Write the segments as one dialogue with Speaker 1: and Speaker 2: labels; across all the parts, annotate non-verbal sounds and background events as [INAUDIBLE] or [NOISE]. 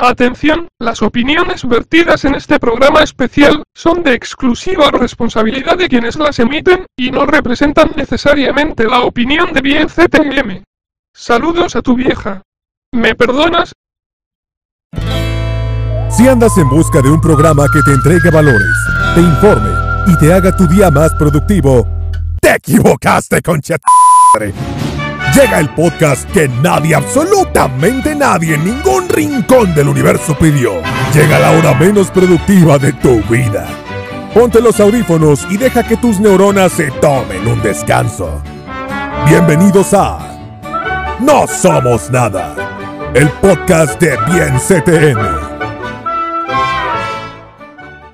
Speaker 1: Atención, las opiniones vertidas en este programa especial son de exclusiva responsabilidad de quienes las emiten y no representan necesariamente la opinión de Bien CTM. Saludos a tu vieja. ¿Me perdonas?
Speaker 2: Si andas en busca de un programa que te entregue valores, te informe y te haga tu día más productivo, te equivocaste, concha. Llega el podcast que nadie, absolutamente nadie, en ningún rincón del universo pidió. Llega la hora menos productiva de tu vida. Ponte los audífonos y deja que tus neuronas se tomen un descanso. Bienvenidos a No Somos Nada, el podcast de Bien CTN.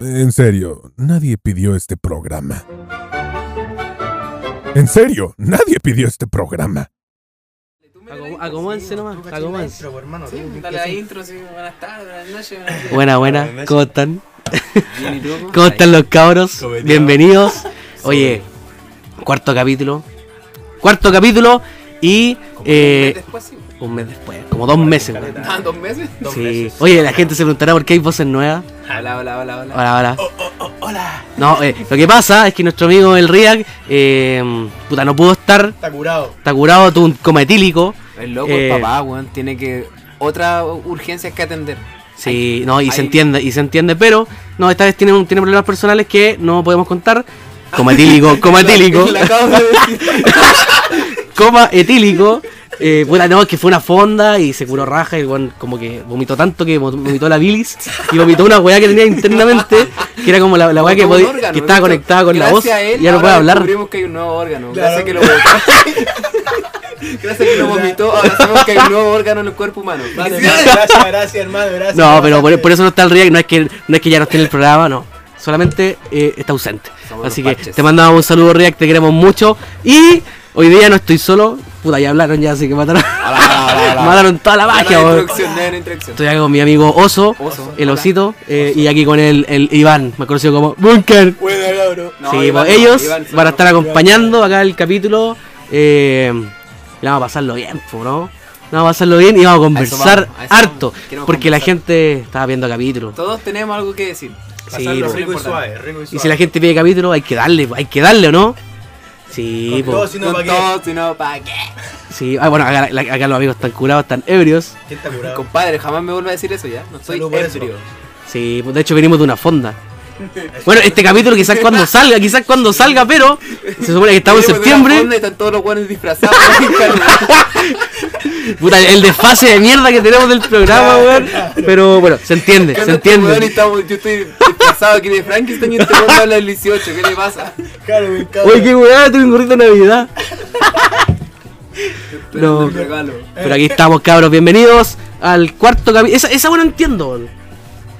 Speaker 2: En serio, nadie pidió este programa. En serio, nadie pidió este programa.
Speaker 3: Acom- Acomódense nomás, acomódense.
Speaker 4: Dale la intro, sí, buenas tardes, buenas noches. buenos
Speaker 3: [LAUGHS]
Speaker 4: días.
Speaker 3: Buena, buena,
Speaker 5: Buenas
Speaker 3: ¿cómo están?
Speaker 4: Bien, ¿y tú, cómo
Speaker 3: ¿Cómo están los cabros?
Speaker 5: Comediado.
Speaker 3: Bienvenidos. Oye, cuarto capítulo. Cuarto capítulo y
Speaker 4: estás?
Speaker 3: eh,
Speaker 4: Después sí.
Speaker 3: un mes después, como dos meses. güey.
Speaker 4: Ah, dos
Speaker 3: [LAUGHS]
Speaker 4: meses.
Speaker 3: Sí. Oye, la gente se preguntará por qué hay voces nuevas.
Speaker 4: Hola, hola, hola, hola.
Speaker 3: Hola, hola. No, eh, lo que pasa es que nuestro amigo el Riak, eh, puta, no pudo estar,
Speaker 5: Está curado.
Speaker 3: está curado, tuvo un coma etílico.
Speaker 4: El loco,
Speaker 3: Eh,
Speaker 4: el papá, weón, tiene que. Otra urgencia que atender.
Speaker 3: Sí, no, y se
Speaker 4: ahí-
Speaker 3: entiende, y se entiende, pero no, esta vez tiene, un- tiene problemas personales que no podemos contar. Coma
Speaker 4: [LAUGHS]
Speaker 3: etílico, coma etílico,
Speaker 4: [LAUGHS]
Speaker 3: [LAUGHS]
Speaker 4: La acabo de decir.
Speaker 3: coma etílico. Eh, puta, no, es que fue una fonda y se curó raja y el weón como que vomitó tanto que vom- vomitó la bilis y vomitó una weá que tenía internamente, que era como la, la weá que,
Speaker 4: Como un
Speaker 3: podía-
Speaker 4: órgano,
Speaker 3: que estaba
Speaker 4: ¿no?
Speaker 3: conectada con la
Speaker 4: Gracias
Speaker 3: voz
Speaker 4: a él,
Speaker 3: y ya no
Speaker 4: ahora
Speaker 3: puede hablar.
Speaker 4: Descubrimos que hay un nuevo órgano. Gracias
Speaker 5: Claro.
Speaker 4: que lo vomitó. [LAUGHS] Gracias que lo vomitó. Ahora sabemos que hay un nuevo órgano en el cuerpo humano.
Speaker 5: Hermano,
Speaker 4: Sí. [LAUGHS]
Speaker 5: hermano, gracias, gracias, hermano, gracias.
Speaker 3: No, pero por, por eso no está el Riak, no es que no es que ya no esté en el programa, no. Solamente eh, está ausente.
Speaker 4: Somos
Speaker 3: Así
Speaker 4: los
Speaker 3: que
Speaker 4: parches.
Speaker 3: te mandamos un saludo Riak, te queremos mucho. Y hoy día no estoy solo. Puta, ya hablaron ya, así
Speaker 4: [LAUGHS]
Speaker 3: que mataron. [LAUGHS] mataron toda la
Speaker 4: Nada de
Speaker 3: magia, weón.
Speaker 4: introducción, nada de introducción.
Speaker 3: Estoy acá con mi amigo Oso,
Speaker 4: Oso,
Speaker 3: el
Speaker 4: hola.
Speaker 3: osito, eh, y aquí con el, el Iván, más conocido como Bunker.
Speaker 5: Bueno, cabrón.
Speaker 4: No,
Speaker 3: sí,
Speaker 4: Iván
Speaker 3: pues,
Speaker 4: no,
Speaker 3: ellos
Speaker 4: Iván solo.
Speaker 3: van a estar acompañando acá el capítulo. Eh, y vamos a pasarlo bien, po, ¿no? Vamos a pasarlo bien y vamos a
Speaker 4: eso
Speaker 3: conversar
Speaker 4: vamos, a eso
Speaker 3: harto.
Speaker 4: vamos. Queremos
Speaker 3: Porque la
Speaker 4: conversar.
Speaker 3: gente estaba viendo capítulos.
Speaker 4: Todos tenemos algo que decir.
Speaker 3: Sí,
Speaker 5: Pasarlo
Speaker 3: po.
Speaker 5: rico y
Speaker 4: importante.
Speaker 5: suave, rico y suave.
Speaker 3: y si la gente pide capítulo, hay que darle, po, hay que darle, ¿o no? Sí,
Speaker 5: Con
Speaker 3: po.
Speaker 5: todo, si no,
Speaker 4: Con
Speaker 5: ¿pa' qué?
Speaker 4: todo, si no, ¿para qué?
Speaker 3: sí. Ah, bueno, acá, la- acá los amigos están curados, están ebrios.
Speaker 5: ¿Quién está curado?
Speaker 4: Compadre, jamás me vuelva a decir eso ya. No soy
Speaker 5: Salud por eso.
Speaker 4: ebrio.
Speaker 3: Sí, pues, de hecho venimos de
Speaker 4: [LAUGHS]
Speaker 3: una fonda. Bueno, este capítulo quizás cuando salga, quizás cuando salga, pero se supone que
Speaker 4: Venimos de
Speaker 3: estamos en
Speaker 4: una fonda
Speaker 3: septiembre.
Speaker 4: y Están todos los guanes disfrazados. [LAUGHS]
Speaker 3: [LAUGHS] Puta, el desfase de mierda que tenemos del programa, weón. Pero bueno, se entiende, se
Speaker 4: este
Speaker 3: entiende.
Speaker 4: Estamos, yo estoy disfrazado aquí de Frankenstein y este weón me habla del 18. ¿Qué le pasa?
Speaker 5: Claro, me encanta.
Speaker 3: Oye, qué weá, tuve un gorrito de Navidad. No.
Speaker 4: Un regalo.
Speaker 3: Pero aquí estamos, cabros, bienvenidos al cuarto capítulo. Esa, esa bueno entiendo, weón.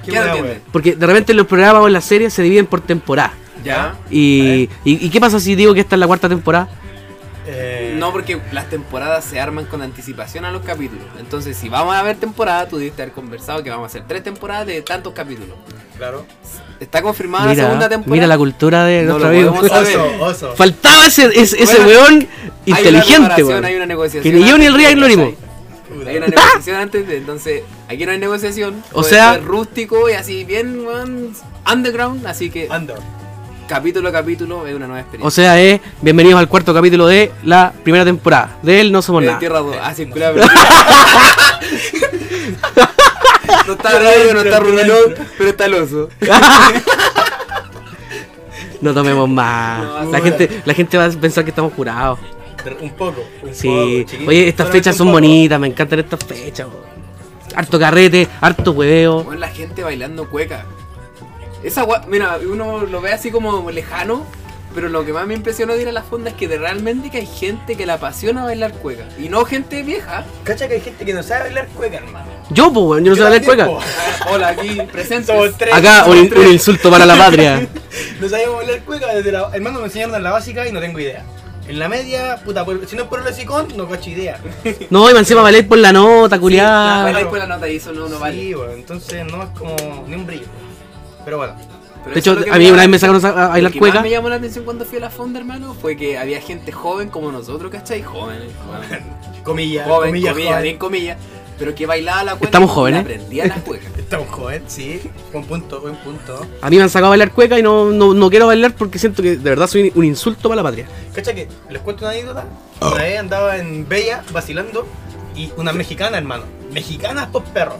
Speaker 4: ¿Qué
Speaker 5: buena,
Speaker 4: no
Speaker 5: weón.
Speaker 4: entiende?
Speaker 3: Porque de repente los programas o las series se dividen por temporada.
Speaker 4: ¿Ya?
Speaker 3: Y, y, y qué pasa si digo que esta es la cuarta temporada?
Speaker 5: Eh,
Speaker 4: No, porque las temporadas se arman con anticipación a los capítulos. Entonces, si vamos a ver temporada, tú debiste haber conversado que vamos a hacer tres temporadas de tantos capítulos.
Speaker 5: Claro.
Speaker 4: Está confirmada la segunda
Speaker 3: Mira,
Speaker 4: temporada.
Speaker 3: mira la cultura de
Speaker 4: No
Speaker 3: nuestro
Speaker 4: lo
Speaker 3: amigo.
Speaker 4: podemos saber.
Speaker 5: Oso, oso.
Speaker 3: [LAUGHS] Faltaba ese, ese, ese
Speaker 4: Bueno,
Speaker 3: weón
Speaker 4: Hay una
Speaker 3: inteligente,
Speaker 4: preparación,
Speaker 3: weón.
Speaker 4: Hay una negociación.
Speaker 3: Que ni yo ni el Riak lo animo.
Speaker 4: Hay
Speaker 3: [LAUGHS]
Speaker 4: una negociación antes de, entonces, aquí no hay negociación.
Speaker 3: O
Speaker 4: Puede
Speaker 3: sea-
Speaker 4: ser rústico y así bien weón, underground, así que
Speaker 5: Ando.
Speaker 4: capítulo a capítulo es una nueva
Speaker 3: O
Speaker 4: experiencia.
Speaker 3: sea, eh, bienvenidos al cuarto capítulo de la primera temporada. De él no somos
Speaker 4: Eh,
Speaker 3: nada.
Speaker 4: tierra dos, ah, circular,
Speaker 3: [LAUGHS]
Speaker 4: pero- [LAUGHS] No está radio, no está Rubinot, pero está el oso.
Speaker 3: No tomemos más.
Speaker 4: No,
Speaker 3: la
Speaker 4: así-
Speaker 3: gente, la gente va a pensar que estamos curados.
Speaker 5: Un poco. un poco,
Speaker 3: Sí.
Speaker 5: chiquito.
Speaker 3: Oye, estas
Speaker 5: Solamente
Speaker 3: fechas
Speaker 5: un
Speaker 3: son
Speaker 5: poco.
Speaker 3: bonitas, me encantan estas fechas, weón. Harto carrete, harto hueveo.
Speaker 4: Bueno, la gente bailando cueca. Esa gua- mira, uno lo ve así como lejano, pero lo que más me impresionó de ir a la fonda es que de- realmente que hay gente que la apasiona bailar cueca. Y no gente vieja.
Speaker 5: Cacha que hay gente que no sabe bailar cueca, hermano.
Speaker 3: Yo, pues, weón, yo no sé hablar
Speaker 5: también,
Speaker 3: cueca.
Speaker 5: po.
Speaker 4: Ah, Hola,
Speaker 5: [LAUGHS]
Speaker 4: aquí presente.
Speaker 5: Somos tres. [LAUGHS]
Speaker 3: Acá un,
Speaker 5: somos
Speaker 3: un
Speaker 5: tres.
Speaker 3: insulto para
Speaker 4: [LAUGHS]
Speaker 3: la patria.
Speaker 5: No sabíamos bailar cueca desde la. Hermano, me enseñaron en la básica y no tengo idea. En la media, puta, por- si no es por el hocicón, no cacho idea.
Speaker 3: No, y me encima bailar por la nota, culiada.
Speaker 4: Bailar con la nota y eso no, no vale.
Speaker 5: Sí, bueno, entonces no es como ni un brillo. Pero bueno.
Speaker 4: Pero eso
Speaker 3: de hecho,
Speaker 4: es lo que
Speaker 3: a mí
Speaker 4: me-
Speaker 3: una vez me sacaron a a
Speaker 4: lo
Speaker 3: bailar
Speaker 4: que
Speaker 3: cueca.
Speaker 4: más me llamó la atención cuando fui a la fonda, hermano, fue que había
Speaker 5: [LAUGHS]
Speaker 4: gente joven como nosotros, ¿cachai? Joven, joven,
Speaker 5: Comillas,
Speaker 4: joven,
Speaker 5: comillas,
Speaker 4: comillas,
Speaker 5: joven.
Speaker 4: bien comillas. Pero que bailaba la cueca.
Speaker 3: Estamos
Speaker 4: y
Speaker 3: jóvenes.
Speaker 4: Aprendía la cueca.
Speaker 5: Estamos joven, sí. Buen punto, buen punto.
Speaker 3: A mí me han sacado a bailar cueca y no, no, no quiero bailar porque siento que de verdad soy un insulto para la patria.
Speaker 5: Cacha que les cuento una anécdota.
Speaker 3: Ah.
Speaker 5: Una vez andaba en Bella vacilando y una mexicana, hermano. Mexicanas por perro.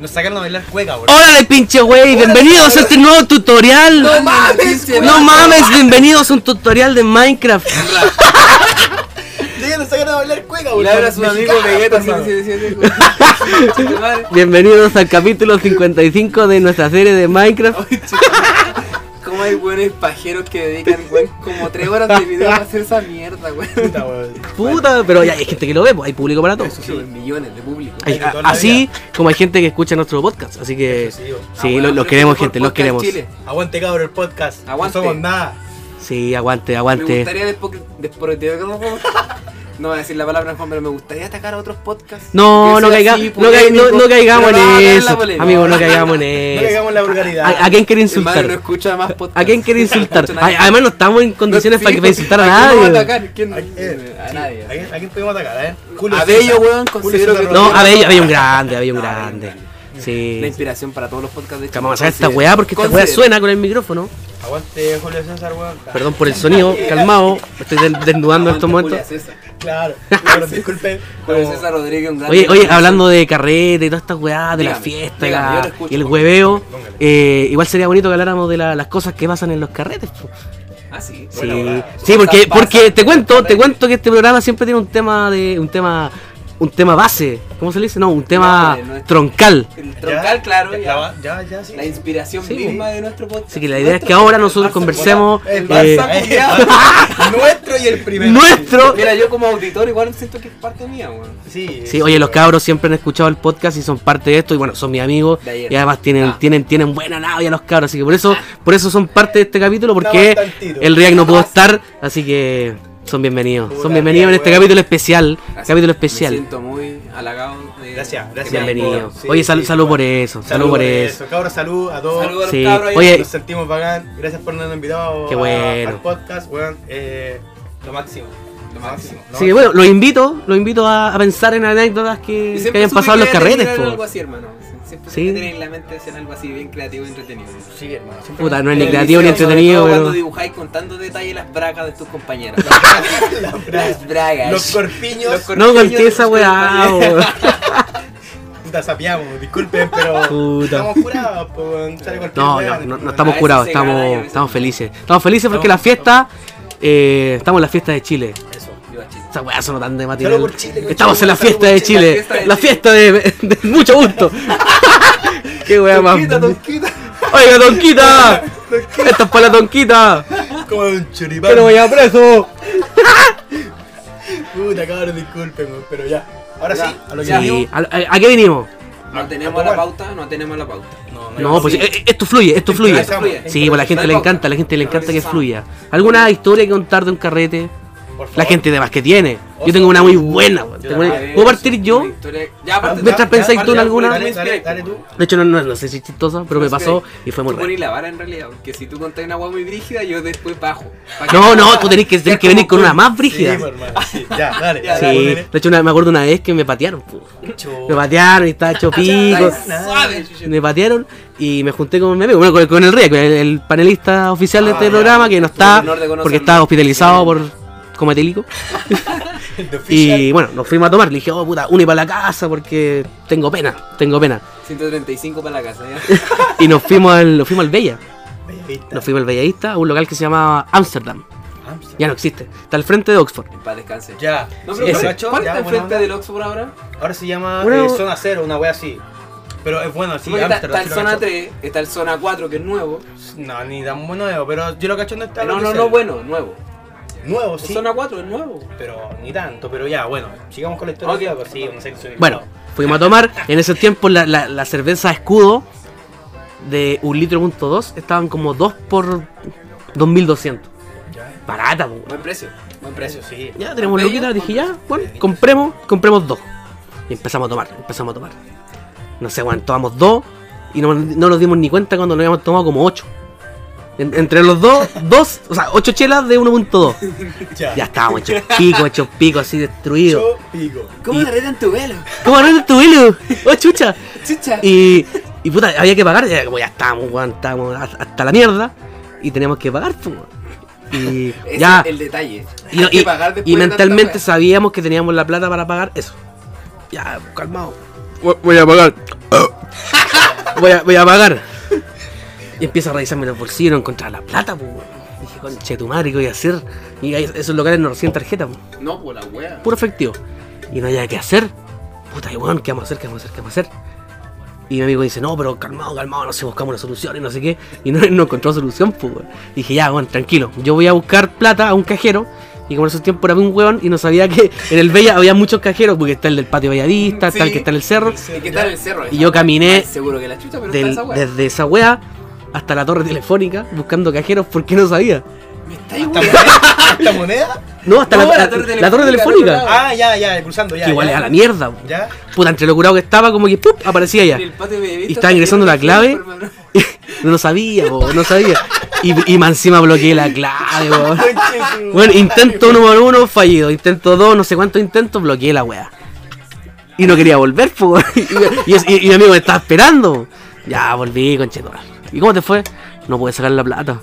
Speaker 5: Nos sacaron a bailar cueca, boludo.
Speaker 3: ¡Órale, pinche güey! ¡Bienvenidos a este nuevo tutorial! ¡No
Speaker 4: mames, güey!
Speaker 3: mames! ¡Bienvenidos a un tutorial de Minecraft!
Speaker 5: Sí, nos sacaron a bailar cueca, boludo.
Speaker 4: Le habla a su amigo
Speaker 5: Mexicanas,
Speaker 4: Vegeta.
Speaker 5: hermano.
Speaker 4: sí, sí, sí, sí, sí. Chica madre.
Speaker 3: Bienvenidos al capítulo 55 de nuestra serie de Minecraft.
Speaker 4: Ay, chica. [LAUGHS] ¿Cómo hay buenos pajeros que dedican, güey, como tres horas de video a hacer esa mierda, güey?
Speaker 5: Puta, boludo.
Speaker 3: Puta, pero ya hay gente que lo ve, pues, hay público para todo.
Speaker 4: Eso sí, millones de público.
Speaker 3: Hay-
Speaker 5: Hay de toda la
Speaker 3: así como hay gente que escucha nuestro podcast. Así que
Speaker 5: Eso sí, bo.
Speaker 4: Ah,
Speaker 3: sí,
Speaker 4: bueno,
Speaker 3: lo- los
Speaker 4: pero
Speaker 3: queremos,
Speaker 4: mejor
Speaker 3: gente, los
Speaker 4: podcast
Speaker 3: queremos.
Speaker 4: Chile.
Speaker 5: Aguante, cabrón, el podcast.
Speaker 4: Aguante.
Speaker 5: No somos nada.
Speaker 3: Sí, aguante,
Speaker 4: Me
Speaker 3: aguante.
Speaker 4: gustaría despo- despo- No voy a decir la palabra, Juan, pero me gustaría atacar a otros podcasts.
Speaker 3: No,
Speaker 4: Que
Speaker 3: no,
Speaker 4: sea
Speaker 3: caiga-
Speaker 4: así,
Speaker 3: no, cai- no-
Speaker 4: polémico,
Speaker 3: no caigamos en
Speaker 4: pero no, no, no,
Speaker 3: eso.
Speaker 4: la polémica.
Speaker 3: Amigo, no
Speaker 4: [LAUGHS]
Speaker 3: caigamos en
Speaker 5: No
Speaker 3: eso.
Speaker 5: caigamos en la vulgaridad.
Speaker 3: ¿A, a quién quiere
Speaker 4: Hermano, no
Speaker 3: insultar?
Speaker 4: escucha más podcasts.
Speaker 3: ¿A quién quiere insultar?
Speaker 4: [LAUGHS] No escucha
Speaker 3: Ay,
Speaker 4: nadie.
Speaker 3: además no estamos en
Speaker 4: [LAUGHS]
Speaker 3: condiciones
Speaker 4: No,
Speaker 3: para
Speaker 4: sí,
Speaker 3: que para insultar a
Speaker 4: ¿a quién vamos a
Speaker 3: nadie.
Speaker 4: atacar? ¿Quién?
Speaker 5: ¿A, eh,
Speaker 4: A
Speaker 5: sí,
Speaker 4: nadie.
Speaker 5: ¿a quién- a quién pudimos atacar, eh?
Speaker 4: A Bello, weón,
Speaker 5: Julio
Speaker 4: considero
Speaker 5: César
Speaker 4: que-
Speaker 5: Rodríguez.
Speaker 3: No, a Bello, había un grande, había un
Speaker 4: No, había un
Speaker 3: grande.
Speaker 4: grande. La
Speaker 3: Sí.
Speaker 4: inspiración para todos los podcasts de hecho.
Speaker 3: Vamos a sacar esta
Speaker 4: Considero-
Speaker 3: weá porque esta weá
Speaker 4: considero.
Speaker 3: suena con el micrófono.
Speaker 5: Aguante, Julio César, weón.
Speaker 3: Perdón por el sonido, calmado. Me estoy del- desnudando en estos
Speaker 4: Aguante,
Speaker 3: momentos.
Speaker 4: Julio César. [LAUGHS]
Speaker 5: Claro, pero disculpen.
Speaker 4: Julio
Speaker 5: como-
Speaker 4: César Rodríguez, un gran
Speaker 3: Oye, oye,
Speaker 4: Julio
Speaker 3: hablando de carrete y todas estas weá, de la
Speaker 4: Dígame,
Speaker 3: fiesta y,
Speaker 4: dígame,
Speaker 3: la-
Speaker 4: yo lo escucho,
Speaker 3: y el
Speaker 4: póngale,
Speaker 3: hueveo,
Speaker 5: póngale.
Speaker 3: eh, igual sería bonito que habláramos de la- las cosas que pasan en los carretes. po.
Speaker 4: César. Ah, sí.
Speaker 3: Sí,
Speaker 4: Buena weá.
Speaker 3: sí porque,
Speaker 4: Cosas
Speaker 3: porque
Speaker 4: pasan
Speaker 3: te
Speaker 4: en
Speaker 3: cuento,
Speaker 4: los
Speaker 3: te
Speaker 4: carretes.
Speaker 3: cuento que este programa siempre tiene un tema de. un tema. un tema base. ¿Cómo se le dice? No, un tema
Speaker 4: No, no es-
Speaker 3: troncal.
Speaker 4: El
Speaker 5: Ya,
Speaker 4: troncal, claro.
Speaker 5: ya,
Speaker 4: ya.
Speaker 5: Ya, ya, sí.
Speaker 4: La inspiración
Speaker 3: Sí,
Speaker 4: misma de nuestro podcast.
Speaker 3: Así que la idea es
Speaker 4: Nuestro
Speaker 3: que ahora
Speaker 4: podcast,
Speaker 3: nosotros
Speaker 4: Barça
Speaker 3: conversemos.
Speaker 5: El
Speaker 3: eh,
Speaker 5: Barça, culiao.
Speaker 3: [LAUGHS]
Speaker 4: [LAUGHS]
Speaker 5: Nuestro y el primero.
Speaker 3: nuestro.
Speaker 4: Mira, yo como auditor igual siento que es parte mía, weón.
Speaker 5: Sí,
Speaker 3: Sí, oye, los cabros siempre han escuchado el podcast y son parte de esto y bueno, son mis amigos
Speaker 4: De ayer.
Speaker 3: y además tienen
Speaker 4: Ah.
Speaker 3: tienen tienen buena labia los cabros, así que por eso por eso son parte de este capítulo porque
Speaker 5: Estaban al tiro.
Speaker 3: el React no pudo estar, así que son bienvenidos,
Speaker 5: Puta
Speaker 3: son bienvenidos en
Speaker 5: mía,
Speaker 3: este
Speaker 5: weón.
Speaker 3: capítulo especial, capítulo
Speaker 4: Me
Speaker 3: especial.
Speaker 4: siento muy halagado. de-
Speaker 5: Gracias, gracias.
Speaker 3: Bienvenido.
Speaker 5: por- sí,
Speaker 3: oye, sal-
Speaker 5: sí,
Speaker 3: salud
Speaker 5: por-
Speaker 3: por eso, salud, por eso.
Speaker 5: eh, Cabros, salud a todos.
Speaker 4: Saludos a los
Speaker 3: Sí.
Speaker 4: cabros ahí.
Speaker 3: Oye.
Speaker 5: Nos sentimos bacán. Gracias por habernos invitado
Speaker 3: Qué
Speaker 5: a-
Speaker 3: bueno.
Speaker 5: al podcast, weón. Eh, lo máximo. Lo máximo. lo
Speaker 3: Así que
Speaker 5: máximo.
Speaker 3: bueno, los invito, los invito a, a pensar en anécdotas
Speaker 4: Y
Speaker 3: que,
Speaker 4: siempre
Speaker 3: que hayan
Speaker 4: supe
Speaker 3: pasado en los
Speaker 4: que iba a
Speaker 3: carretes,
Speaker 4: terminar en
Speaker 3: po.
Speaker 4: algo así, hermano. Siempre
Speaker 3: Sí.
Speaker 4: sí. tener en la mente hacer algo así bien creativo y entretenido.
Speaker 5: Sí, hermano. siempre-
Speaker 3: Puta, no es ni
Speaker 4: En el
Speaker 3: creativo ni
Speaker 4: liceo, sobre
Speaker 3: entretenido,
Speaker 4: todo
Speaker 3: pero
Speaker 4: Cuando dibujáis con tanto detalle las bragas de tus
Speaker 3: [LAUGHS]
Speaker 4: compañeros. Las bragas. Las bragas.
Speaker 5: Los corpiños.
Speaker 4: Los cor-
Speaker 3: no golpeé
Speaker 4: corpiños
Speaker 3: esa
Speaker 4: de tus
Speaker 3: weá. oh.
Speaker 4: compañeros.
Speaker 3: weón.
Speaker 5: Puta, sapiamos. Disculpen,
Speaker 3: [LAUGHS]
Speaker 5: pero.
Speaker 3: Puta.
Speaker 5: Estamos curados, po, weón. Sale cualquier
Speaker 3: No,
Speaker 5: weá,
Speaker 3: no, no, no
Speaker 5: weón.
Speaker 3: estamos
Speaker 4: A veces
Speaker 3: curados,
Speaker 4: se gana y a
Speaker 3: estamos,
Speaker 4: veces
Speaker 3: estamos
Speaker 4: no.
Speaker 3: felices. Estamos felices porque la fiesta, eh, estamos en la fiesta de Chile.
Speaker 5: Eso.
Speaker 4: Viva Chile.
Speaker 3: Esa weá sonó tan de matinal.
Speaker 5: Salud por Chile, coche,
Speaker 3: Estamos en la
Speaker 5: salud
Speaker 3: fiesta
Speaker 5: por
Speaker 3: de
Speaker 5: Chile,
Speaker 3: Chile, la fiesta de, de mucho [LAUGHS] gusto. Qué weá más.
Speaker 5: Tonquita, tonquita.
Speaker 3: Oiga, Tonquita, esta es para la Tonquita,
Speaker 5: Como un
Speaker 3: que
Speaker 5: choripán.
Speaker 3: no vaya preso.
Speaker 5: Puta, cabrón, disculpen, weón, pero ya. Ahora
Speaker 4: Ya,
Speaker 5: sí, a lo que
Speaker 4: ya.
Speaker 5: vinimos.
Speaker 3: Sí, ¿a, a- a qué venimos?
Speaker 4: No
Speaker 5: Ah, A-
Speaker 4: tenemos
Speaker 5: a
Speaker 4: la
Speaker 5: tomar.
Speaker 4: pauta, no tenemos la pauta.
Speaker 3: No, pues eh, eh, esto fluye, esto fluye.
Speaker 5: Improvisamos.
Speaker 3: Sí, pues a la gente le encanta, a la gente le encanta que fluya. ¿Alguna historia que contar de un carrete?
Speaker 5: Por favor.
Speaker 3: La gente de más que tiene. Yo tengo una muy buena. weón. Tengo
Speaker 5: Bueno,
Speaker 4: A
Speaker 3: una-
Speaker 4: ver,
Speaker 3: ¿Puedo partir
Speaker 4: sí,
Speaker 3: yo?
Speaker 4: eh, una historia- Ya, parte
Speaker 3: mientras
Speaker 5: Ya,
Speaker 3: pensáis
Speaker 5: ya,
Speaker 3: tú en
Speaker 5: dale,
Speaker 3: alguna-
Speaker 5: Dale, dale, dale tú.
Speaker 3: De hecho, no, no, no sé si es chistosa, pero me pasó y fue muy
Speaker 4: Tú poní
Speaker 3: raro.
Speaker 4: la vara en realidad, porque si tú contás una guagua muy brígida, yo después bajo. Pa' que-
Speaker 3: No, no, tú tenés que, tenés
Speaker 4: Es
Speaker 3: que venir
Speaker 4: como
Speaker 3: con una más
Speaker 5: Sí,
Speaker 3: brígida.
Speaker 5: pues, hermano, sí, ya,
Speaker 4: [LAUGHS]
Speaker 5: dale.
Speaker 4: Ya,
Speaker 5: dale,
Speaker 3: Sí,
Speaker 5: dale.
Speaker 3: de hecho, una- me acuerdo una vez que me patearon. pu. Me
Speaker 5: Chu-
Speaker 3: patearon y estaba hecho pico.
Speaker 4: Dale, Suave, chucho.
Speaker 3: Me patearon y me junté con mi amigo, bueno, con, con el Rick, el, el panelista oficial de
Speaker 5: Ah,
Speaker 3: este
Speaker 5: ya.
Speaker 3: programa, que no está
Speaker 4: honor de conocerlo.
Speaker 3: porque está hospitalizado
Speaker 4: Sí.
Speaker 3: por cometílico.
Speaker 5: The official.
Speaker 3: Y bueno, nos fuimos a tomar. Le dije, oh puta, une para la casa porque tengo pena, tengo pena.
Speaker 4: 135 para la casa,
Speaker 3: [LAUGHS]
Speaker 4: ya.
Speaker 3: Y nos fuimos al, nos fuimos al Bella,
Speaker 5: Bella vista.
Speaker 3: nos fuimos al Bellavista, a un local que se llamaba Amsterdam.
Speaker 5: Amsterdam.
Speaker 3: Ya no existe, está al frente de Oxford.
Speaker 4: En paz descanse.
Speaker 5: Ya.
Speaker 4: No,
Speaker 5: Sí,
Speaker 4: pero
Speaker 5: ese.
Speaker 4: ¿cuál- ¿cuál
Speaker 5: Ya,
Speaker 4: está
Speaker 5: bueno,
Speaker 4: enfrente del Oxford ahora?
Speaker 5: Ahora se llama
Speaker 3: Bueno.
Speaker 5: eh, Zona Cero, una wea así. Pero es bueno, sí,
Speaker 4: Porque está, está
Speaker 5: Amsterdam,
Speaker 4: el
Speaker 5: sí lo
Speaker 4: zona
Speaker 5: cacho.
Speaker 4: 3, está el zona 4, que es nuevo.
Speaker 5: No, ni tan nuevo, pero yo lo cacho no está.
Speaker 4: no,
Speaker 5: lo
Speaker 4: no,
Speaker 5: que
Speaker 4: no,
Speaker 5: sea.
Speaker 4: bueno, nuevo.
Speaker 5: Nuevo,
Speaker 4: El
Speaker 5: sí.
Speaker 4: Zona 4 es nuevo.
Speaker 5: Pero ni tanto, pero ya, bueno. Sigamos con la historia.
Speaker 4: Ok.
Speaker 5: ya, pues, sí, un sexo
Speaker 3: Bueno, fuimos a tomar. En ese tiempo la, la- la cerveza escudo de un litro punto dos estaban como 2 por 2200.
Speaker 5: Ya.
Speaker 3: Barata, po, weón.
Speaker 4: Buen precio, buen precio.
Speaker 5: Precio, sí.
Speaker 3: Ya tenemos loquita, dije ya, bueno, compremos, compremos dos. Y empezamos a tomar, empezamos a tomar. No sé, bueno, tomamos dos y no, no nos dimos ni cuenta cuando nos habíamos tomado como ocho. En- entre los
Speaker 5: [LAUGHS]
Speaker 3: dos, dos, o sea, ocho chelas de 1.2.
Speaker 5: Ya.
Speaker 3: Ya estábamos
Speaker 5: [LAUGHS]
Speaker 3: hechos pico, hechos pico, así destruidos.
Speaker 5: Yo pico.
Speaker 4: ¿Cómo derreten tu velo?
Speaker 3: ¿Cómo no tu
Speaker 5: [LAUGHS]
Speaker 3: hilo? ¡Oh, chucha!
Speaker 4: Chucha.
Speaker 3: Y, y puta, había que pagar, ya, como ya estábamos, weón, estábamos hasta hasta la mierda. Y teníamos que pagar, pues, weón. Y
Speaker 4: Ese
Speaker 3: ya.
Speaker 4: es el detalle.
Speaker 3: [LAUGHS] Y,
Speaker 4: Hay que
Speaker 3: y-
Speaker 4: pagar después
Speaker 3: y
Speaker 4: de
Speaker 3: mentalmente
Speaker 4: tanta
Speaker 3: sabíamos que teníamos la plata para pagar eso. Ya, calmado.
Speaker 6: Voy- Voy a pagar. Ah.
Speaker 3: [LAUGHS] Voy a, voy a pagar. Y empiezo a revisarme los bolsillos y no encontraba la plata, pues. Dije, conche tu madre, ¿qué voy a hacer? Y ahí esos locales no reciben tarjeta, po.
Speaker 4: wea. No, por la wea.
Speaker 3: puro efectivo. Y no había qué hacer. Puta, y weón, ¿qué vamos a hacer? ¿Qué vamos a hacer? ¿Qué vamos a hacer? Y mi amigo dice, no, pero calmado, calmado, no sé, buscamos una solución y no sé qué. Y no, [LAUGHS] no encontró solución, pues, weón. Y dije, ya, weón, tranquilo. Yo voy a buscar plata a un cajero. Y como en esos tiempos era un weón y no sabía que en el Bella había muchos cajeros, porque está el del patio Valladista, está el
Speaker 4: Sí.
Speaker 3: que está en el cerro.
Speaker 4: ¿Y qué tal el cerro?
Speaker 3: Y yo caminé
Speaker 4: Más Seguro que la chucha, pero
Speaker 3: del-
Speaker 4: está esa wea.
Speaker 3: desde esa wea hasta la torre telefónica buscando cajeros porque no sabía.
Speaker 4: Me estáis
Speaker 5: ¿Hasta
Speaker 4: wea.
Speaker 5: moneda? ¿Hasta moneda?
Speaker 3: No, hasta
Speaker 4: No, la torre
Speaker 3: la, la- la
Speaker 4: telefónica,
Speaker 3: torre telefónica.
Speaker 4: al otro lado.
Speaker 5: Ah, ya, ya, cruzando, ya.
Speaker 3: que igual
Speaker 5: ya.
Speaker 3: es a la mierda. po.
Speaker 5: Ya.
Speaker 3: Puta, entre lo curado que estaba, como que ¡pum! aparecía ya.
Speaker 4: En el patio de
Speaker 3: Y estaba ingresando la clave. [LAUGHS] no lo sabía, po, no sabía. Y, y más encima bloqueé la clave, po. Bueno, intento número uno, fallido. Intento dos, no sé cuántos intentos, bloqueé la wea. Y no quería volver, po. [LAUGHS] Y, es- y- y mi amigo me estaba esperando. Ya, volví, conchetora. ¿Y cómo te fue? No pude sacar la plata.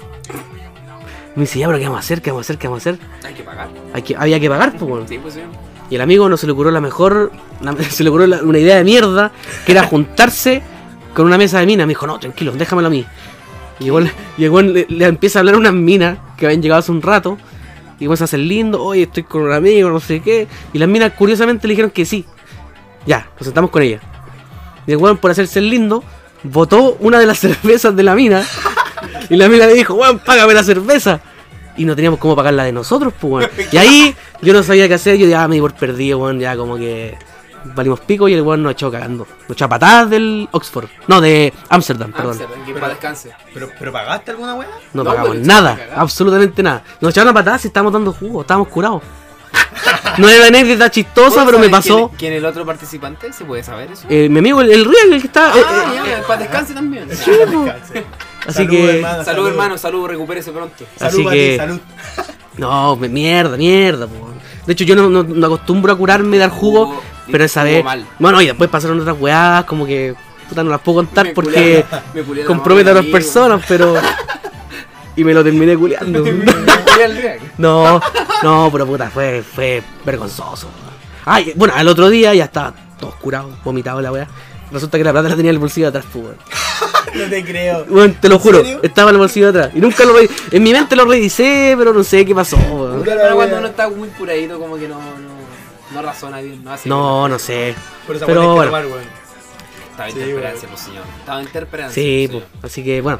Speaker 3: Me dice, ya, pero ¿qué vamos a hacer? ¿Qué vamos a hacer? ¿Qué vamos a hacer?
Speaker 4: Hay que pagar.
Speaker 3: Hay que- había que pagar, po. weón.
Speaker 4: Sí, pues sí.
Speaker 3: Y el amigo no se le ocurrió la mejor, la- [LAUGHS] se le ocurrió la- una idea de mierda, que era juntarse con una mesa de minas. Me dijo, no, tranquilo, déjamelo a mí. Y igual, y igual le, le empieza a hablar a unas minas que habían llegado hace un rato. Y vamos a hacer lindo, oye, estoy con un amigo, no sé qué. Y las minas curiosamente le dijeron que sí. Ya, nos sentamos con ella. Y el weón, por hacerse el lindo, botó una de las [LAUGHS] cervezas de la mina. Y la mina le dijo, weón, págame la cerveza. Y no teníamos cómo pagar la de nosotros, pues, weón. Y ahí yo no sabía qué hacer, yo ya me di por perdido, weón, ya como que valimos pico y el weón nos echó cagando. Nos echó a patadas del Oxford. No, de Amsterdam, perdón.
Speaker 4: Amsterdam, que para descanse.
Speaker 5: ¿Pero, ¿Pero pagaste alguna weá?
Speaker 3: No,
Speaker 4: No,
Speaker 3: pagamos
Speaker 4: pero echaron
Speaker 3: nada,
Speaker 4: a cagar.
Speaker 3: absolutamente nada. Nos echaron a patadas y estábamos dando jugo, estábamos curados. [LAUGHS] no era una anécdota chistosa, pero me
Speaker 4: ¿Puedo saber
Speaker 3: pasó.
Speaker 4: ¿Quién, quién el otro participante? ¿Se puede saber eso?
Speaker 3: eh, mi amigo, el, el Real, el que está. eh,
Speaker 4: ah,
Speaker 3: eh, eh,
Speaker 4: ya, para descanse también.
Speaker 3: Así que-
Speaker 4: Salud, hermano, salud, recupérese pronto.
Speaker 3: Así
Speaker 5: Salud,
Speaker 3: que-
Speaker 5: que... salud. [LAUGHS]
Speaker 3: No, me- mierda, mierda, po. De hecho, yo no, no- no acostumbro a curarme, dar jugo,
Speaker 4: Jugo,
Speaker 3: pero esa
Speaker 4: jugo
Speaker 3: vez.
Speaker 4: mal.
Speaker 3: Bueno, y después pasaron otras weadas, como que. Puta, no las puedo contar
Speaker 4: Me
Speaker 3: porque
Speaker 4: culearon- me culearon
Speaker 3: compromete a
Speaker 4: un
Speaker 3: las
Speaker 4: amigo.
Speaker 3: personas, pero. Y me lo terminé
Speaker 4: [LAUGHS]
Speaker 3: culeando.
Speaker 4: Me fui al drag.
Speaker 3: No, no, pero puta, fue, fue vergonzoso. Ay, bueno, al otro día ya estaba todo curado, vomitado la weá. Resulta que la plata la tenía en el bolsillo de atrás, pues, weón.
Speaker 5: No te creo.
Speaker 3: Weón, te lo juro,
Speaker 5: serio?
Speaker 3: estaba en el bolsillo de atrás. Y nunca lo re- En mi mente lo revisé, pero no sé qué pasó, weón.
Speaker 5: Puta la
Speaker 4: Pero cuando
Speaker 5: wea.
Speaker 4: uno está muy curadito, como que no, no, no razona bien, no hace.
Speaker 3: No, no sé.
Speaker 5: Por esa
Speaker 3: Pero
Speaker 5: weá
Speaker 3: bueno.
Speaker 5: hay que tomar, weón.
Speaker 4: Estaba
Speaker 5: Sí,
Speaker 4: interperancia, pues señor. Estaba interperancia.
Speaker 3: Sí,
Speaker 4: pues,
Speaker 3: po. así que bueno.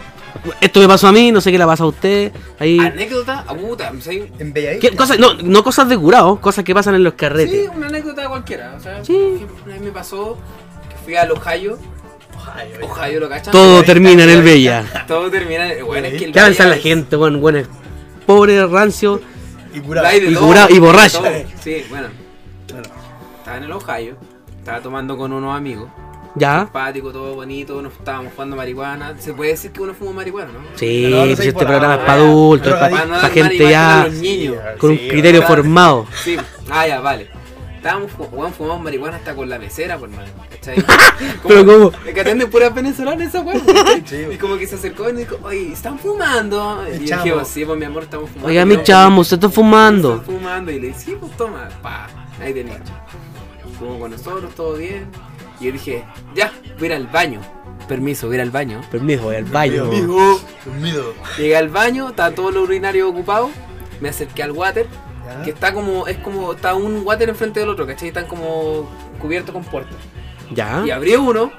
Speaker 3: Esto me pasó a mí, no sé qué le pasa a usted. Ahí.
Speaker 4: señor. Anécdota, ah, puta, sí.
Speaker 5: En Bella
Speaker 3: ¿Qué- cosas, no, no cosas de curado, cosas que pasan en los
Speaker 4: Sí,
Speaker 3: carretes.
Speaker 4: una anécdota cualquiera. O sea,
Speaker 3: Sí.
Speaker 4: por ejemplo, una vez me pasó que fui al Ohio.
Speaker 5: Ohio.
Speaker 4: Ohio lo cachan.
Speaker 3: Todo
Speaker 4: Pero ahí
Speaker 3: termina en
Speaker 4: está,
Speaker 3: el
Speaker 4: ahí
Speaker 3: Bella.
Speaker 4: está. Todo termina en el. Bueno, es que el
Speaker 3: ¿Qué avanza la
Speaker 4: Bella es-
Speaker 3: gente, weón? Bueno, pobre, rancio.
Speaker 5: Y curado.
Speaker 4: Hay de
Speaker 3: Y
Speaker 4: todo,
Speaker 3: curado, y
Speaker 4: de
Speaker 3: borracho.
Speaker 4: todo. Sí, bueno. Estaba en el Ohio. Estaba tomando con unos amigos.
Speaker 3: Ya.
Speaker 4: Simpático, todo bonito. Nos estábamos jugando marihuana. Se puede decir que uno fumó marihuana, ¿no?
Speaker 3: Sí,
Speaker 5: Pero no lo
Speaker 3: pues
Speaker 5: sé
Speaker 3: este
Speaker 5: por
Speaker 3: programa es
Speaker 5: ahora.
Speaker 3: para adultos, es
Speaker 5: Pero
Speaker 3: para
Speaker 5: ahí-
Speaker 4: no
Speaker 3: pa'
Speaker 4: dar
Speaker 3: gente
Speaker 4: marihuana a
Speaker 3: ya
Speaker 4: los niños.
Speaker 3: con un
Speaker 5: Sí,
Speaker 3: criterio
Speaker 5: claro.
Speaker 3: formado.
Speaker 4: Sí, ah, ya, vale. Estábamos fu- weón, fumamos marihuana hasta con la mesera, por man.
Speaker 3: [LAUGHS]
Speaker 4: ¿Cachai?
Speaker 3: Pero ¿cómo?
Speaker 4: Es que atenden puras venezolanas esa weón. ¿cachai?
Speaker 5: Sí,
Speaker 4: y como que se acercó y nos dijo, oye, ¿están fumando? Y yo
Speaker 5: Chavo.
Speaker 4: dije, "Oh, sí, pues mi amor, estamos fumando.
Speaker 3: Oiga,
Speaker 4: Y
Speaker 3: mi
Speaker 4: no,
Speaker 3: chamo, usted está fumando.
Speaker 4: Están fumando. Y le dije, sí, pues toma, pa, ahí tenés. Fuimos con nosotros, todo bien. Y yo dije, ya, voy a ir al baño. Permiso, voy a ir al baño.
Speaker 3: Permiso, voy al baño.
Speaker 5: Amigo. Dormido.
Speaker 4: Llegué al baño, estaba todo lo urinario ocupado. Me acerqué al water,
Speaker 5: Ya.
Speaker 4: que está como, es como, está un water enfrente del otro, ¿cachai? Están como cubiertos con puertas. Y
Speaker 3: Ya.
Speaker 4: abrí uno,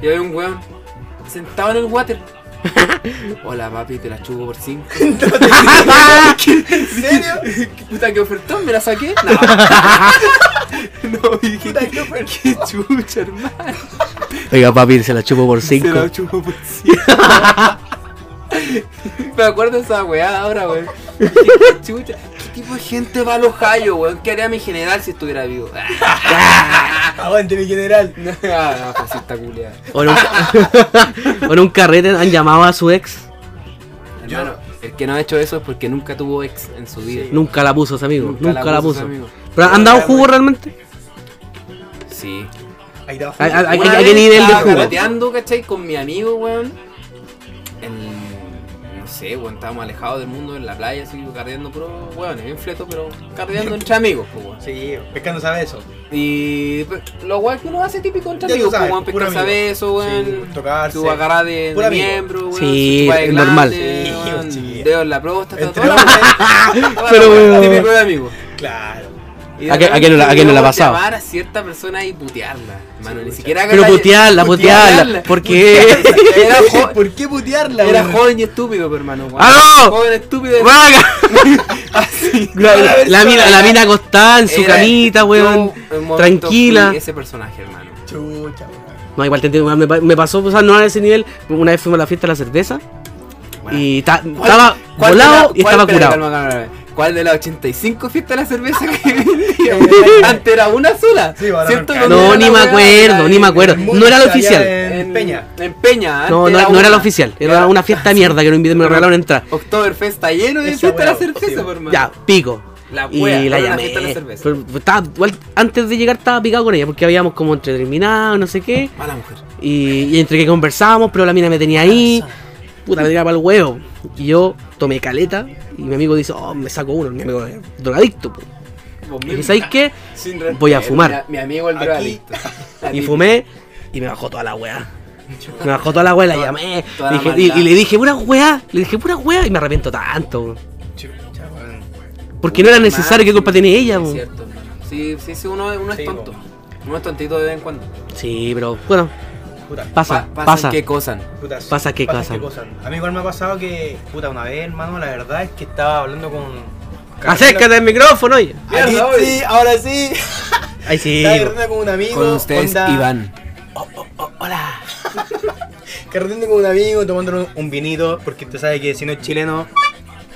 Speaker 4: y había un weón sentado en el [LAUGHS] water. Hola papi, te la chupo por [LAUGHS] cinco.
Speaker 5: ¿En serio?
Speaker 4: ¿Qué puta que ofertón? ¿Me la saqué? [LAUGHS] No. no, y dije,
Speaker 5: Puta, qué ofertón.
Speaker 4: qué chucha, hermano.
Speaker 3: Oiga, papi, se la chupo por
Speaker 4: Se
Speaker 3: cinco.
Speaker 4: la chupo por cinco. Me acuerdo de esa weá ahora, [LAUGHS] weón. Dije, "Qué chucha, ¿Qué tipo de gente va a los hallos, weón? ¿Qué haría mi general si estuviera vivo? [LAUGHS]
Speaker 5: Aguante, mi general.
Speaker 4: no, Ah, no, fascista culiada.
Speaker 3: [LAUGHS] O en, un, o en un carrete han llamado a su ex.
Speaker 4: Hermano, el que no ha hecho eso es porque nunca tuvo ex en su vida.
Speaker 3: Nunca la puso ese amigo, nunca, la puso.
Speaker 4: ese amigo.
Speaker 3: ¿Pero han dado jugo realmente?
Speaker 4: Sí.
Speaker 5: Ahí te va a
Speaker 3: Hay,
Speaker 5: jugar.
Speaker 3: hay- hay-
Speaker 4: Una
Speaker 3: hay
Speaker 4: vez
Speaker 3: que nivel de
Speaker 4: estaba
Speaker 3: jugo.
Speaker 4: carreteando, ¿cachai? Con mi amigo, weón. En- No sé, weón, estábamos alejados del mundo en la playa, así, carreteando, pero, weón, bien fleto, pero carreteando entre amigos, pues, weón.
Speaker 5: Sí, pesca no sabe eso.
Speaker 4: Y pues, lo weón que uno hace típico entre
Speaker 5: Ya tú
Speaker 4: amigos,
Speaker 5: sabes,
Speaker 4: pues, weón,
Speaker 5: puro
Speaker 4: pescar
Speaker 5: amigo.
Speaker 4: beso, weón.
Speaker 5: Sí, pues, tocarse.
Speaker 4: Tu agarrar de,
Speaker 5: Puro
Speaker 4: de
Speaker 5: amigo.
Speaker 4: miembro, weón.
Speaker 3: Sí,
Speaker 4: su chupa de
Speaker 3: es
Speaker 4: glande,
Speaker 3: normal.
Speaker 5: Sí,
Speaker 4: weón,
Speaker 5: sí.
Speaker 4: Dedo en la próstata,
Speaker 5: Entre
Speaker 4: todo.
Speaker 3: [LAUGHS] Pero, weón.
Speaker 4: Típico de amigos.
Speaker 5: Claro.
Speaker 4: Y de
Speaker 3: ¿A qué- a qué no la- a qué no la ha pasado?
Speaker 4: Llamar a cierta persona y putearla, hermano, ni siquiera
Speaker 3: Pero
Speaker 4: haga la-
Speaker 3: putearla, putearla.
Speaker 4: putearla.
Speaker 3: Porque.
Speaker 5: [LAUGHS]
Speaker 4: Era, jo-
Speaker 5: ¿Por qué putearla,
Speaker 4: era
Speaker 5: weón?
Speaker 4: joven y estúpido, pero, hermano. weón.
Speaker 3: ¡Ah, no!
Speaker 4: Joven
Speaker 3: [LAUGHS]
Speaker 4: estúpido.
Speaker 3: La, la mina, la mina acostada en su
Speaker 4: Era-
Speaker 3: camita,
Speaker 4: yo,
Speaker 3: weón.
Speaker 4: en momento,
Speaker 3: Tranquila.
Speaker 4: fui Ese personaje, hermano.
Speaker 5: Chucha, weón.
Speaker 3: No, igual te entiendo, weón, me, pa- me pasó, o sea, no a ese nivel. Una vez fuimos a la fiesta de la cerveza y ta-
Speaker 4: ¿Cuál-
Speaker 3: estaba
Speaker 4: cuál de la-
Speaker 3: volado y
Speaker 4: cuál-
Speaker 3: estaba
Speaker 4: espera,
Speaker 3: curado.
Speaker 4: calma, calma, calma. ¿Cuál de las 85 fiestas de la cerveza
Speaker 5: [LAUGHS]
Speaker 4: que vendía? Antes era una sola.
Speaker 5: Sí, bueno,
Speaker 4: ¿Cierto?
Speaker 5: no,
Speaker 4: Cuando
Speaker 5: no,
Speaker 4: era
Speaker 3: ni
Speaker 4: la
Speaker 3: me
Speaker 4: weá,
Speaker 3: acuerdo,
Speaker 4: era
Speaker 3: ni me
Speaker 4: en-
Speaker 3: acuerdo. No era la
Speaker 5: Allá
Speaker 3: oficial.
Speaker 5: En Peña.
Speaker 4: En Peña.
Speaker 3: No,
Speaker 4: antes
Speaker 3: no, no era la
Speaker 4: una.
Speaker 3: oficial, era una fiesta de mierda que no invité, me lo regalaron entrar.
Speaker 4: Oktoberfest está lleno de
Speaker 5: Esa
Speaker 4: fiestas de la
Speaker 5: weá, sí,
Speaker 4: cerveza, por hermano.
Speaker 3: Ya, pico.
Speaker 4: La
Speaker 3: y
Speaker 4: wea,
Speaker 3: la
Speaker 4: era una
Speaker 3: llamé.
Speaker 4: fiesta de la cerveza.
Speaker 3: Pero- pero estaba- igual, antes de llegar estaba picado con ella porque habíamos como entre terminado, no sé qué.
Speaker 4: Mala mujer.
Speaker 3: Y, y entre que conversábamos, pero la mina me tenía ahí. Puta, me tenía para el huevo. Y yo tomé caleta y mi amigo dice, oh, me saco uno. Mi amigo es drogadicto. po. Y dije, ¿sabes qué?
Speaker 4: Sin respeto,
Speaker 3: Voy a fumar.
Speaker 4: Mi, mi amigo el
Speaker 5: Aquí-
Speaker 4: [LAUGHS] drogadicto.
Speaker 3: Y fumé y me bajó toda la weá. Me bajó toda la weá, la llamé.
Speaker 4: toda
Speaker 3: le
Speaker 4: la
Speaker 3: dije- y,
Speaker 4: maldad.
Speaker 3: y le dije, pura weá. Le dije, pura weá. Y me arrepiento tanto. weón.
Speaker 5: Chucha, weón.
Speaker 3: Porque no era necesario. ¿Qué culpa tenía ella?
Speaker 4: Es
Speaker 3: weón?
Speaker 4: cierto. Sí, sí, sí, uno, uno es
Speaker 5: Sí,
Speaker 4: tonto.
Speaker 5: po.
Speaker 4: Uno es tontito de vez en cuando.
Speaker 3: Sí, pero bueno,
Speaker 5: Puta.
Speaker 3: pasa,
Speaker 4: Pa-
Speaker 3: pasa.
Speaker 4: ¿Qué cosas?
Speaker 5: Putas,
Speaker 3: Pasa qué cosa.
Speaker 5: A mí igual me ha pasado que, puta, una vez, hermano, la verdad es que estaba hablando con.
Speaker 3: Acércate al micrófono, oye.
Speaker 5: Aquí
Speaker 4: Mierda, oye.
Speaker 5: sí, ahora sí.
Speaker 3: Ahí sí.
Speaker 5: Estaba carreteando con un amigo.
Speaker 4: Con ustedes,
Speaker 5: onda-
Speaker 4: Iván.
Speaker 5: [LAUGHS]
Speaker 3: Hola.
Speaker 5: Carreteando con un amigo, tomando un, un vinito, porque tú sabes que si no es chileno,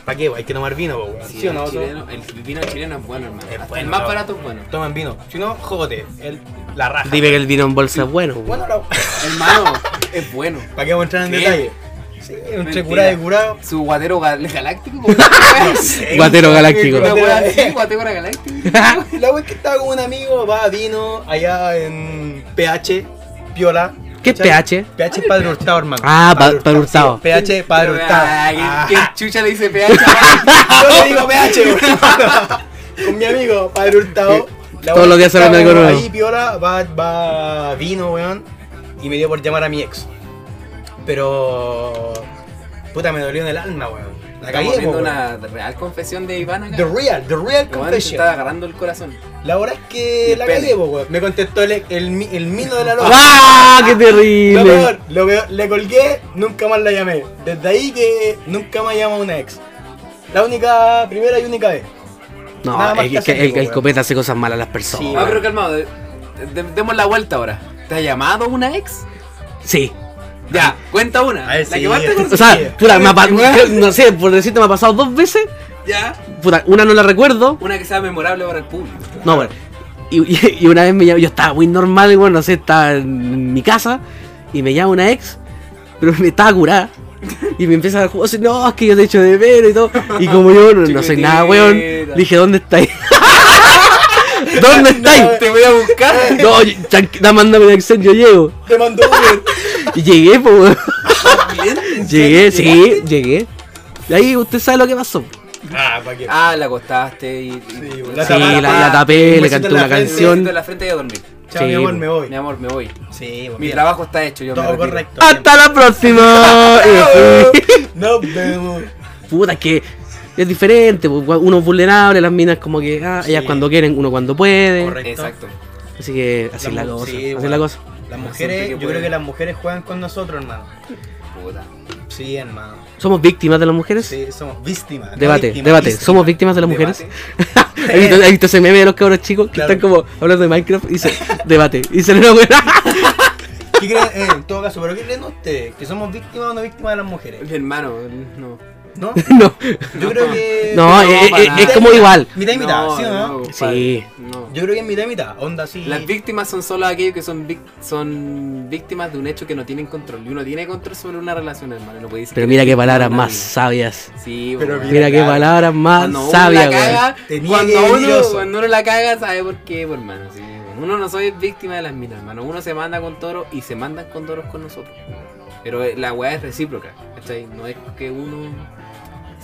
Speaker 5: ¿para qué? weón? Hay que tomar vino, po, weón.
Speaker 4: Sí,
Speaker 5: ¿Sí o no?
Speaker 4: el, chileno- el vino chileno es bueno, hermano.
Speaker 5: Es
Speaker 4: Hasta
Speaker 5: bueno,
Speaker 4: el más
Speaker 5: no.
Speaker 4: barato es bueno.
Speaker 5: Toman vino. Si no, jote. El, la raja.
Speaker 3: Dime que el vino en bolsa es bueno. weón.
Speaker 5: Bueno, la. [LAUGHS]
Speaker 4: [LAUGHS] Hermano, es bueno.
Speaker 5: ¿Para qué vamos a entrar en
Speaker 4: ¿Qué?
Speaker 5: detalle? Sí, entre
Speaker 4: Mentira.
Speaker 5: curado de curado.
Speaker 4: [LAUGHS] Su guatero gal- galáctico. [LAUGHS] como una
Speaker 5: Sí.
Speaker 3: Guatero galáctico.
Speaker 4: Una
Speaker 5: Guatero
Speaker 4: wea así, [LAUGHS]
Speaker 5: galáctico.
Speaker 4: guatero galáctico.
Speaker 5: Eh, La wea es que estaba con un amigo, va, vino allá en PH, Piola.
Speaker 3: ¿Qué
Speaker 5: ¿cachai?
Speaker 3: PH?
Speaker 5: PH es Padre Hurtado, hermano.
Speaker 3: Ah, pa- Padre Hurtado.
Speaker 5: sí, PH, Padre Hurtado.
Speaker 4: Ah,
Speaker 5: Ah,
Speaker 4: ¿Qué qué chucha le dice
Speaker 5: [LAUGHS]
Speaker 4: PH?
Speaker 5: Yo le digo PH, weón. [LAUGHS] Con mi amigo, Padre Hurtado. La
Speaker 3: Todos los
Speaker 5: wea es
Speaker 3: días
Speaker 5: que
Speaker 3: salen
Speaker 5: estaba
Speaker 3: algo nuevo.
Speaker 5: Ahí Piola va, va vino, weón. Y me dio por llamar a mi ex. Pero. Puta, me dolió en el alma, weón. La
Speaker 4: Estamos
Speaker 5: cagué, po,
Speaker 4: viendo
Speaker 5: weón.
Speaker 4: una real confesión de Iván acá.
Speaker 5: The real, the real
Speaker 4: Iván te
Speaker 5: confession.
Speaker 4: está agarrando el corazón.
Speaker 5: La verdad es que
Speaker 4: Y el
Speaker 5: la
Speaker 4: pene.
Speaker 5: cagué, po, weón. Me contestó el, el, mi- el mino
Speaker 3: [LAUGHS]
Speaker 5: de la loca.
Speaker 3: ¡Ah! ¡Qué
Speaker 5: Lo peor,
Speaker 3: terrible!
Speaker 5: lo peor, le colgué, nunca más la llamé. Desde ahí que nunca más llamo a una ex. La única, primera y única vez. Nada
Speaker 3: No, es
Speaker 5: más que
Speaker 3: que
Speaker 5: hacer,
Speaker 3: el, el
Speaker 5: weón.
Speaker 3: copete hace cosas malas a las
Speaker 5: Sí,
Speaker 4: Ah,
Speaker 3: personas.
Speaker 4: pero calmado, de- de- demos la vuelta ahora. ¿Te ha llamado una ex?
Speaker 3: Sí.
Speaker 4: Ya, cuenta una.
Speaker 5: A ver,
Speaker 4: la
Speaker 5: Ah. sí,
Speaker 4: que más te
Speaker 5: sí.
Speaker 3: O
Speaker 4: conocí.
Speaker 3: sea, puta, me ha pa-
Speaker 4: Sí, weón.
Speaker 3: creo- no sé, por decirte me ha pasado dos veces.
Speaker 4: Ya,
Speaker 3: Puta, una no la recuerdo.
Speaker 4: una que sea memorable para el público.
Speaker 3: No, bueno. Y, y- y una vez me llamó, yo estaba muy normal, bueno, no sé, estaba en mi casa y me llama una ex, pero me estaba curada. Y me empieza a jugar, así, no, es que yo te echo de menos y todo. Y como yo no, no soy nada, weón, le dije, ¿dónde estáis? [LAUGHS] ¿Dónde estáis?
Speaker 4: Te voy a buscar.
Speaker 3: No, yo- tranquila, mándame dirección, yo llego.
Speaker 5: Te mandó Uber.
Speaker 3: [LAUGHS] Y llegué, po, weón.
Speaker 4: Bien.
Speaker 3: Llegué, sí, llegué. Y ahí usted sabe lo que pasó.
Speaker 5: ah, pa' qué.
Speaker 4: Ah, la acostaste y.
Speaker 5: Sí,
Speaker 4: y-
Speaker 5: la
Speaker 3: Sí,
Speaker 5: tapada,
Speaker 3: la, la
Speaker 5: ah,
Speaker 3: tapé,
Speaker 5: un
Speaker 3: le
Speaker 5: besito
Speaker 3: canté
Speaker 5: en la
Speaker 3: una
Speaker 5: frente.
Speaker 4: Canción.
Speaker 3: canción.
Speaker 4: De la frente y a dormir.
Speaker 5: Chao,
Speaker 3: Sí,
Speaker 5: mi amor,
Speaker 3: bo.
Speaker 5: me voy.
Speaker 4: Mi amor, me voy.
Speaker 5: Sí, bo,
Speaker 4: Mi
Speaker 5: bien.
Speaker 4: trabajo está hecho, yo me
Speaker 5: Todo
Speaker 4: retiro.
Speaker 5: correcto.
Speaker 3: ¡Hasta la próxima! Y me fui.
Speaker 5: No, vemos.
Speaker 3: puta, es que es diferente, pues, gua- uno es vulnerable, las minas como que ah, ellas
Speaker 5: Sí.
Speaker 3: cuando quieren, uno cuando puede.
Speaker 5: Correcto.
Speaker 4: Exacto.
Speaker 3: Así que así es la
Speaker 5: mu-
Speaker 3: cosa,
Speaker 5: sí,
Speaker 3: así es
Speaker 5: bueno.
Speaker 3: la cosa.
Speaker 5: Las
Speaker 4: Siempre
Speaker 5: mujeres,
Speaker 4: que
Speaker 5: yo
Speaker 4: pueden.
Speaker 5: creo que las mujeres juegan con nosotros, hermano.
Speaker 4: Puta.
Speaker 5: Sí, hermano.
Speaker 3: ¿Somos víctimas de las mujeres?
Speaker 5: Sí, somos víctimas. no
Speaker 3: Debate,
Speaker 5: víctimas,
Speaker 3: debate,
Speaker 5: víctimas.
Speaker 3: ¿somos víctimas de las mujeres?
Speaker 4: Debate.
Speaker 3: [LAUGHS] ¿Has visto, has visto ese meme de los cabros chicos que
Speaker 5: Claro.
Speaker 3: están como hablando de Minecraft y se [LAUGHS] debate? Y se le da una-
Speaker 5: ¿Qué creen? eh, en todo caso, ¿pero qué creen ustedes? ¿Que somos víctimas o no víctimas de las mujeres?
Speaker 4: Mi hermano, no.
Speaker 5: ¿No?
Speaker 3: [LAUGHS] no,
Speaker 5: Yo creo que.
Speaker 3: [LAUGHS] no,
Speaker 4: No,
Speaker 3: eh, eh,
Speaker 4: para
Speaker 3: eh,
Speaker 4: nada.
Speaker 3: es como igual.
Speaker 5: Mitad y mitad, ¿sí o no?
Speaker 3: Sí.
Speaker 4: compadre, no.
Speaker 5: Yo creo que es mitad y mitad. Onda así.
Speaker 4: Las víctimas son solo aquellos que son, vic- son víctimas de un hecho que no tienen control. Y uno tiene control sobre una relación, hermano. No puede decir que-
Speaker 3: Pero mira qué palabras
Speaker 4: no,
Speaker 3: más
Speaker 4: nadie.
Speaker 3: sabias.
Speaker 4: Sí,
Speaker 5: Pero
Speaker 4: bueno.
Speaker 3: Mira qué
Speaker 5: claro.
Speaker 3: palabras
Speaker 4: Cuando
Speaker 3: más
Speaker 4: uno
Speaker 3: sabias,
Speaker 4: Ah, la
Speaker 3: weón.
Speaker 4: caga,
Speaker 5: Tenía que
Speaker 4: cuando,
Speaker 5: venir
Speaker 4: uno,
Speaker 5: oso.
Speaker 4: cuando uno la caga, sabe por qué, pues, hermano. sí, bueno. uno no soy víctima de las minas, hermano. Uno se manda con toros y se mandan con toros con nosotros. Pero eh, la weá es recíproca, ¿cachai? No es que uno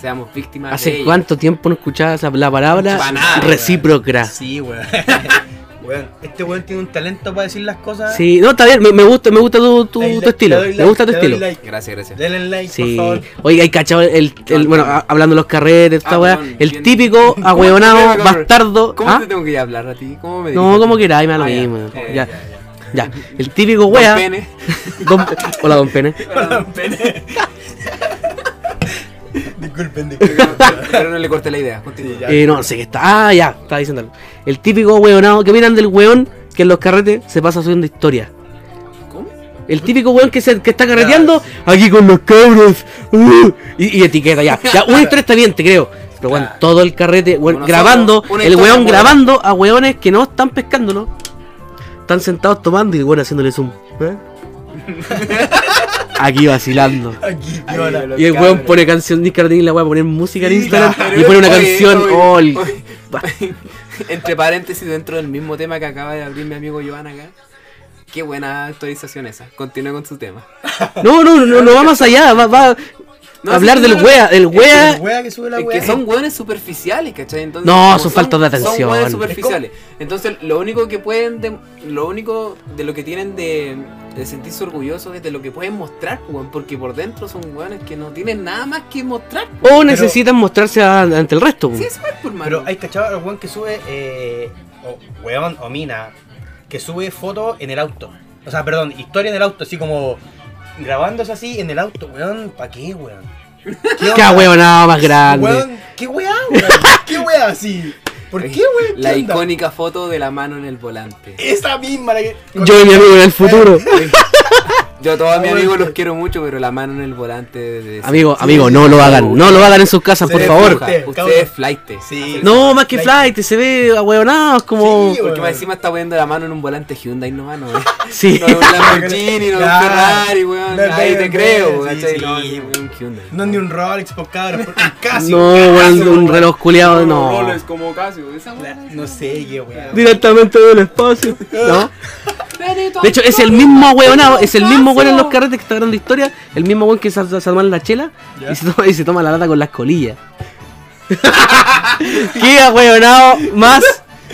Speaker 4: seamos víctimas de
Speaker 3: ¿Hace
Speaker 4: ella.
Speaker 3: cuánto tiempo no escuchabas la, la
Speaker 4: Pa'
Speaker 3: palabra
Speaker 4: nada,
Speaker 3: recíproca?
Speaker 5: Sí, weón. [LAUGHS] Weón, este weón tiene un talento para decir las cosas.
Speaker 3: Sí, no, está bien, me, me gusta, me gusta tu, tu,
Speaker 5: Dale like,
Speaker 3: tu estilo.
Speaker 5: te doy
Speaker 3: Me gusta tu
Speaker 5: like, te doy
Speaker 3: estilo.
Speaker 5: like.
Speaker 4: Gracias, gracias.
Speaker 5: Denle like,
Speaker 3: Sí.
Speaker 5: por favor. Ah,
Speaker 3: Oye, hay cachado el, el- el- bueno, a- hablando de los carretes, esta
Speaker 4: Ah,
Speaker 3: weá,
Speaker 4: perdón,
Speaker 3: el
Speaker 4: bien.
Speaker 3: típico
Speaker 4: ¿Cómo te
Speaker 3: ahueonado
Speaker 4: tengo que hablar?
Speaker 3: bastardo.
Speaker 4: ¿Cómo
Speaker 3: ¿Ah?
Speaker 4: te tengo que ir a hablar a ti? ¿Cómo me
Speaker 3: No,
Speaker 4: diriges?
Speaker 3: como queráis, me da lo
Speaker 4: Ah, ya.
Speaker 3: mismo.
Speaker 4: Eh,
Speaker 3: Ya, ya. El típico
Speaker 4: Don
Speaker 3: wea. [LAUGHS]
Speaker 4: pene.
Speaker 3: don- hola, don Pene.
Speaker 4: Perdón,
Speaker 5: Disculpen, disculpen.
Speaker 3: [LAUGHS]
Speaker 4: pero, pero no le corté la idea. continúa.
Speaker 5: Sí, ya.
Speaker 3: Eh, no, sé qué está. Ah, ya, estaba diciendo algo. El típico hueonado que miran del weón que en los carretes se pasa subiendo historia.
Speaker 4: ¿Cómo?
Speaker 3: El típico weón que, se, que está carreteando aquí con los cabros uh, y, y etiqueta ya. Ya,
Speaker 4: [LAUGHS]
Speaker 3: una historia está bien, te creo. Pero weón,
Speaker 5: Claro.
Speaker 3: todo el carrete, weón,
Speaker 4: Bueno,
Speaker 3: grabando,
Speaker 4: solo una
Speaker 3: el
Speaker 4: historia,
Speaker 3: weón
Speaker 4: bueno.
Speaker 3: grabando a weones que no están pescándolo. Están sentados tomando y el weón haciéndole zoom.
Speaker 4: [LAUGHS]
Speaker 3: ¿eh? Aquí vacilando.
Speaker 5: Aquí,
Speaker 4: Ay,
Speaker 5: viola.
Speaker 4: viola.
Speaker 3: Y el weón
Speaker 4: Cabros.
Speaker 3: pone canción de Instagram y la weá pone música en
Speaker 5: Sí,
Speaker 3: Instagram
Speaker 5: claro.
Speaker 3: y pone una
Speaker 4: Oye,
Speaker 3: canción.
Speaker 4: oye,
Speaker 3: oh, el-
Speaker 4: oye. Entre paréntesis, dentro del mismo tema que acaba de abrir mi amigo Joan acá. Qué buena actualización esa. Continúe con su tema.
Speaker 3: No, no, no, no va más allá, va, va a
Speaker 4: No,
Speaker 3: hablar
Speaker 4: sí,
Speaker 3: del
Speaker 4: no,
Speaker 3: wea, del
Speaker 5: El
Speaker 3: wea.
Speaker 5: wea que sube la Eh,
Speaker 4: Es
Speaker 5: wea.
Speaker 4: que son hueones superficiales, ¿cachai? Entonces,
Speaker 3: No,
Speaker 4: como
Speaker 3: son faltas de atención.
Speaker 4: Son hueones superficiales. Entonces, lo único que pueden, de- lo único de lo que tienen de, de sentirse orgullosos es de lo que pueden mostrar, hueón, porque por dentro son hueones que no tienen nada más que mostrar. pues.
Speaker 3: O necesitan mostrarse a- ante el resto.
Speaker 4: Sí, eso es, pues, por mano.
Speaker 5: Mm. Pero hay cachado al weón que sube, eh, o weón o mina, que sube fotos en el auto. O sea, perdón, historia en el auto, así como grabándose así en el auto, weón. ¿Para qué, weón? ¿Qué,
Speaker 3: [LAUGHS] Qué
Speaker 5: onda?
Speaker 3: nada más grande.
Speaker 5: Weón, ¿Qué weá,
Speaker 3: [LAUGHS]
Speaker 5: weón? ¿Qué weá así? ¿Por qué, weón? ¿Qué
Speaker 4: La
Speaker 5: onda?
Speaker 4: icónica foto de la mano en el volante.
Speaker 5: Esa misma la que.
Speaker 3: Yo y mi amigo en el futuro.
Speaker 4: Yo a todos mis
Speaker 5: Oye.
Speaker 4: amigos los quiero mucho, pero la mano en el volante. De, de-
Speaker 3: Amigo,
Speaker 5: Sí,
Speaker 3: amigo,
Speaker 5: sí,
Speaker 3: no
Speaker 5: sí,
Speaker 3: lo
Speaker 5: sí,
Speaker 3: hagan,
Speaker 5: sí.
Speaker 3: no lo hagan en sus casas,
Speaker 5: Se
Speaker 3: por
Speaker 5: ve
Speaker 3: favor.
Speaker 5: floja.
Speaker 4: Usted,
Speaker 5: Usted,
Speaker 4: usted es flight.
Speaker 5: Sí.
Speaker 3: No, más que flight, se ve ahueonado, es como.
Speaker 5: Sí,
Speaker 4: Porque
Speaker 5: weón.
Speaker 4: más encima está poniendo la mano en un volante Hyundai nomás, no, eh.
Speaker 3: [LAUGHS] Sí.
Speaker 4: No es un Lamborghini, no es un
Speaker 5: [LAUGHS] Claro.
Speaker 4: Ferrari, weón.
Speaker 5: No es
Speaker 4: Ahí te
Speaker 5: BMW,
Speaker 4: creo,
Speaker 5: sí,
Speaker 4: ¿cachai?
Speaker 5: sí.
Speaker 4: No, es un Hyundai.
Speaker 5: No es ni un Rolex, por cabrón, por- un Casio.
Speaker 3: No,
Speaker 5: un
Speaker 3: weón,
Speaker 5: Casio,
Speaker 3: un
Speaker 5: weón.
Speaker 3: reloj culiado, no.
Speaker 4: Rolex como Casio, esa weón.
Speaker 5: No sé, qué weón.
Speaker 3: Directamente del espacio. No. De hecho, es el mismo hueonado, es el mismo weón en los carretes que está grabando historia, el mismo weón que se, se toma la chela y se, toma, y se toma la lata con las colillas. [LAUGHS] ¡Qué hueonado más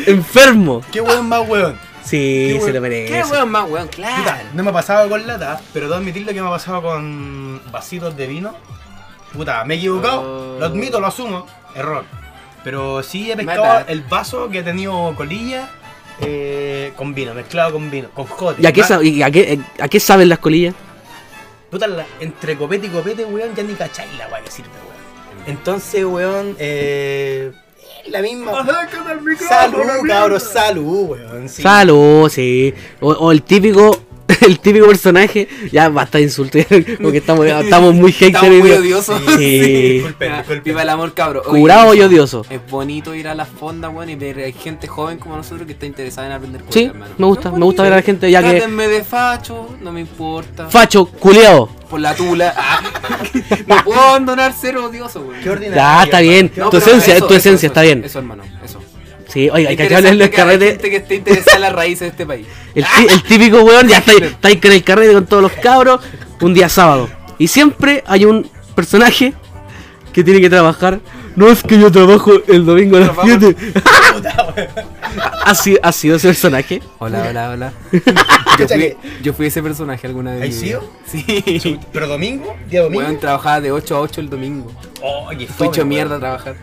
Speaker 3: enfermo!
Speaker 5: Qué weón más weón.
Speaker 3: Sí,
Speaker 5: Qué
Speaker 3: se lo
Speaker 5: weón-
Speaker 4: ¿Qué
Speaker 3: merece.
Speaker 4: weón más, weón?
Speaker 5: Puta,
Speaker 4: Claro.
Speaker 5: no me ha pasado con lata, pero debo admitirlo que me ha pasado con vasitos de vino. Puta, me he equivocado,
Speaker 4: Oh.
Speaker 5: lo admito, lo asumo, error. Pero sí he
Speaker 4: bad.
Speaker 5: pescado el vaso que ha tenido colilla eh, con vino, mezclado con vino, con jote.
Speaker 3: ¿Y a qué,
Speaker 5: Ma-
Speaker 3: sa- y a qué- eh, a qué saben las colillas?
Speaker 5: Puta, la- entre copete y copete, weón, ya ni cacháis la weá que sirve,
Speaker 4: Mm.
Speaker 5: weón. Entonces, weón, eh, la misma. Salud, cabros, salud, weón. sí.
Speaker 3: Salud, sí. O, o el típico. [LAUGHS] El típico personaje, ya basta de insultar, [LAUGHS] porque estamos, estamos muy haters.
Speaker 4: Estamos muy
Speaker 3: y-
Speaker 4: odiosos.
Speaker 3: Sí.
Speaker 5: Disculpen, disculpen.
Speaker 4: Viva el amor, cabro. Oye,
Speaker 3: Curado y odioso.
Speaker 4: Es bonito ir a las fondas, weón, y ver hay gente joven como nosotros que está interesada en aprender cosas,
Speaker 3: Sí,
Speaker 4: hermano.
Speaker 3: me gusta,
Speaker 4: No,
Speaker 3: me gusta ver a la gente ya que.
Speaker 4: Trátenme de facho, no me importa.
Speaker 3: Facho, culeado.
Speaker 4: por la tula. Ah, [LAUGHS] no puedo abandonar ser odioso, güey.
Speaker 5: Qué ordinario.
Speaker 3: Ya, está bien.
Speaker 5: No,
Speaker 3: tu
Speaker 4: pero
Speaker 3: esencia,
Speaker 4: eso,
Speaker 3: tu
Speaker 4: eso,
Speaker 3: esencia,
Speaker 4: eso,
Speaker 3: está bien.
Speaker 4: Eso, hermano, eso.
Speaker 3: Sí, oiga, hay que
Speaker 4: Interesante
Speaker 3: hablar en el
Speaker 4: que haya
Speaker 3: carrete.
Speaker 4: gente que esté interesada en las raíces de este
Speaker 3: [LAUGHS]
Speaker 4: país.
Speaker 3: El, ti- el típico
Speaker 4: [LAUGHS]
Speaker 3: weón, ya está, ahí- está ahí con el carrete con todos los cabros. Un día sábado. Y siempre hay un personaje que tiene que trabajar. No es que yo trabajo el domingo a las
Speaker 4: Trabajo.
Speaker 3: 7.
Speaker 4: [LAUGHS]
Speaker 3: ha, sido, ha sido ese personaje.
Speaker 4: Hola, hola, hola. Yo fui, yo fui ese personaje alguna vez.
Speaker 5: ¿Has sido?
Speaker 4: Sí.
Speaker 5: Pero domingo, día domingo.
Speaker 4: Weón trabajaba de 8 a 8 el domingo.
Speaker 5: Oh, qué
Speaker 4: Fui
Speaker 5: fome,
Speaker 4: hecho
Speaker 5: weón.
Speaker 4: mierda a trabajar.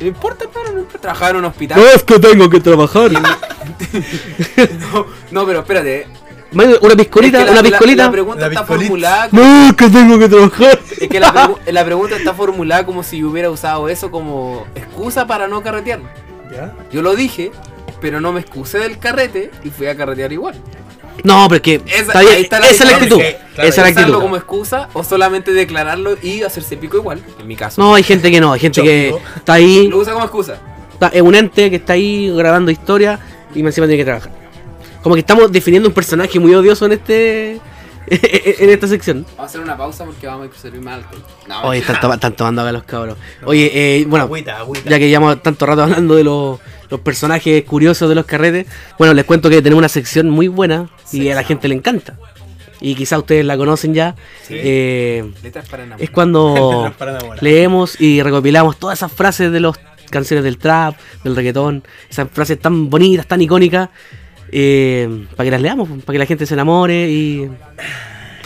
Speaker 4: No importa, hermano, no importa. Trabajaba en un hospital.
Speaker 3: No es que tengo que trabajar.
Speaker 4: No, no, pero espérate. eh.
Speaker 3: Mano, Una piscolita,
Speaker 4: Es que la-
Speaker 3: una
Speaker 4: la- La,
Speaker 3: piscolita.
Speaker 4: pregunta
Speaker 5: La
Speaker 4: está
Speaker 5: piscolita.
Speaker 4: formulada.
Speaker 3: No es que tengo que trabajar.
Speaker 4: Es que la, pregu- la pregunta está formulada como si yo hubiera usado eso como excusa para no carretear.
Speaker 5: ¿Ya?
Speaker 4: Yo lo dije, pero no me excusé del carrete y fui a carretear igual.
Speaker 3: No, pero es que.
Speaker 4: Esa-
Speaker 3: está bien,
Speaker 4: ahí está la
Speaker 3: esa es la actitud.
Speaker 4: diferencia.
Speaker 3: esa
Speaker 5: Claro,
Speaker 3: es la
Speaker 4: Usarlo
Speaker 3: actitud.
Speaker 4: como excusa o solamente declararlo y hacerse pico igual, en mi caso.
Speaker 3: No, hay gente que no, hay gente
Speaker 5: Yo
Speaker 3: que
Speaker 5: digo.
Speaker 3: está ahí,
Speaker 4: Lo usa como excusa.
Speaker 3: está- es un ente que está ahí grabando historia y encima tiene que trabajar. Como que estamos definiendo un personaje muy odioso en este. [LAUGHS] en esta sección.
Speaker 4: Vamos a hacer una pausa porque vamos a servir más alcohol. No,
Speaker 3: Oye, están, toma- están tomando acá los cabros. Oye, eh, bueno,
Speaker 5: Agüita, agüita.
Speaker 3: ya que llevamos tanto rato hablando de los, los personajes curiosos de los carretes, bueno, les cuento que tenemos una sección muy buena y a la gente le encanta. Y quizá ustedes la conocen ya.
Speaker 5: Sí.
Speaker 3: Eh,
Speaker 4: letras para enamorar. [LAUGHS]
Speaker 3: es cuando
Speaker 5: Para enamorar.
Speaker 3: leemos y recopilamos todas esas frases de las canciones del trap, del reggaetón, esas frases tan bonitas, tan icónicas, eh, para que las leamos, para que la gente se enamore y,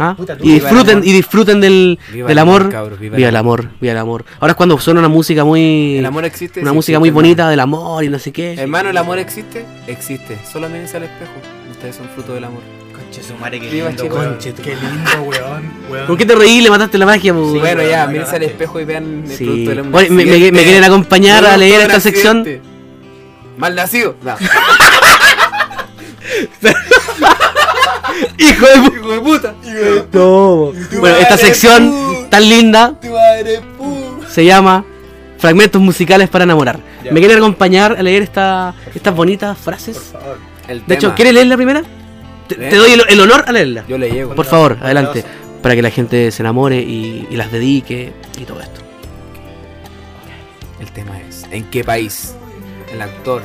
Speaker 3: ¿ah?
Speaker 5: Puta, tú.
Speaker 3: y
Speaker 4: Viva el
Speaker 3: disfruten
Speaker 4: amor.
Speaker 3: y disfruten del,
Speaker 4: Viva
Speaker 3: del
Speaker 4: el amor,
Speaker 3: amor,
Speaker 4: cabros, viva
Speaker 3: viva,
Speaker 4: el
Speaker 3: el amor, viva el amor. Ahora es cuando suena una música muy,
Speaker 4: El amor existe.
Speaker 3: una
Speaker 4: sí
Speaker 3: música
Speaker 4: existe,
Speaker 3: muy
Speaker 4: hermano.
Speaker 3: bonita del amor y no sé qué.
Speaker 4: Hermano, ¿el amor existe? Existe. Solo mírense al espejo. Ustedes son fruto del amor.
Speaker 5: Conche su madre, qué
Speaker 4: Viva
Speaker 5: lindo,
Speaker 4: Chile.
Speaker 5: weón.
Speaker 4: Conche tu
Speaker 5: Qué lindo, weón. weón.
Speaker 3: ¿Por qué te reí? Le mataste la magia. po?
Speaker 5: Sí,
Speaker 4: bueno,
Speaker 5: bueno,
Speaker 4: ya,
Speaker 5: la
Speaker 4: mírense al
Speaker 5: cagaste.
Speaker 4: espejo y vean el
Speaker 3: Sí.
Speaker 4: fruto del amor.
Speaker 3: Oye, me, me- me quieren acompañar a leer esta sección.
Speaker 4: Malnacido. No.
Speaker 3: [LAUGHS] Hijo de pu-
Speaker 4: [LAUGHS] Hijo de puta.
Speaker 3: No. Bueno, esta
Speaker 4: madre,
Speaker 3: sección
Speaker 4: pu-
Speaker 3: tan linda se llama Fragmentos musicales para enamorar.
Speaker 5: Ya.
Speaker 3: ¿Me quieren acompañar a leer esta- estas bonitas frases?
Speaker 5: favor.
Speaker 4: El
Speaker 3: De
Speaker 4: tema.
Speaker 3: hecho, ¿quieres leer la primera? Te,
Speaker 4: Lee.
Speaker 3: te doy el, el honor a leerla.
Speaker 4: Yo le llego.
Speaker 3: Por
Speaker 5: Bondadoso,
Speaker 3: favor, adelante.
Speaker 5: bondadoso.
Speaker 3: Para que la gente se enamore y, y las dedique y todo esto.
Speaker 4: El tema es, ¿en qué país? El actor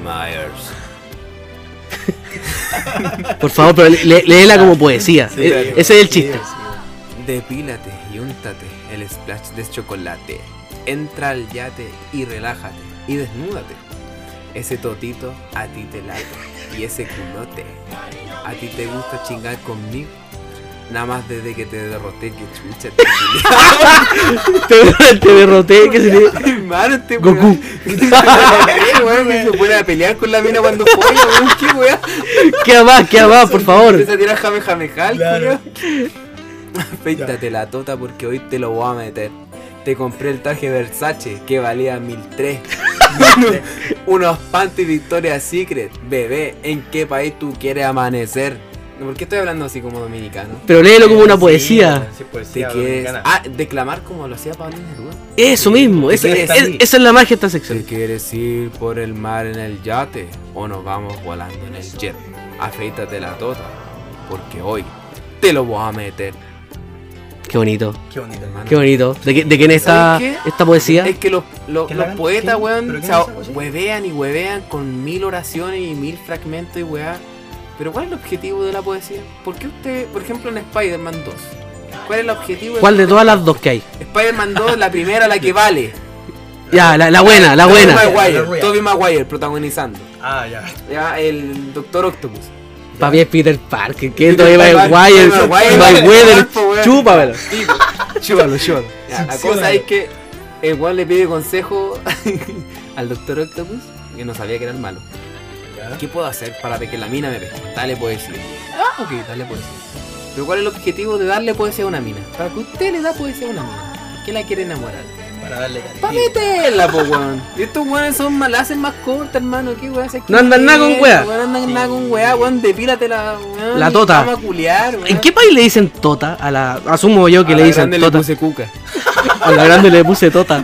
Speaker 4: Brian Myers.
Speaker 3: Por favor, pero le- le- léela como poesía.
Speaker 5: Sí,
Speaker 3: E-
Speaker 5: claro.
Speaker 3: ese es el chiste.
Speaker 5: Sí, sí.
Speaker 4: Depílate y úntate el splash de chocolate. Entra al yate y relájate y desnúdate. Ese totito a ti te late y ese culote. ¿A ti te gusta chingar conmigo? Nada más desde que te derroté que chucha te
Speaker 3: [LAUGHS] te, te derroté. Que se
Speaker 5: [LAUGHS]
Speaker 3: le-
Speaker 4: [LAUGHS] Hermano, este
Speaker 3: Goku.
Speaker 4: weón. que se pone a pelear con la mina cuando folla, weón. Qué weón.
Speaker 3: Queda más, queda más, por favor.
Speaker 4: Empieza a tirar jame jamejal,
Speaker 5: Claro.
Speaker 4: [LAUGHS] Afeítate la tota porque hoy te lo voy a meter. Te compré el traje Versace que valía 1003. [LAUGHS] Unos panties Victoria's Secret. Bebé, ¿en qué país tú quieres amanecer? No, ¿Por qué estoy hablando así como dominicano?
Speaker 3: Pero léelo como una
Speaker 5: Sí,
Speaker 3: poesía.
Speaker 4: Te
Speaker 5: sí, poesía
Speaker 4: quieres.
Speaker 5: dominicana.
Speaker 4: Ah, declamar como lo hacía Pablo Neruda.
Speaker 3: Eso mismo, esa,
Speaker 5: quieres
Speaker 3: es-
Speaker 5: salir.
Speaker 3: esa es la magia de esta
Speaker 4: ¿Te
Speaker 3: sección.
Speaker 4: quieres ir por el mar en el yate o nos vamos volando en el jet? Afeítate la tota porque hoy te lo voy a meter.
Speaker 3: Qué bonito,
Speaker 5: Qué bonito, hermano.
Speaker 3: qué bonito. ¿De, qué- de quién es esta,
Speaker 4: ¿Sabes qué?
Speaker 3: esta poesía?
Speaker 4: Es que los, los-
Speaker 5: ¿Que
Speaker 4: los
Speaker 5: la-
Speaker 4: poetas,
Speaker 5: quién?
Speaker 4: weón,
Speaker 5: ¿Pero
Speaker 4: o
Speaker 5: quién
Speaker 4: sea,
Speaker 5: es esa cosa?
Speaker 4: huevean y huevean con mil oraciones y mil fragmentos y weá. Pero ¿cuál es el objetivo de la poesía? ¿Por qué usted, por ejemplo, en Spider-Man 2? ¿Cuál es el objetivo?
Speaker 3: ¿Cuál de todas las dos que hay?
Speaker 4: Spider-Man 2, la primera, la
Speaker 3: [LAUGHS]
Speaker 4: que vale.
Speaker 3: Ya, la, la buena, la
Speaker 4: Tobey
Speaker 3: buena.
Speaker 5: La
Speaker 4: Maguire,
Speaker 5: rueda.
Speaker 4: Tobey Maguire protagonizando.
Speaker 5: Ah, ya.
Speaker 4: Ya, el Doctor Octopus.
Speaker 3: Para mí es Peter Parker, que
Speaker 4: Peter
Speaker 3: todavía va el
Speaker 4: Parker,
Speaker 3: Wire,
Speaker 4: Tobey Maguire,
Speaker 3: va el Weather,
Speaker 4: Marco, weón.
Speaker 3: chúpamelo. [LAUGHS]
Speaker 4: Digo, chúbalo, chúbalo. Ya, la
Speaker 5: Succiónalo.
Speaker 4: cosa es que el weón le pide consejo [LAUGHS] al Doctor Octopus, que no sabía que era el malo.
Speaker 5: Ya.
Speaker 4: ¿Qué puedo hacer para que la mina me pesque? Dale poesía. Ah, ok, dale poesía. Pero ¿cuál es el objetivo de darle poesía a una mina? Para que usted le da poesía a una mina. ¿Por qué la quiere enamorar?
Speaker 5: Para darle
Speaker 4: ¡Pa'
Speaker 5: cariño.
Speaker 4: meterla, po, weón! Y [LAUGHS] Estos weones son mal, la hacen más corta, hermano. ¿Qué weón
Speaker 3: No andan nada con weá.
Speaker 4: No andan nada con weá, weón. Depílate la weón.
Speaker 3: La tota.
Speaker 4: Vamos a culiar, weón.
Speaker 3: ¿En qué país le dicen Tota? A la, asumo yo que
Speaker 4: A
Speaker 3: le
Speaker 4: la
Speaker 3: dicen
Speaker 4: grande
Speaker 3: Tota.
Speaker 4: puse cuca.
Speaker 3: A la grande le puse Tota.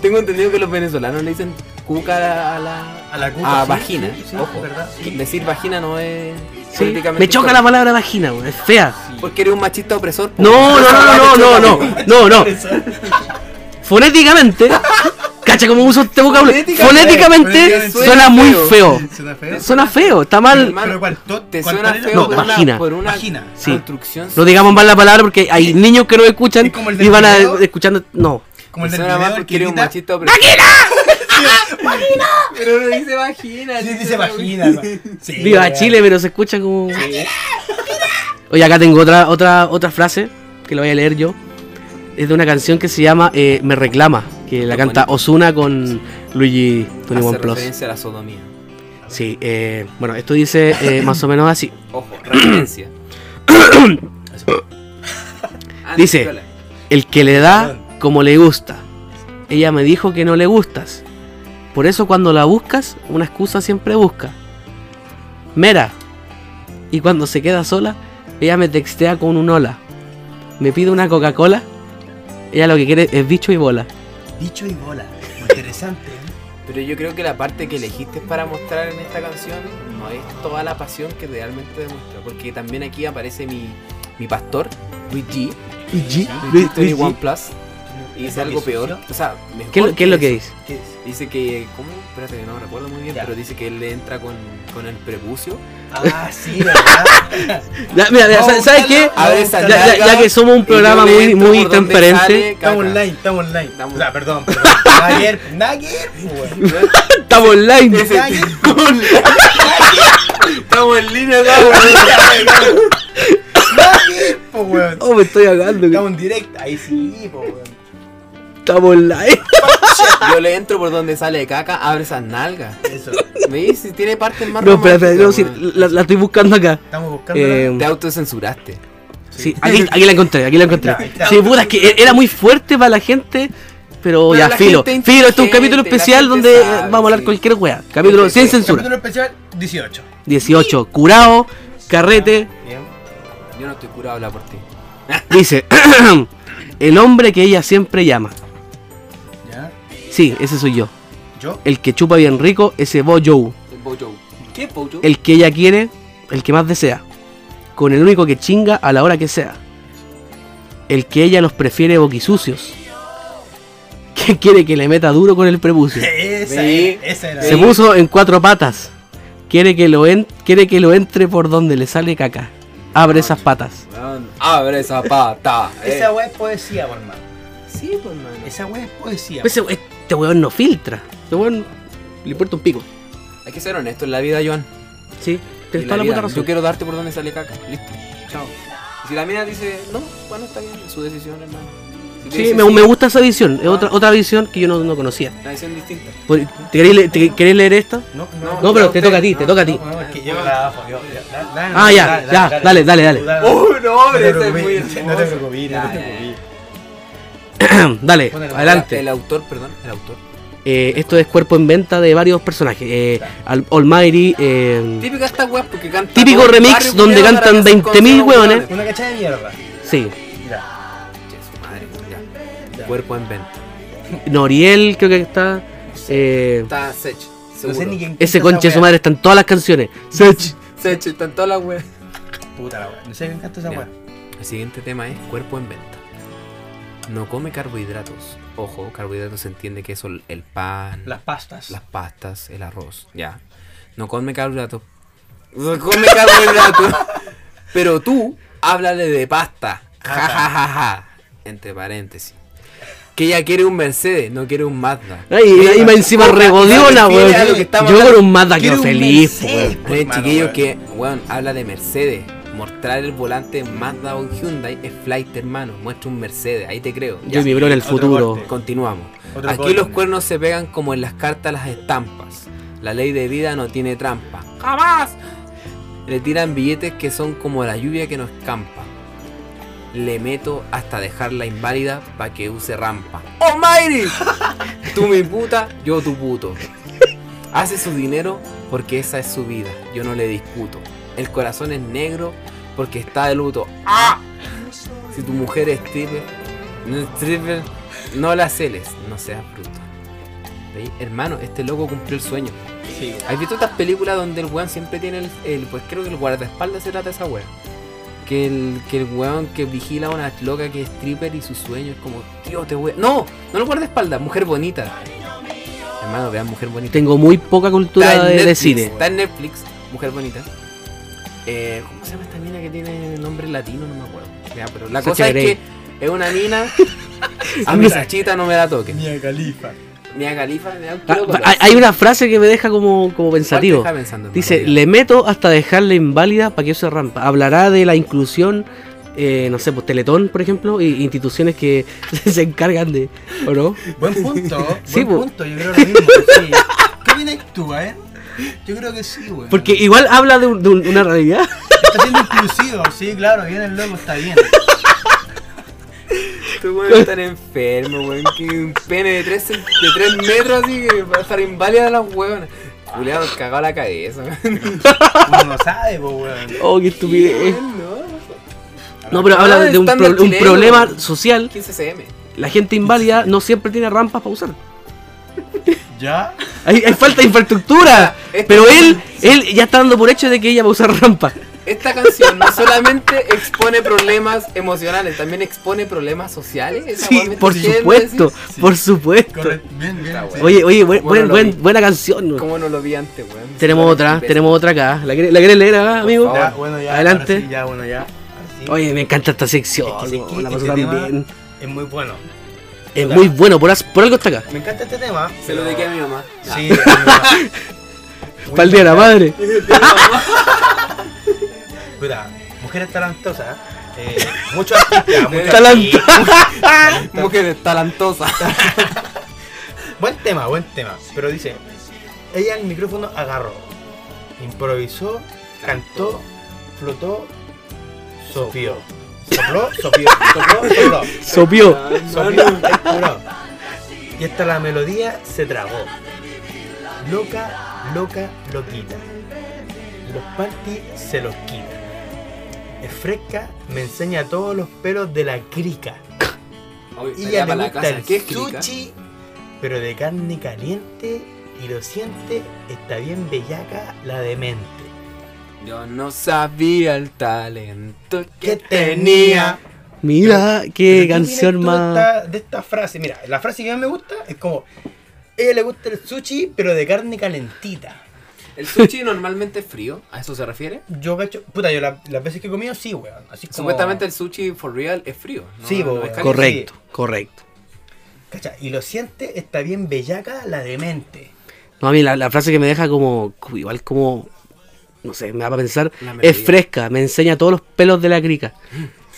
Speaker 4: Tengo entendido que los venezolanos le dicen cuca a la. A, la,
Speaker 5: A la cuca,
Speaker 4: a
Speaker 5: sí,
Speaker 4: Ah, vagina.
Speaker 5: sí, sí,
Speaker 4: Ojo.
Speaker 5: es verdad, sí.
Speaker 4: Que Decir vagina no es.
Speaker 3: Sí,
Speaker 4: políticamente
Speaker 3: Me choca la
Speaker 4: correcto.
Speaker 3: palabra vagina, weón, es fea.
Speaker 4: Porque eres un machista opresor. po.
Speaker 3: No, no, no, no, no, no, no, no, no.
Speaker 5: Eso.
Speaker 3: Fonéticamente, cacha como uso este vocabulario. Fonéticamente
Speaker 5: Fonéticamente
Speaker 3: suena
Speaker 4: suena
Speaker 3: muy feo.
Speaker 5: Suena feo.
Speaker 3: Suena feo, está mal.
Speaker 4: Hermano,
Speaker 5: Pero cuál, tot-
Speaker 4: Te
Speaker 5: cuál-
Speaker 4: suena
Speaker 5: cuál era?
Speaker 4: feo
Speaker 3: No,
Speaker 4: por,
Speaker 3: vagina.
Speaker 4: Una, por una
Speaker 5: Vagina.
Speaker 3: Sí.
Speaker 4: construcción.
Speaker 3: No digamos mal la palabra porque hay niños que no escuchan
Speaker 5: Es como el del
Speaker 3: y van a
Speaker 5: video.
Speaker 3: escuchando. No.
Speaker 5: Como el del
Speaker 4: suena
Speaker 5: video
Speaker 4: mal
Speaker 5: del
Speaker 4: porque
Speaker 5: que
Speaker 4: eres un
Speaker 5: grita-
Speaker 4: machista opresor. ¡Vagina! ¡Vagina! Pero no dice vagina.
Speaker 5: Sí, dice vagina. hermano. Sí,
Speaker 3: Viva
Speaker 5: weón.
Speaker 3: Chile, pero se escucha como. Oye, acá tengo otra, otra, otra frase que la voy a leer yo. Es de una canción que se llama eh, Me Reclama, que la
Speaker 4: Qué
Speaker 3: canta
Speaker 4: bonito.
Speaker 3: Osuna con Luigi Tony
Speaker 4: Hace
Speaker 3: One Plus.
Speaker 4: referencia a la sodomía.
Speaker 3: Sí, eh, bueno, esto dice eh, más o menos así.
Speaker 4: Ojo, [COUGHS] referencia. Ah,
Speaker 3: Dice,
Speaker 4: piola.
Speaker 3: El que le da como le gusta. Ella me dijo que no le gustas. Por eso cuando la buscas, una excusa siempre busca. Mera, y cuando se queda sola, ella me textea con un hola. Me pide una Coca-Cola, ella lo que quiere es bicho y bola.
Speaker 5: Dicho y
Speaker 4: [LAUGHS]
Speaker 5: bola. Interesante. ¿eh?
Speaker 4: Pero yo creo que la parte que elegiste para mostrar en esta canción no es toda la pasión que realmente demuestra. Porque también aquí aparece mi, mi pastor, Luigi,
Speaker 3: Luigi,
Speaker 4: Luigi One Plus, y dice
Speaker 5: ¿Es lo
Speaker 4: algo
Speaker 5: que
Speaker 4: peor.
Speaker 5: sucio?
Speaker 4: O sea, mejor
Speaker 3: ¿Qué, es lo- qué es lo que
Speaker 4: eso.
Speaker 3: dice?
Speaker 5: ¿Qué es?
Speaker 4: Dice que, ¿cómo? Espérate, que no recuerdo muy bien,
Speaker 5: Ya.
Speaker 4: pero dice que él le entra con, con el prepucio.
Speaker 5: Ah, sí,
Speaker 4: [LAUGHS]
Speaker 5: ¿verdad?
Speaker 3: Ya, mira, mira,
Speaker 5: Vamos a
Speaker 3: ¿sabes qué?
Speaker 5: buscarlo.
Speaker 4: Abre esa
Speaker 3: Ah, Ya,
Speaker 5: Salga,
Speaker 3: ya- ya que somos un programa muy, muy transparente,
Speaker 5: estamos online, estamos online.
Speaker 4: Estamos-
Speaker 5: O sea, perdón, perdón. Nada que ver, nada que ver,
Speaker 4: [LAUGHS]
Speaker 5: pues, weón.
Speaker 3: estamos online.
Speaker 5: [LAUGHS] Nada que ver.
Speaker 4: Estamos en línea, [LAUGHS]
Speaker 5: Nada que ver, pues,
Speaker 3: [LAUGHS]
Speaker 5: weón.
Speaker 3: Oh, me estoy ahogando, que
Speaker 5: Estamos en directo. Ahí sí, pues, weón.
Speaker 3: estamos online.
Speaker 4: Yo le entro por donde sale caca, abre esas nalgas.
Speaker 5: Eso.
Speaker 4: Me dice, si tiene partes más
Speaker 3: No, espera, espera, no, sí,
Speaker 4: románticas,
Speaker 3: la, la estoy buscando acá.
Speaker 5: Estamos buscando.
Speaker 3: Eh,
Speaker 4: weón. Te autocensuraste.
Speaker 3: sí, aquí, aquí la encontré, aquí la encontré.
Speaker 5: Ahí está, ahí está.
Speaker 3: Sí, puta, es que e- era muy fuerte para la gente, pero
Speaker 4: Pero
Speaker 3: ya,
Speaker 4: la
Speaker 3: filo.
Speaker 4: gente
Speaker 3: Filo, este es un
Speaker 4: inteligente,
Speaker 3: capítulo
Speaker 4: la
Speaker 3: especial
Speaker 4: gente
Speaker 3: donde
Speaker 4: sabe,
Speaker 3: vamos a hablar
Speaker 4: sí.
Speaker 3: cualquier wea. Capítulo sin
Speaker 5: la-
Speaker 3: censura.
Speaker 5: Capítulo especial 18.
Speaker 3: 18, curado,
Speaker 4: [LAUGHS]
Speaker 3: carrete,
Speaker 5: Bien.
Speaker 4: Yo no estoy curado, habla por ti.
Speaker 3: dice, [CLEARS THROAT] el hombre que ella siempre llama.
Speaker 5: Ya.
Speaker 3: Sí, ese soy yo.
Speaker 5: Yo.
Speaker 3: El que chupa bien rico, ese Bo Joe.
Speaker 4: El Bojo. ¿Qué es Bojo?
Speaker 3: El que ella quiere, el que más desea. Con el único que chinga a la hora que sea. El que ella nos prefiere boquisucios. [LAUGHS] Que quiere que le meta duro con el prepucio.
Speaker 5: Esa,
Speaker 4: Sí.
Speaker 5: era, esa era.
Speaker 3: Se puso en cuatro patas. Quiere que lo, en- quiere que lo entre por donde le sale caca. Abre esas patas.
Speaker 4: Weón, Abre esa pata. eh.
Speaker 5: Esa weá es poesía, por hermano.
Speaker 4: Sí, pues, mano.
Speaker 5: Esa weá es poesía.
Speaker 3: Ese- este weón no filtra. Este weón le importa un pico.
Speaker 4: Hay que ser honesto en la vida, Joan.
Speaker 3: Sí,
Speaker 4: Y
Speaker 3: tienes
Speaker 4: la
Speaker 3: toda la
Speaker 4: vida,
Speaker 3: puta
Speaker 4: Yo
Speaker 3: razón.
Speaker 4: quiero darte por donde sale caca. Listo. Chao. Y si la mina dice, no, bueno, está bien, es su decisión, hermano. Si te
Speaker 3: Sí,
Speaker 4: dice
Speaker 3: me, me gusta esa visión. Es otra, otra visión que yo no, no conocía.
Speaker 4: Una decisión distinta.
Speaker 3: ¿Te queréis le- te queréis leer esto?
Speaker 5: No,
Speaker 3: No, pero te toca a ti, te toca a ti.
Speaker 5: No, es que yo trabajo. Yo, ya, da- dale,
Speaker 3: Ah, ya, ya, dale, dale, dale.
Speaker 5: Tú dale.
Speaker 4: ¡Uh, no,
Speaker 5: No
Speaker 4: hombre!
Speaker 5: te
Speaker 4: ese es muy
Speaker 5: preocupes, no te
Speaker 4: hermoso.
Speaker 5: preocupes, no te preocupes.
Speaker 3: Dale,
Speaker 5: Ponelo.
Speaker 3: adelante.
Speaker 4: El autor, perdón, el autor.
Speaker 3: Eh, esto es cuerpo en venta de varios personajes. Eh, Al- Almighty, eh,
Speaker 4: Típica esta weas porque canta.
Speaker 3: Típico
Speaker 4: todo el
Speaker 3: remix
Speaker 4: barrio,
Speaker 3: donde
Speaker 4: culiao,
Speaker 3: cantan
Speaker 4: ahora que hacen
Speaker 3: 20.000
Speaker 4: conciertos,
Speaker 3: weones.
Speaker 4: weones.
Speaker 5: Una cachada de mierda.
Speaker 3: sí.
Speaker 5: Mira,
Speaker 4: Che, su madre, ya. Cuerpo en venta.
Speaker 3: Noriel creo que está. eh,
Speaker 4: Está Sech.
Speaker 5: no sé ni
Speaker 4: Seguro.
Speaker 5: quién.
Speaker 3: ese
Speaker 5: canta
Speaker 3: conche
Speaker 5: esa
Speaker 3: su
Speaker 5: weá.
Speaker 3: madre está en todas las canciones. Sech.
Speaker 4: Sech, están todas las weas.
Speaker 5: Puta la weá. No sé quién canta esa
Speaker 4: Ya.
Speaker 5: weá.
Speaker 4: El siguiente tema es cuerpo en venta. No come carbohidratos. Ojo, carbohidratos se entiende que son el pan,
Speaker 5: Las pastas.
Speaker 4: las pastas, el arroz, ya. No come carbohidratos. No come carbohidratos. [LAUGHS] Pero tú, háblale de pasta. Ja, ja, ja, ja. Entre paréntesis. Que ella quiere un Mercedes, no quiere un Mazda.
Speaker 3: Ay, y- y me encima
Speaker 4: Mira,
Speaker 3: regodiona, weón.
Speaker 4: lo que estamos
Speaker 3: Yo con
Speaker 4: hablando.
Speaker 3: un Mazda
Speaker 5: Quiero
Speaker 3: quedo
Speaker 5: un
Speaker 3: feliz,
Speaker 5: Mercedes,
Speaker 3: weón.
Speaker 5: pues,
Speaker 4: Oye,
Speaker 5: hermano,
Speaker 4: chiquillos,
Speaker 5: weón.
Speaker 4: que, weón, habla de Mercedes. Mostrar el volante en Mazda o en Hyundai es flight, hermano. Muestra un Mercedes, ahí te creo. Ya.
Speaker 3: Yo vibro en el
Speaker 5: Otro
Speaker 3: futuro.
Speaker 5: corte.
Speaker 4: Continuamos.
Speaker 5: Otro
Speaker 4: Aquí
Speaker 5: gol.
Speaker 4: los cuernos se pegan como en las cartas las estampas. La ley de vida no tiene trampa. ¡Jamás! Le tiran billetes que son como la lluvia que nos campa. Le meto hasta dejarla inválida para que use rampa. [LAUGHS] ¡Almighty! Tú mi puta, yo tu puto. Hace su dinero porque esa es su vida. Yo no le discuto. El corazón es negro porque está de luto. ¡Ah! Si tu mujer es stripper, no es stripper, no la celes, no seas bruto. ¿Veis? Hermano, este loco cumplió el sueño.
Speaker 5: Sí,
Speaker 4: ¿Has visto estas películas donde el weón siempre tiene el, el- pues creo que el guardaespaldas se trata de esa weá? Que el, que el weón que vigila a una loca que es stripper y su sueño es como, tío, te voy a... No, no el guardaespaldas, mujer bonita. Hermano, vean, mujer bonita.
Speaker 3: Tengo muy poca cultura
Speaker 4: en
Speaker 3: de, de
Speaker 4: Netflix,
Speaker 3: cine.
Speaker 4: Está en Netflix, mujer bonita. Eh, ¿Cómo se llama esta mina que tiene nombre latino? No me acuerdo. Ya, pero la
Speaker 3: Sacha
Speaker 4: cosa es
Speaker 3: Grey.
Speaker 4: que es una mina...
Speaker 3: [LAUGHS]
Speaker 4: A mi sachita no me la toque.
Speaker 5: Mía Califa.
Speaker 4: Mira Califa, me da un
Speaker 3: Ah,
Speaker 4: tiro con la-
Speaker 3: hay, hay una frase que me deja como, como
Speaker 4: ¿Cuál te
Speaker 3: pensativo.
Speaker 4: deja pensando, hermano?
Speaker 3: Dice,
Speaker 4: Diga.
Speaker 3: le meto hasta dejarla inválida para que eso rampa. Hablará de la inclusión, eh, no sé, pues Teletón, por ejemplo, e instituciones que [LAUGHS] se encargan de... ¿O no?
Speaker 5: Buen punto.
Speaker 3: [LAUGHS] Sí,
Speaker 5: buen
Speaker 3: po.
Speaker 5: punto. Yo creo lo mismo. Sí. ¿Qué opinas tú, eh? Yo creo que sí, weón.
Speaker 3: Porque igual habla de, un- de un- una
Speaker 4: [LAUGHS]
Speaker 3: realidad.
Speaker 5: Está siendo inclusivo, sí, claro, viene el loco, está bien.
Speaker 4: Este
Speaker 3: [LAUGHS]
Speaker 4: weón está enfermo, weón. Que un pene de 3 de tres metros así que va a estar inválida de las huevonas. Julián, cagado la cabeza.
Speaker 3: [LAUGHS]
Speaker 5: Uno no sabe, po, weón.
Speaker 3: Oh, qué estupidez.
Speaker 4: [LAUGHS] no.
Speaker 3: No, pero habla
Speaker 4: Ah,
Speaker 3: de un,
Speaker 4: estándar
Speaker 3: pro- un
Speaker 4: chileno.
Speaker 3: problema social.
Speaker 4: 15 cm.
Speaker 3: La gente inválida no siempre tiene rampas para usar.
Speaker 5: ¿Ya?
Speaker 3: Hay, hay falta de infraestructura.
Speaker 4: Este-
Speaker 3: Pero él, él ya está dando por hecho de que ella va a usar rampa.
Speaker 4: Esta canción no solamente expone problemas emocionales, también expone problemas sociales. Esa
Speaker 3: Sí,
Speaker 4: weá me
Speaker 3: por
Speaker 4: está queriendo
Speaker 3: supuesto,
Speaker 4: decir.
Speaker 5: Sí.
Speaker 3: por supuesto.
Speaker 5: Correcto. Bien, bien.
Speaker 4: Está
Speaker 5: sí.
Speaker 3: Oye, oye,
Speaker 4: Bueno,
Speaker 3: buen- buen-
Speaker 4: lo
Speaker 3: buen-
Speaker 4: vi.
Speaker 3: buena canción.
Speaker 4: ¿Cómo no lo vi antes, weón?
Speaker 3: Tenemos otra, tenemos otra acá. ¿La querés, la querés leer acá, amigo?
Speaker 5: Ya, bueno, ya.
Speaker 3: Adelante.
Speaker 5: ahora sí, ya, bueno, ya. Ahora sí.
Speaker 3: Oye, me encanta esta sección.
Speaker 5: Es que sí, que
Speaker 3: la
Speaker 5: este
Speaker 3: paso tan
Speaker 5: tema
Speaker 3: bien.
Speaker 5: Es muy bueno.
Speaker 3: Es muy bueno, por, as- por algo está acá.
Speaker 5: Me encanta este tema.
Speaker 4: Se lo
Speaker 5: pero-
Speaker 4: dediqué a Ah. mi mamá.
Speaker 5: Sí, a mi mamá. Muy
Speaker 3: Para el día de la madre.
Speaker 5: Puta, mujeres talentosas. Eh, muchos
Speaker 4: [LAUGHS]
Speaker 5: artistas, muchos
Speaker 3: Talento.
Speaker 4: Mujeres talentosas.
Speaker 5: Buen tema, buen tema. Pero dice, ella el micrófono agarró, improvisó, cantó, flotó, sopió. Sopló, sopió, [LAUGHS] sopló, sopló.
Speaker 3: [LAUGHS] Sopió.
Speaker 5: Sopió, expiró. Y hasta la melodía se tragó. Loca, loca, loquita. Los panties se los quita. Es fresca, me enseña todos los pelos de la crica. Y ya le gusta el
Speaker 4: ¿Qué explica?
Speaker 5: sushi, pero de carne caliente y lo siente, está bien bellaca la demente.
Speaker 4: Yo no sabía el talento que
Speaker 5: ¿Qué tenía?
Speaker 4: tenía.
Speaker 3: Mira,
Speaker 5: Pero
Speaker 3: qué
Speaker 5: ¿qué
Speaker 3: canción
Speaker 5: opinas tú
Speaker 3: más.
Speaker 5: De esta, de esta frase, mira, la frase que más me gusta es como, ella le gusta el sushi, pero de carne calentita.
Speaker 4: El sushi normalmente es frío, ¿a eso se refiere?
Speaker 5: Yo cacho, puta, yo la- las veces que he comido, sí, weón. Así
Speaker 4: Oh.
Speaker 5: como,
Speaker 4: Supuestamente el sushi for real es frío. ¿no?
Speaker 5: Sí,
Speaker 4: No
Speaker 5: bo,
Speaker 4: es caliente.
Speaker 3: Correcto, correcto.
Speaker 5: Cacha, y lo siente, está bien bellaca la demente.
Speaker 3: No, a mí la, la frase que me deja como, como igual como, no sé, me da para pensar,
Speaker 4: La melodía.
Speaker 3: es fresca, me enseña todos los pelos de la
Speaker 5: [GASPS]
Speaker 3: crica.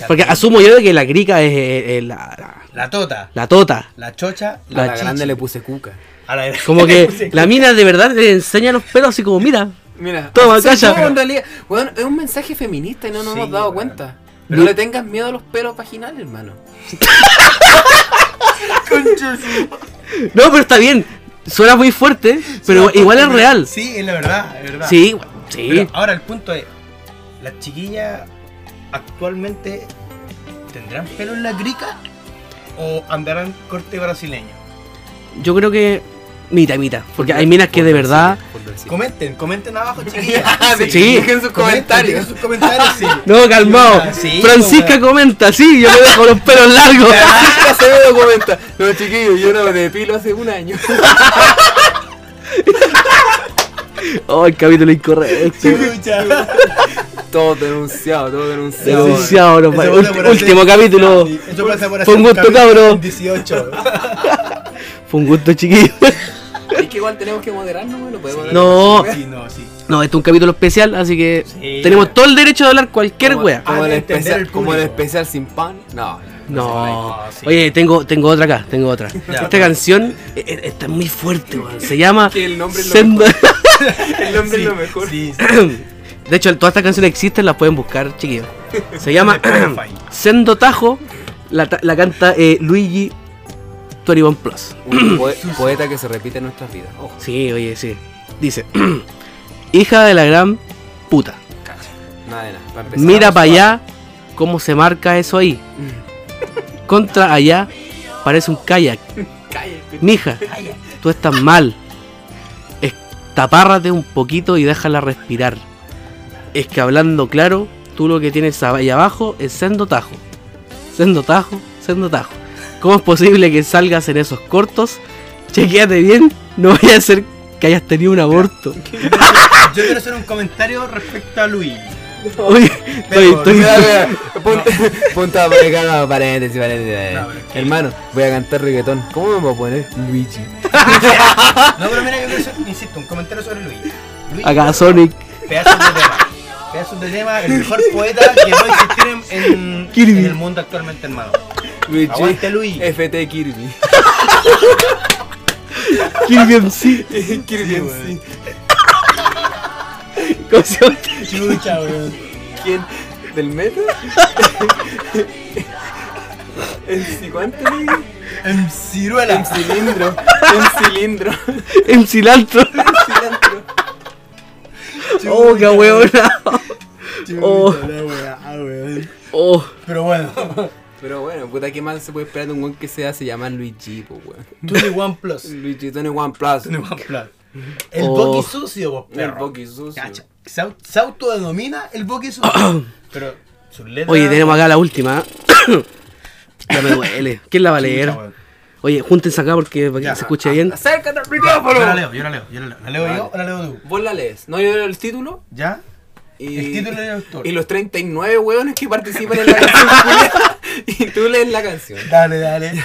Speaker 3: Porque asumo yo de que la crica es, eh, eh, la, la-
Speaker 5: La tota,
Speaker 3: la tota.
Speaker 5: la chocha,
Speaker 4: A la,
Speaker 5: la,
Speaker 3: La
Speaker 4: grande
Speaker 5: chichi.
Speaker 4: le puse cuca.
Speaker 5: A la- [LAUGHS]
Speaker 3: Como que
Speaker 5: Sí.
Speaker 3: la mina de verdad le enseña los pelos así como, mira,
Speaker 4: Mira,
Speaker 3: Toma, calla.
Speaker 4: no, en realidad, weón, es un mensaje feminista y no nos
Speaker 5: Sí,
Speaker 4: hemos dado
Speaker 5: weón.
Speaker 4: cuenta. Pero no le tengas miedo a los pelos vaginales, [LAUGHS] hermano.
Speaker 3: no, pero está bien, suena muy fuerte, pero igual es real. Sí,
Speaker 5: Sí, es la verdad, es verdad.
Speaker 3: sí.
Speaker 5: Pero ahora el punto es, las chiquillas actualmente tendrán pelo en la crica o andarán corte brasileño.
Speaker 3: Yo creo que mitad y mitad, porque hay minas que de verdad...
Speaker 4: Por decir.
Speaker 5: Comenten,
Speaker 3: [LAUGHS]
Speaker 5: comenten abajo, chiquillas.
Speaker 4: de-
Speaker 3: Ah, Sí.
Speaker 4: Dejen sus
Speaker 5: En
Speaker 4: comentarios. [LAUGHS]
Speaker 5: sus comentarios, sí.
Speaker 3: [LAUGHS] No, calmado.
Speaker 5: Sí, pues,
Speaker 3: Francisca
Speaker 5: como-
Speaker 3: comenta, sí, yo me dejo los pelos largos. [LAUGHS]
Speaker 5: [LAUGHS]
Speaker 4: Francisca Acevedo comenta. No, chiquillos, yo no me depilo hace un año. [LAUGHS]
Speaker 3: Oh, el capítulo incorrecto. [LAUGHS]
Speaker 5: Chucha.
Speaker 4: todo denunciado, todo denunciado.
Speaker 3: Denunciado, no,
Speaker 5: Eso
Speaker 3: pa-
Speaker 5: pasa
Speaker 3: ul-
Speaker 5: por
Speaker 3: último
Speaker 5: hacer- Ah,
Speaker 3: capítulo.
Speaker 5: Sí, eso pasa por
Speaker 3: Fue un
Speaker 5: hacer
Speaker 3: gusto,
Speaker 5: capítulo
Speaker 3: cabro.
Speaker 5: 18.
Speaker 3: Fue un gusto, chiquillo.
Speaker 4: Es que igual tenemos que moderarnos, weón, no podemos hablar
Speaker 3: [LAUGHS] No,
Speaker 5: Sí, no, sí.
Speaker 3: no, este es un capítulo especial, así que
Speaker 5: Sí.
Speaker 3: tenemos todo el derecho de hablar cualquier
Speaker 4: como,
Speaker 3: wea.
Speaker 4: como
Speaker 5: Ah,
Speaker 4: el
Speaker 5: de entender
Speaker 4: especial,
Speaker 5: el
Speaker 4: como el
Speaker 5: público.
Speaker 4: especial sin pan. No.
Speaker 3: No.
Speaker 5: no, sí.
Speaker 3: Oye, tengo, tengo otra acá, tengo otra. Esta canción eh, eh, está muy fuerte, weón. Se
Speaker 5: [LAUGHS]
Speaker 3: llama
Speaker 4: Que el nombre es lo
Speaker 3: Senda-
Speaker 4: El hombre
Speaker 5: Sí,
Speaker 4: es lo mejor.
Speaker 5: Sí, sí.
Speaker 3: [COUGHS] De hecho, todas estas canciones existen, las pueden buscar, chiquillos. Se llama
Speaker 5: Spotify.
Speaker 3: [COUGHS] Sendo Tajo, la, ta- la canta eh, Luigi 21 Plus.
Speaker 4: Un poe- poeta que se repite en nuestras vidas. Ojo.
Speaker 3: Sí, oye, sí. Dice, [COUGHS] hija de la gran puta,
Speaker 4: Nada de nada. para empezar.
Speaker 3: mira para
Speaker 4: [LAUGHS]
Speaker 3: allá cómo se marca eso ahí. Contra allá parece un kayak.
Speaker 4: Cállate.
Speaker 3: Mija, tú estás mal. Es- tapárrate un poquito y déjala respirar. Es que hablando claro, tú lo que tienes ahí abajo es sendo tajo. Sendo tajo, sendo tajo. ¿Cómo es posible que salgas en esos cortos? Chequéate bien, no vaya a ser que hayas tenido un aborto.
Speaker 5: Yo quiero hacer un comentario respecto a Luis.
Speaker 3: Oye, estoy, estoy-
Speaker 4: Mira, mira, Ponte, ponte a poner cara, paréntesis, paréntesis.
Speaker 5: No, pero es que-
Speaker 4: Hermano, voy a cantar reggaetón. ¿Cómo me voy a poner Luigi?
Speaker 5: No, pero mira, yo quiero hacer, insisto, un comentario sobre Luis. Luis
Speaker 3: acá Sonic.
Speaker 5: Pedazos de tema. Pedazos de tema, el mejor poeta que puede existir en, en-
Speaker 3: Kirby.
Speaker 5: en el mundo actualmente, hermano.
Speaker 4: Luigi.
Speaker 5: Aguante, Luis.
Speaker 4: FT
Speaker 5: [LAUGHS]
Speaker 4: Kirby.
Speaker 3: Kirby MC.
Speaker 4: Kirby
Speaker 5: weón.
Speaker 3: ¿Cómo se llama?
Speaker 5: Chucha, weón.
Speaker 4: ¿Quién? ¿Del [LAUGHS] meta? ¿En cuánto?
Speaker 5: [LAUGHS] En ciruela.
Speaker 4: En cilindro. En cilindro.
Speaker 3: MC Lantro.
Speaker 4: En cilantro.
Speaker 3: [LAUGHS] Oh, qué huevona.
Speaker 6: Chuta,
Speaker 3: Oh.
Speaker 6: la weá, weón.
Speaker 3: Oh,
Speaker 5: Pero bueno,
Speaker 4: Pero bueno, puta, ¿qué más se puede esperar de un weón que se hace llamar Luigi, po,
Speaker 5: [LAUGHS]
Speaker 4: weón?
Speaker 5: 21 Plus.
Speaker 4: Luigi Tony One Plus.
Speaker 5: 21 Plus. El
Speaker 3: Oh.
Speaker 5: boqui sucio, vos,
Speaker 4: El
Speaker 5: perro.
Speaker 4: Boki sucio.
Speaker 5: Cacha. Se, au- se autodenomina el boqui sucio. Pero sus letras.
Speaker 3: oye, tenemos acá la última. [COUGHS] ¿eh? ya me duele. ¿Quién la va a leer?
Speaker 5: Chuta, weón.
Speaker 3: Oye, júntense acá porque para que
Speaker 5: Ya.
Speaker 3: se escuche
Speaker 5: [LAUGHS]
Speaker 3: bien.
Speaker 4: ¡Acércate al
Speaker 5: Yo la
Speaker 4: micrófono!
Speaker 5: leo, yo la leo, yo la leo. ¿La leo yo o la leo tú?
Speaker 4: Vos la lees. No, yo leo el título.
Speaker 5: ¿Ya?
Speaker 4: Y,
Speaker 5: El título del autor.
Speaker 4: Y los 39 hueones que participan en la canción. [LAUGHS] y tú lees la canción.
Speaker 5: Dale, dale.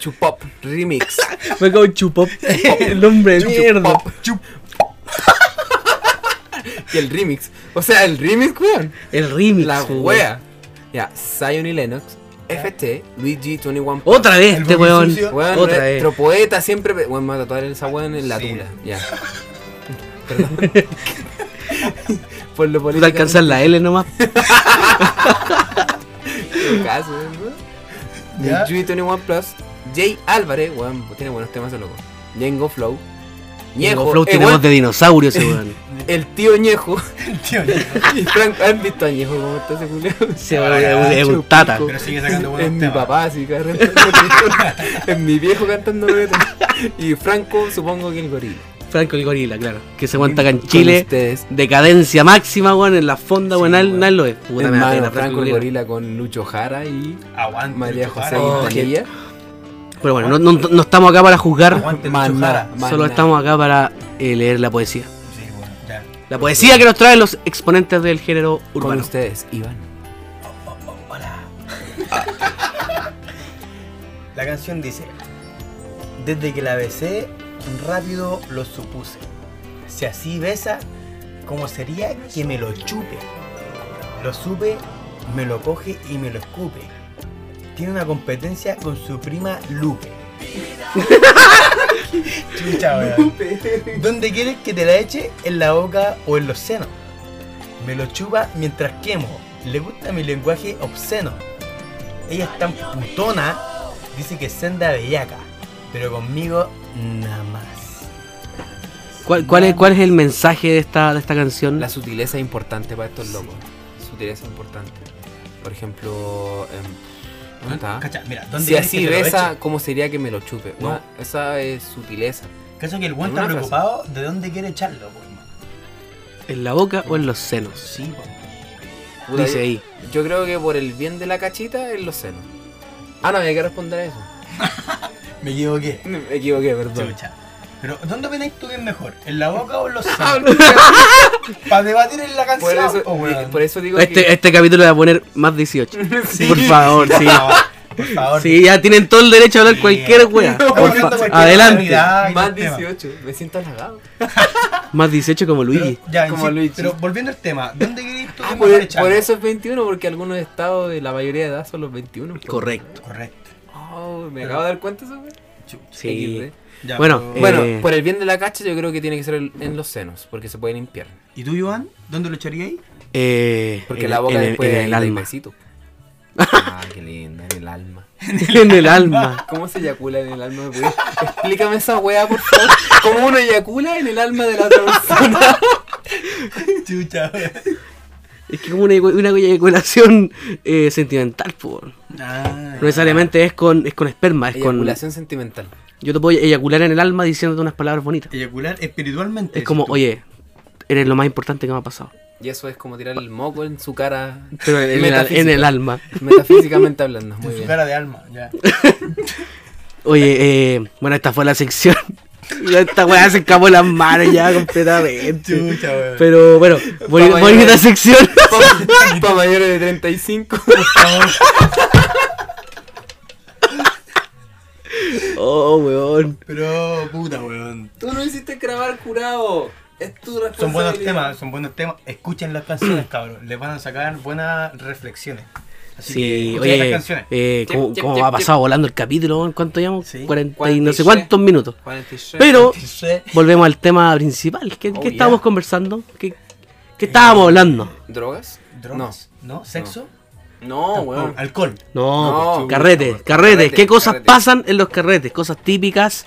Speaker 4: Chupop
Speaker 5: [LAUGHS]
Speaker 4: Remix.
Speaker 3: Me cago en chupop. El nombre de mierda.
Speaker 4: Chupop. Chup. [LAUGHS] y el remix. O sea, el remix, weón.
Speaker 3: El remix.
Speaker 4: La
Speaker 3: weón.
Speaker 4: wea. Ya, Zion y Lennox. FT, Luigi 21 Plus.
Speaker 3: Otra vez
Speaker 5: El
Speaker 3: este
Speaker 5: boqui
Speaker 3: weón.
Speaker 5: sucio.
Speaker 4: Weón,
Speaker 3: Otra vez.
Speaker 4: nuestro poeta siempre. Weón, me va a tatuar esa weón en la
Speaker 5: Sí.
Speaker 4: tula.
Speaker 3: [LAUGHS]
Speaker 4: Ya. Perdón. Por lo
Speaker 3: Puta, alcanzar la L
Speaker 4: [LAUGHS]
Speaker 3: nomás.
Speaker 4: En caso, weón.
Speaker 5: Ya.
Speaker 4: Luigi 21 Plus. Jay Álvarez, weón, tiene buenos temas el loco. Django Flow. Ñejo.
Speaker 3: Flow
Speaker 4: eh,
Speaker 3: tiene
Speaker 4: weón,
Speaker 3: voz de dinosaurio ese
Speaker 4: [LAUGHS]
Speaker 3: weón.
Speaker 4: El tío Ñejo.
Speaker 5: [LAUGHS]
Speaker 4: [LAUGHS]
Speaker 5: Tío, ya.
Speaker 4: y Frank, ¿han visto a Ñejo cómo está ese culeo?
Speaker 3: Ese weón es un- es un tata.
Speaker 5: Pero sigue sacando buenos
Speaker 4: Es mi
Speaker 5: temas.
Speaker 4: papá, así que [LAUGHS] Es mi viejo cantando reggaetón. Y Franco, supongo que el gorila.
Speaker 3: Franco el gorila, claro. Que se aguanta acá en
Speaker 4: Con
Speaker 3: Chile.
Speaker 4: ustedes.
Speaker 3: Decadencia máxima, weón, en la fonda, weón. Nal,
Speaker 4: weón.
Speaker 3: nal lo es. Puta, me da
Speaker 4: Hermano,
Speaker 3: pena,
Speaker 4: Franco el gorila con Lucho Jara y
Speaker 5: Aguante.
Speaker 4: María
Speaker 5: Lucho
Speaker 4: José
Speaker 5: Jara.
Speaker 3: Oh,
Speaker 4: Quintanilla.
Speaker 3: Pero bueno, no, no, no estamos acá para juzgar.
Speaker 5: Aguante
Speaker 4: Más
Speaker 5: Lucho
Speaker 4: nada,
Speaker 5: Jara.
Speaker 4: más
Speaker 3: Solo
Speaker 4: nada.
Speaker 3: estamos acá para eh, leer la poesía.
Speaker 5: Sí, bueno, ya.
Speaker 3: La poesía que nos traen los exponentes del género
Speaker 4: con
Speaker 3: urbano.
Speaker 4: ustedes, Iván.
Speaker 5: La canción dice: Desde que la besé, rápido lo supuse. Si así besa, ¿cómo sería que me lo chupe? Lo supe, me lo coge y me lo escupe. Tiene una competencia con su prima Lupe. [LAUGHS] Chucha, weón. ¿Dónde quieres que te la eche? ¿En la boca o en los senos? Me lo chupa mientras quemo. Le gusta mi lenguaje obsceno. Ella es tan putona, dice que es senda bellaca, pero conmigo nada más.
Speaker 3: ¿Cuál, cuál, es, ¿Cuál es el mensaje de esta, de esta canción?
Speaker 4: La sutileza es importante para estos locos. Sutileza es importante. Por ejemplo, em, ¿dónde está?
Speaker 5: Cacha, mira,
Speaker 4: si
Speaker 5: querés
Speaker 4: así
Speaker 5: que te lo
Speaker 4: besa,
Speaker 5: eche?
Speaker 4: ¿cómo sería que me lo chupe?
Speaker 5: No.
Speaker 4: Una- esa es sutileza.
Speaker 5: Cacha que el weón
Speaker 4: en
Speaker 5: está
Speaker 4: una frase.
Speaker 5: preocupado de dónde quiere echarlo, po, hermano.
Speaker 3: ¿En la boca o en los senos?
Speaker 5: Sí, po.
Speaker 4: Puta,
Speaker 3: Dice ahí.
Speaker 4: yo- Yo creo que por el bien de la cachita es los senos. Ah, no, había que responder a eso.
Speaker 5: Me equivoqué.
Speaker 4: Me equivoqué, perdón.
Speaker 5: Chucha. Pero, ¿dónde opináis tú que es mejor? ¿En la boca
Speaker 4: [LAUGHS]
Speaker 5: o en los senos? Para debatir en la
Speaker 4: Ah, Por
Speaker 5: canción,
Speaker 4: eso, eh,
Speaker 5: po, weón.
Speaker 4: por eso digo
Speaker 3: Este,
Speaker 4: que
Speaker 3: este capítulo le va a poner más
Speaker 4: [LAUGHS]
Speaker 3: 18.
Speaker 5: Sí,
Speaker 3: por favor, sí.
Speaker 5: Por favor.
Speaker 3: Sí, ya tienen todo el derecho a hablar cualquier
Speaker 4: [LAUGHS]
Speaker 3: wea.
Speaker 5: Estamos
Speaker 3: Por
Speaker 5: hablando
Speaker 3: fa-
Speaker 5: cualquier
Speaker 3: Adelante.
Speaker 5: barbaridad y
Speaker 4: más
Speaker 5: los temas.
Speaker 4: 18. Me siento halagado.
Speaker 3: Más 18 como
Speaker 5: Pero,
Speaker 3: Luigi.
Speaker 5: ya, en
Speaker 4: Como
Speaker 5: sí,
Speaker 4: Luigi.
Speaker 5: Pero volviendo al tema, ¿dónde queréis tú
Speaker 4: Ah,
Speaker 5: que
Speaker 4: por,
Speaker 5: mejor echarlo?
Speaker 4: por eso es 21, porque algunos estados de la mayoría de edad son los 21. pues.
Speaker 3: Correcto. Eh,
Speaker 5: Correcto.
Speaker 4: Oh, me acabo de dar cuenta de eso, güey.
Speaker 3: Sí.
Speaker 5: Ya,
Speaker 3: Bueno,
Speaker 5: pero-
Speaker 3: Eh.
Speaker 4: Bueno, por el bien de la cacha, yo creo que tiene que ser el- en los senos, porque se puede limpiar.
Speaker 5: ¿Y tú, Joan? ¿Dónde lo echarías ahí?
Speaker 3: Eh,
Speaker 4: Porque
Speaker 3: en-
Speaker 4: la boca
Speaker 3: en el-
Speaker 4: después
Speaker 3: en
Speaker 4: ahí
Speaker 3: el
Speaker 4: da
Speaker 3: alma. [LAUGHS]
Speaker 4: besito. Ah, qué linda, en el alma.
Speaker 3: En el alma.
Speaker 4: ¿Cómo se eyacula en el alma? güey? Explícame esa weá, por favor. ¿Cómo uno eyacula en el alma de la otra persona?
Speaker 5: Chucha, weón.
Speaker 3: Es que como una, una eyaculación eh, sentimental, po. No
Speaker 5: Ah,
Speaker 3: necesariamente es con, es [LAUGHS] con esperma, es con.
Speaker 4: Eyaculación sentimental.
Speaker 3: Yo te puedo eyacular en el alma diciéndote unas palabras bonitas.
Speaker 5: eyacular espiritualmente.
Speaker 3: Es como,
Speaker 5: decís tú.
Speaker 3: oye, eres lo más importante que me ha pasado.
Speaker 4: Y eso es como tirar el moco en su cara.
Speaker 3: Pero en, el- en el alma.
Speaker 4: Metafísicamente hablando, muy
Speaker 5: Con su
Speaker 4: bien.
Speaker 5: cara de alma, ya.
Speaker 3: Oye, eh, bueno, esta fue la sección. [LAUGHS] Esta weá se escapó las manos ya completamente.
Speaker 5: Chucha, weón.
Speaker 3: Pero bueno, boni-
Speaker 4: Papá,
Speaker 3: bonita
Speaker 4: ya.
Speaker 3: sección. [LAUGHS]
Speaker 4: Para mayores de 35.
Speaker 3: Oh, weón.
Speaker 5: Pero, puta, weón.
Speaker 4: Tú no hiciste grabar curado. Es tu responsabilidad.
Speaker 5: Son buenos temas, son buenos temas. Escuchen las canciones, cabrón. Les van a sacar buenas reflexiones. Así que
Speaker 3: Sí,
Speaker 5: escuchen las
Speaker 3: oye,
Speaker 5: canciones.
Speaker 3: eh, ¿cómo,
Speaker 4: Chip, chip,
Speaker 3: cómo
Speaker 4: chip,
Speaker 3: ha
Speaker 4: chip.
Speaker 3: pasado volando el capítulo? weón? ¿Cuánto llevamos?
Speaker 5: Sí.
Speaker 3: 40 y no sé
Speaker 4: 46.
Speaker 3: cuántos minutos.
Speaker 4: 46.
Speaker 3: Pero
Speaker 5: Sí.
Speaker 3: volvemos al tema principal. ¿Qué,
Speaker 4: Oh,
Speaker 3: qué
Speaker 4: yeah.
Speaker 3: estábamos conversando? ¿Qué, qué estábamos hablando?
Speaker 4: ¿Drogas?
Speaker 5: Drogas. ¿No? ¿Sexo?
Speaker 4: No, weón.
Speaker 5: Tampoco. Alcohol.
Speaker 3: No, pues,
Speaker 4: No,
Speaker 3: carretes,
Speaker 4: chuta,
Speaker 3: carretes. ¿Qué
Speaker 4: carrete,
Speaker 3: cosas
Speaker 4: carrete.
Speaker 3: pasan en los carretes? Cosas típicas,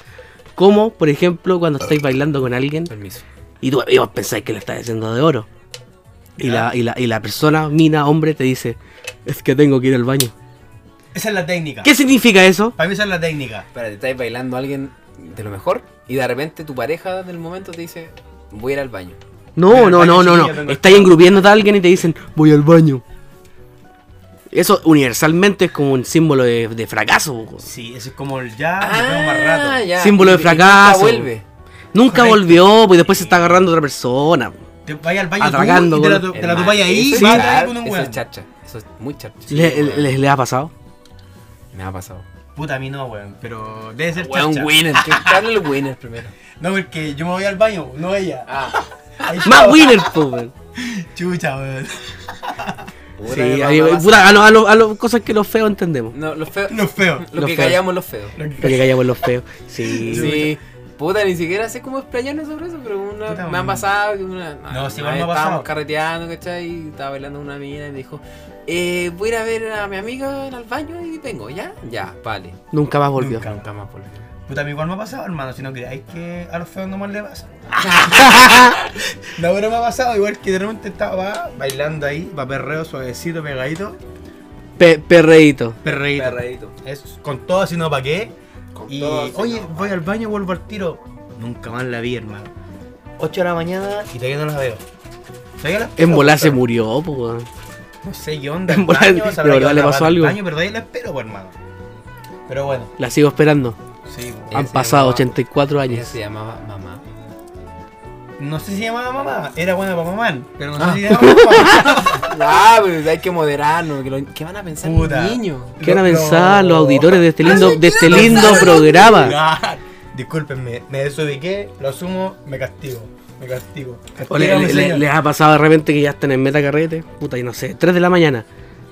Speaker 3: como por ejemplo cuando estáis bailando con alguien
Speaker 4: Permiso.
Speaker 3: Y tú, y vos pensáis que le estás haciendo de oro. Y la, y, la, y la persona, mina, hombre, te dice, es que tengo que ir al baño.
Speaker 5: Esa es la técnica.
Speaker 3: ¿Qué significa eso?
Speaker 5: Para mí esa es la técnica.
Speaker 4: Espérate, estáis bailando a alguien de lo mejor y de repente tu pareja del momento te dice, voy a ir al baño.
Speaker 5: Voy
Speaker 3: No,
Speaker 5: al
Speaker 3: no, no,
Speaker 5: baño,
Speaker 3: no,
Speaker 5: sí,
Speaker 3: no.
Speaker 5: ya tengo-
Speaker 3: Estáis engrupiendo a alguien y te dicen, voy al baño. Eso universalmente es como un símbolo de, de fracaso. po.
Speaker 5: Sí, eso es como el ya, me pego más rato.
Speaker 4: Ah, ya.
Speaker 3: Símbolo de
Speaker 4: Y- y nunca
Speaker 3: fracaso.
Speaker 4: vuelve.
Speaker 3: Nunca
Speaker 5: Correcto.
Speaker 3: volvió, pues después se está agarrando otra persona. po.
Speaker 5: Te vayas al baño
Speaker 3: Atragando,
Speaker 5: tú y te la,
Speaker 3: boludo.
Speaker 5: te la
Speaker 4: Hermano,
Speaker 5: tupas ahí,
Speaker 4: eso es
Speaker 5: vas
Speaker 4: char-
Speaker 5: atrás con un
Speaker 4: Eso
Speaker 5: weón.
Speaker 4: es charcha. Eso es muy charcha.
Speaker 3: ¿Le- le- ¿Les le, ha pasado?
Speaker 4: Me ha pasado.
Speaker 5: Puta, a mí no, weón, pero debe ser
Speaker 4: Weón
Speaker 5: chacha.
Speaker 4: winner. que- que hable el winner primero.
Speaker 5: No, porque yo me voy al baño, no ella.
Speaker 4: Ah,
Speaker 5: Ahí
Speaker 3: ¡Más
Speaker 5: está.
Speaker 3: winner, po, weón!
Speaker 5: Chucha, weón. [LAUGHS]
Speaker 4: puta,
Speaker 3: Sí,
Speaker 4: me
Speaker 3: ahí-
Speaker 4: va a
Speaker 3: puta, a los cosas que los feos entendemos.
Speaker 4: No, los feos.
Speaker 5: Los feos.
Speaker 4: Lo
Speaker 3: los
Speaker 4: que
Speaker 3: feos.
Speaker 4: callamos los feos.
Speaker 3: Lo que callamos los feos. Sí.
Speaker 4: Sí. Puta, ni siquiera sé cómo explayarnos sobre eso, pero una, me
Speaker 5: Puta,
Speaker 4: ha
Speaker 5: bueno.
Speaker 4: pasado que una,
Speaker 5: No,
Speaker 4: una vez
Speaker 5: sí, igual me ha pasado.
Speaker 4: estábamos carreteando, ¿cachai? Y estaba bailando una mina y me dijo, eh, voy a ir a ver a mi amiga en el baño y vengo, ¿ya? Ya, vale.
Speaker 3: Nunca más volvió.
Speaker 5: Nunca.
Speaker 4: Nunca más volví.
Speaker 5: Puta, a mí igual me ha pasado, hermano, si no creáis que a los feos nomás le pasa. no, pero me ha pasado, igual que de repente estaba bailando ahí, va perreo suavecito, pegadito,
Speaker 3: Pe- perreíto.
Speaker 5: perreíto.
Speaker 4: Perradito.
Speaker 5: Eso, con todo, si no, ¿para qué?
Speaker 4: Con
Speaker 5: Y,
Speaker 4: todo,
Speaker 5: oye,
Speaker 4: sí, no.
Speaker 5: voy al baño y vuelvo al tiro. Nunca más la vi, hermano. 8 de la mañana y todavía no la veo. Todavía la
Speaker 3: En
Speaker 5: espero,
Speaker 3: volar se
Speaker 5: pero
Speaker 3: murió, po, weón.
Speaker 5: No sé
Speaker 3: [LAUGHS]
Speaker 5: qué onda.
Speaker 3: En
Speaker 5: el
Speaker 3: volar,
Speaker 5: baño,
Speaker 3: de
Speaker 5: sabrá qué
Speaker 3: verdad le
Speaker 5: onda,
Speaker 3: pasó
Speaker 5: para el
Speaker 3: algo.
Speaker 5: baño, pero todavía la espero, pues, hermano. Pero bueno,
Speaker 3: La sigo esperando.
Speaker 5: sí. pues.
Speaker 4: Eh,
Speaker 3: Han
Speaker 4: se
Speaker 3: pasado
Speaker 4: llamaba-
Speaker 3: 84
Speaker 4: Ella
Speaker 3: años.
Speaker 4: se llamaba mamá.
Speaker 5: No sé si llamaba mamá, era buena para mamá, pero no
Speaker 4: Ah.
Speaker 5: sé si llamaba
Speaker 3: [LAUGHS]
Speaker 5: mamá.
Speaker 4: Ah, pero hay que moderarnos. Que lo- ¿Qué van a pensar los
Speaker 5: Puta.
Speaker 4: niños?
Speaker 3: ¿Qué van a
Speaker 5: Lo-
Speaker 3: pensar
Speaker 5: lo-
Speaker 3: los auditores de este lindo, de este lindo programa?
Speaker 5: [LAUGHS] Ah, discúlpenme, me desubiqué, lo asumo, me castigo. Me castigo.
Speaker 3: ¿O le-
Speaker 5: Castígame,
Speaker 3: le- le-
Speaker 5: señor.
Speaker 3: ¿Les ha pasado de repente que ya están en meta carrete? Puta, y no sé, 3 de la mañana.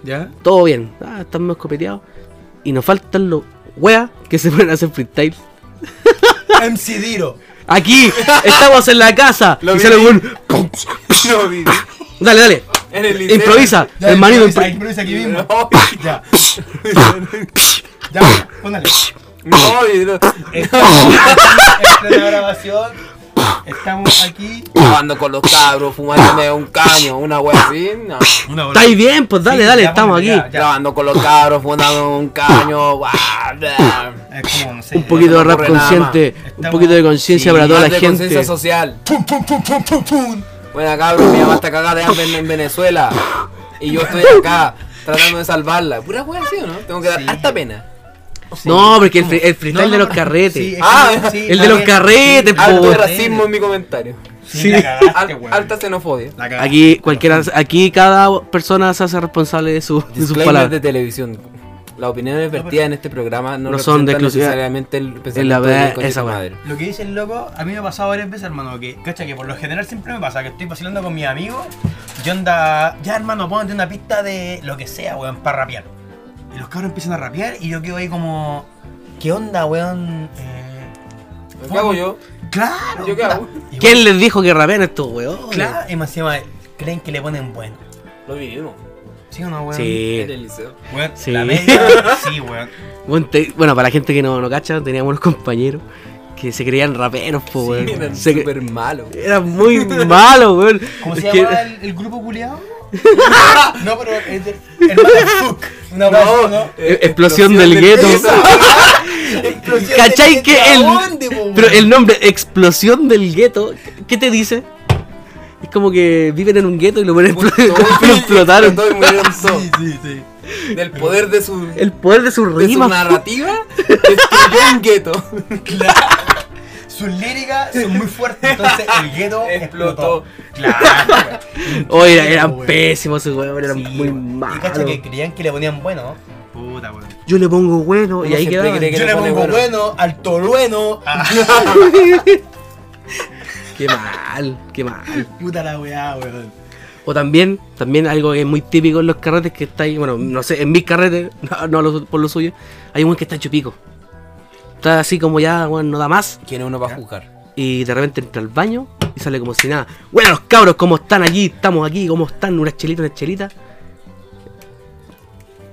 Speaker 5: ¿Ya?
Speaker 3: Todo bien. Ah, están medio escopeteados. Y nos faltan los weas que se ponen a hacer freestyle.
Speaker 5: MC Diro.
Speaker 3: Aquí, estamos en la casa.
Speaker 4: Lo
Speaker 3: y
Speaker 4: vi.
Speaker 3: sale un.
Speaker 4: No, viví.
Speaker 3: Dale, dale.
Speaker 4: En el liceo.
Speaker 3: Improvisa.
Speaker 5: Ya,
Speaker 3: hermanito,
Speaker 5: improvisa,
Speaker 3: impro-
Speaker 5: improvisa aquí mismo.
Speaker 4: No. [LAUGHS]
Speaker 5: [LAUGHS] Ya. Ya, póngale.
Speaker 4: No, y no.
Speaker 5: Estamos en la grabación. Estamos aquí.
Speaker 4: Jugando con los cabros, fumándome un caño, una wea así. No.
Speaker 5: Una
Speaker 3: Está ahí bien, pues dale,
Speaker 5: Sí,
Speaker 3: dale,
Speaker 5: ya,
Speaker 3: estamos aquí.
Speaker 5: póngale, ya.
Speaker 4: Grabando con los cabros, fundando un caño. guau, bla.
Speaker 5: Es como, no sé.
Speaker 3: Un poquito
Speaker 4: no
Speaker 3: de
Speaker 4: ocurre
Speaker 3: rap
Speaker 4: nada más.
Speaker 3: consciente, un
Speaker 5: Estamos-
Speaker 3: poquito de conciencia para toda
Speaker 4: más
Speaker 3: la
Speaker 4: de
Speaker 3: gente.
Speaker 4: conciencia social.
Speaker 5: Pum, pum, pum, pum, pum, pum.
Speaker 4: Bueno, cabros, mi mamá está cagada de hambre en- en Venezuela. Y yo estoy acá tratando de salvarla. Pura wea así, ¿o no? Tengo que dar
Speaker 5: Sí.
Speaker 4: harta pena.
Speaker 3: No, porque el, fri- el freestyle de los carretes.
Speaker 4: Ah,
Speaker 3: el de los carretes, pues. po.
Speaker 4: Alto de
Speaker 3: Pobre.
Speaker 4: racismo en mi comentario.
Speaker 5: Sí, la cagaste,
Speaker 4: Al-
Speaker 5: weón.
Speaker 4: alta xenofobia.
Speaker 5: La cagaste.
Speaker 3: Aquí cualquiera, aquí cada persona se hace responsable de, su- de sus
Speaker 4: Disclaimer
Speaker 3: palabras.
Speaker 4: de televisión. Las opiniones vertidas en este programa no,
Speaker 3: No son
Speaker 4: representan
Speaker 3: de exclusividad.
Speaker 4: necesariamente el
Speaker 3: Es la
Speaker 4: pensamiento
Speaker 3: verdad,
Speaker 4: del conchito
Speaker 3: esa wea.
Speaker 4: madre.
Speaker 5: Lo que dice el loco, a mí me ha pasado varias veces, hermano, que, cacha, que por lo general siempre me pasa que estoy vacilando con mis amigos y onda, ya hermano, ponte una pista de lo que sea, weón, para rapear. Y los cabros empiezan a rapear y yo quedo ahí como, ¿qué onda, weón? Eh,
Speaker 4: ¿Qué hago yo?
Speaker 5: Claro.
Speaker 4: ¿Yo qué
Speaker 5: puta.
Speaker 4: hago?
Speaker 5: Y
Speaker 3: ¿Quién
Speaker 5: bueno,
Speaker 3: les dijo que rapean estos weones?
Speaker 5: Claro, y más encima, creen que le ponen bueno.
Speaker 4: Lo vivimos.
Speaker 5: ¿Sí o no, weón?
Speaker 4: En
Speaker 3: Sí.
Speaker 4: el liceo.
Speaker 5: Weón,
Speaker 3: Sí.
Speaker 5: La media, sí, weón.
Speaker 3: Bueno, te- bueno, para la gente que no, no cacha, teníamos unos compañeros que se creían raperos, po,
Speaker 5: Sí,
Speaker 3: weón.
Speaker 4: Eran
Speaker 3: Se cre-
Speaker 4: súper malos.
Speaker 3: eran muy malos, weón.
Speaker 5: ¿Cómo
Speaker 3: Es
Speaker 5: se
Speaker 3: que-
Speaker 5: llama el, el grupo [LAUGHS] culiado? no, pero es de- el Motherfuck. No, no, no.
Speaker 3: Eh, explosión del gueto.
Speaker 5: Explosión
Speaker 3: ¿Cachai
Speaker 5: de-
Speaker 3: que
Speaker 5: ¿de
Speaker 3: el,
Speaker 5: dónde, po,
Speaker 3: pero
Speaker 5: weón?
Speaker 3: el nombre Explosión del Gueto, ¿qué te dice? Es como que viven en un gueto y lo, [LAUGHS] ponen explo- lo explotaron.
Speaker 4: Todos murieron todos.
Speaker 5: Sí, sí, sí.
Speaker 4: Del poder de su, de
Speaker 3: El poder de sus
Speaker 4: su
Speaker 3: rimas. [LAUGHS]
Speaker 4: narrativa, destruyó un gueto.
Speaker 5: Sus líricas son muy fuertes, entonces el gueto
Speaker 4: Explotó.
Speaker 5: [LAUGHS] explotó. Claro.
Speaker 3: Oye, eran, eran
Speaker 5: weón.
Speaker 3: pésimos esos weón, eran
Speaker 5: Sí,
Speaker 3: muy
Speaker 5: weón. Y cacha
Speaker 3: malos.
Speaker 5: que creían que le ponían bueno. Puta, weón.
Speaker 3: Yo le pongo bueno y
Speaker 4: Uno
Speaker 3: ahí
Speaker 4: siempre
Speaker 3: quedaban.
Speaker 4: cree que-
Speaker 5: Yo
Speaker 4: le
Speaker 5: le
Speaker 4: pone
Speaker 5: pongo
Speaker 4: bueno?
Speaker 5: bueno, al [LAUGHS] torueno. Ah,
Speaker 3: Qué mal, qué mal.
Speaker 5: puta la weá, weón.
Speaker 3: O también, también algo que es muy típico en los carretes que está ahí, bueno, no sé, en mis carretes, [LAUGHS] no, no los- por lo suyo, hay un weón que está chupico. Está así como ya, weón, no da más.
Speaker 4: ¿Quién uno va a juzgar?
Speaker 3: Y de repente entra al baño y sale como si nada. Bueno, los cabros, ¿cómo están aquí? Estamos aquí, ¿cómo están? Una chelita, una chelita.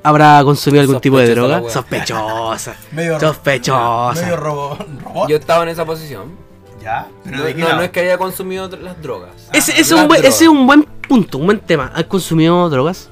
Speaker 3: ¿Habrá consumido algún tipo de
Speaker 4: Sospechosa la
Speaker 3: droga?
Speaker 4: wea.
Speaker 3: Sospechosa.
Speaker 5: [LAUGHS] Medio
Speaker 3: Sospechosa.
Speaker 5: Medio robo, [LAUGHS] robot.
Speaker 4: Yo estaba en esa posición.
Speaker 5: ¿Ya? ¿Pero
Speaker 4: No,
Speaker 5: de qué
Speaker 4: no-
Speaker 5: lado?
Speaker 4: no es que haya consumido otras- las drogas.
Speaker 3: Ese,
Speaker 5: Ah,
Speaker 3: ese es
Speaker 5: las
Speaker 3: un buen,
Speaker 5: drogas.
Speaker 3: ese es un buen punto, un buen tema. ¿Has consumido drogas?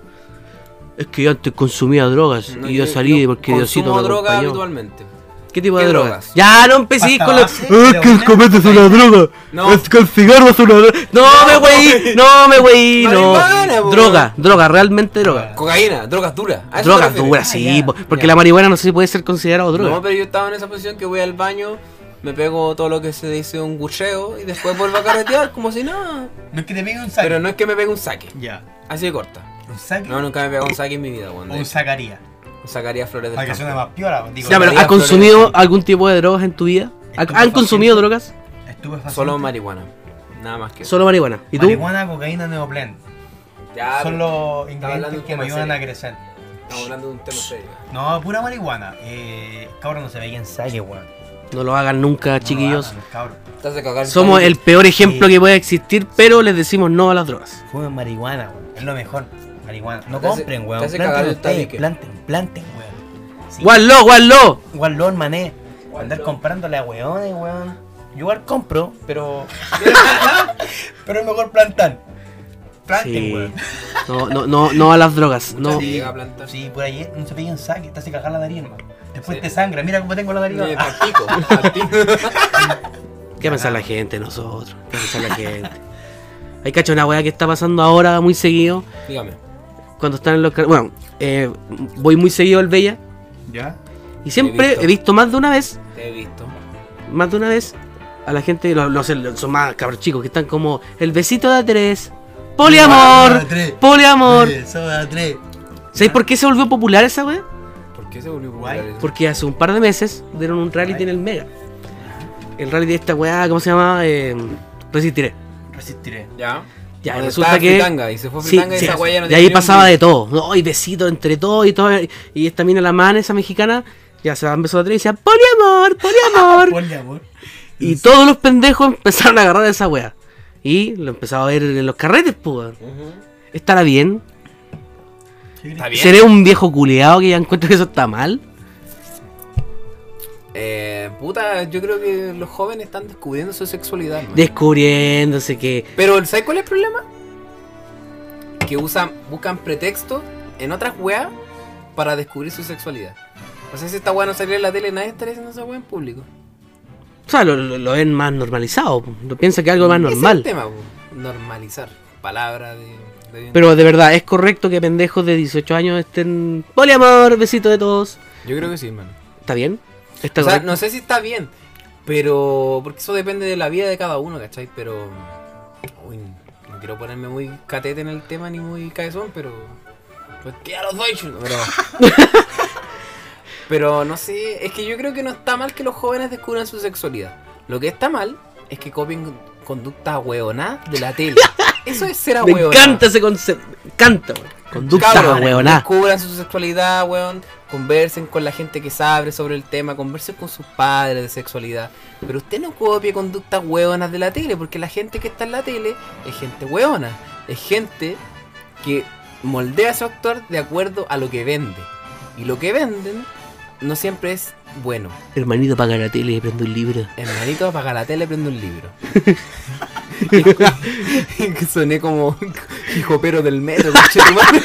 Speaker 3: Es que yo antes consumía drogas
Speaker 4: No,
Speaker 3: y yo salí porque Diosito
Speaker 4: consumo
Speaker 3: me
Speaker 4: droga
Speaker 3: acompañó.
Speaker 4: habitualmente.
Speaker 3: ¿Qué tipo de
Speaker 4: ¿Qué
Speaker 3: drogas?
Speaker 4: drogas?
Speaker 3: Ya no empecé
Speaker 5: Pasta
Speaker 3: con la.
Speaker 5: base,
Speaker 3: ¡Ah, [LAUGHS] que el
Speaker 5: heroína,
Speaker 3: copete es una droga!
Speaker 4: No.
Speaker 3: ¡Es que el cigarro es una droga! ¡No, me güey! ¡No, me güey! ¡No!
Speaker 4: Marihuana, po.
Speaker 3: Droga, droga, realmente droga.
Speaker 4: Cocaína, drogas duras. ¿A eso te
Speaker 3: Drogas
Speaker 4: refieres?
Speaker 3: duras, sí,
Speaker 5: Ah, ya,
Speaker 3: po- porque
Speaker 5: ya.
Speaker 3: la marihuana no sé si puede ser considerado droga.
Speaker 4: No, pero yo estaba en esa posición que voy al baño, me pego todo lo que se dice un gucheo y después vuelvo a carretear como si nada.
Speaker 5: No es que te pegue un saque.
Speaker 4: Pero no es que me pegue un saque,
Speaker 5: Ya.
Speaker 4: así de corta.
Speaker 5: ¿Un saque?
Speaker 4: No, nunca me he pegado un saque en mi vida, weón.
Speaker 5: O un sacaría.
Speaker 4: Sacaría flores del
Speaker 5: Para que
Speaker 4: campo.
Speaker 5: suene más piola. Digo,
Speaker 3: ya, pero
Speaker 4: María
Speaker 3: ¿has consumido
Speaker 4: Flores.
Speaker 3: algún tipo de drogas en tu vida? ¿Ha- ¿Han
Speaker 5: Estupefaciente.
Speaker 3: consumido drogas?
Speaker 5: estupefaciente.
Speaker 4: Solo marihuana. Nada más que eso.
Speaker 3: Solo marihuana. ¿Y tú?
Speaker 5: Marihuana, cocaína, neoplen.
Speaker 4: Ya,
Speaker 5: Son
Speaker 4: pero hablando
Speaker 5: los
Speaker 4: de
Speaker 5: ingredientes
Speaker 4: un
Speaker 5: que
Speaker 4: tema
Speaker 5: me ayudan a
Speaker 4: serio.
Speaker 5: crecer.
Speaker 4: Estamos hablando de un tema serio.
Speaker 5: No, pura marihuana. Eh, cabrón, no se ve quién saque, weón. No
Speaker 3: No lo hagan nunca,
Speaker 5: lo
Speaker 3: chiquillos.
Speaker 5: hagan, cabrón.
Speaker 4: Te hace cagar
Speaker 3: Somos
Speaker 4: sangre.
Speaker 3: el peor ejemplo
Speaker 5: Sí.
Speaker 3: que puede existir, pero les decimos no a las drogas.
Speaker 5: Fumen marihuana, weón. Es lo mejor. Marihuana. No
Speaker 4: Te hace-
Speaker 5: compren,
Speaker 4: te
Speaker 5: weón.
Speaker 4: hace
Speaker 5: Planten
Speaker 4: cagar el
Speaker 5: ustedes,
Speaker 4: tabique.
Speaker 5: planten, planten, weón. Sí.
Speaker 3: ¡Guarlo, guarlo!
Speaker 5: Igual LOL, mané. Andar comprando a weones, weón. Yo igual compro, pero. pero es mejor plantar. Planten,
Speaker 3: Sí.
Speaker 5: weón.
Speaker 3: No, no, no, no a las drogas. No.
Speaker 4: Sí, llega a plantar.
Speaker 5: Sí, por ahí eh, no se pillan saque, te hace cagar la nariz, hermano. Después
Speaker 4: Sí.
Speaker 5: te sangra, mira cómo tengo la nariz.
Speaker 4: No,
Speaker 5: Ah, [LAUGHS]
Speaker 4: practico, practico.
Speaker 3: ¿Qué va a pensar la gente de nosotros? ¿Qué va a pensar la gente? Hay cacho una weá que está pasando ahora muy seguido.
Speaker 4: Dígame.
Speaker 3: Cuando están en los. car- Bueno, eh, voy muy seguido al Bella.
Speaker 6: ¿Ya?
Speaker 3: Y siempre he
Speaker 4: visto.
Speaker 3: visto. más de una vez.
Speaker 4: Te he visto.
Speaker 3: Más de una vez. A la gente. Los, los- son más cabros chicos que están como. El besito de a tres. Poliamor.
Speaker 5: Ah, de tres.
Speaker 3: Poliamor.
Speaker 5: eh, soda tres.
Speaker 3: ¿Sabéis por qué se volvió popular esa weá?
Speaker 4: ¿Por qué se volvió
Speaker 5: Guay.
Speaker 4: popular eso?
Speaker 3: Porque hace un par de meses dieron un reality en el Mega. El reality de esta weá, ¿cómo se llama? Eh, Resistiré.
Speaker 5: Resistiré.
Speaker 4: Ya.
Speaker 3: Ya,
Speaker 4: Cuando
Speaker 3: resulta
Speaker 4: estaba
Speaker 3: que.
Speaker 4: Fritanga y se fue
Speaker 3: Sí,
Speaker 4: Fritanga y
Speaker 3: sí,
Speaker 4: esa guaya no
Speaker 3: de
Speaker 4: tenía
Speaker 3: ahí
Speaker 4: ni un
Speaker 3: pasaba
Speaker 4: brillo.
Speaker 3: de todo. No, y besitos entre todo y todo. Y esta mina, la man, esa mexicana, ya se empezó a tres y decía:
Speaker 4: [LAUGHS]
Speaker 3: ¡Poliamor! ¡Poliamor!
Speaker 5: Ponle amor.
Speaker 3: y todos los pendejos empezaron a agarrar a esa weá. Y lo empezaba a ver en los carretes, pues. ¿Estará bien?
Speaker 4: Está bien.
Speaker 3: ¿Seré un viejo culeado que ya encuentro que eso está mal?
Speaker 4: Eh, puta, yo creo que los jóvenes están descubriendo su sexualidad. man.
Speaker 3: Descubriéndose que.
Speaker 4: Pero, ¿sabes cuál es el problema? Que usan, buscan pretextos en otras weas para descubrir su sexualidad. O sea, si esta wea no saliera en la tele, nadie estaría haciendo esa wea en público.
Speaker 3: O sea, lo, lo- lo ven más normalizado. po. Lo piensa que es algo más
Speaker 4: Ese es
Speaker 3: normal.
Speaker 4: el tema, po. normalizar. Palabra de. de-
Speaker 3: Pero de verdad, ¿es correcto que pendejos de 18 años estén. ¡Poliamor! Besito de todos.
Speaker 4: Yo creo que sí, man.
Speaker 3: ¿Está bien? ¿Está
Speaker 4: O sea,
Speaker 3: correcto?
Speaker 4: no sé si está bien, pero. Porque eso depende de la vida de cada uno, ¿cachai? Pero. Uy, no quiero ponerme muy catete en el tema ni muy cabezón, pero. Pues que a los Deutschen,
Speaker 3: [LAUGHS]
Speaker 4: pero. pero no sé, es que yo creo que no está mal que los jóvenes descubran su sexualidad. Lo que está mal es que copien conductas hueonadas de la
Speaker 3: [LAUGHS]
Speaker 4: tele. Eso es ser a
Speaker 3: Me encanta ese concepto. Me encanta, weón. Conducta, ah.
Speaker 4: Cabros,
Speaker 3: weoná.
Speaker 4: Descubran su sexualidad, weón. Conversen con la gente que sabe sobre el tema. Conversen con sus padres de sexualidad. Pero usted no copie conductas weonas de la tele. Porque la gente que está en la tele es gente weona. Es gente que moldea su actor de acuerdo a lo que vende. Y lo que venden no siempre es bueno.
Speaker 3: Hermanito, paga la tele y prende un libro.
Speaker 4: Hermanito, apaga la tele, prende un libro. [LAUGHS] que soné como [LAUGHS] hijopero del metro, conchetumare.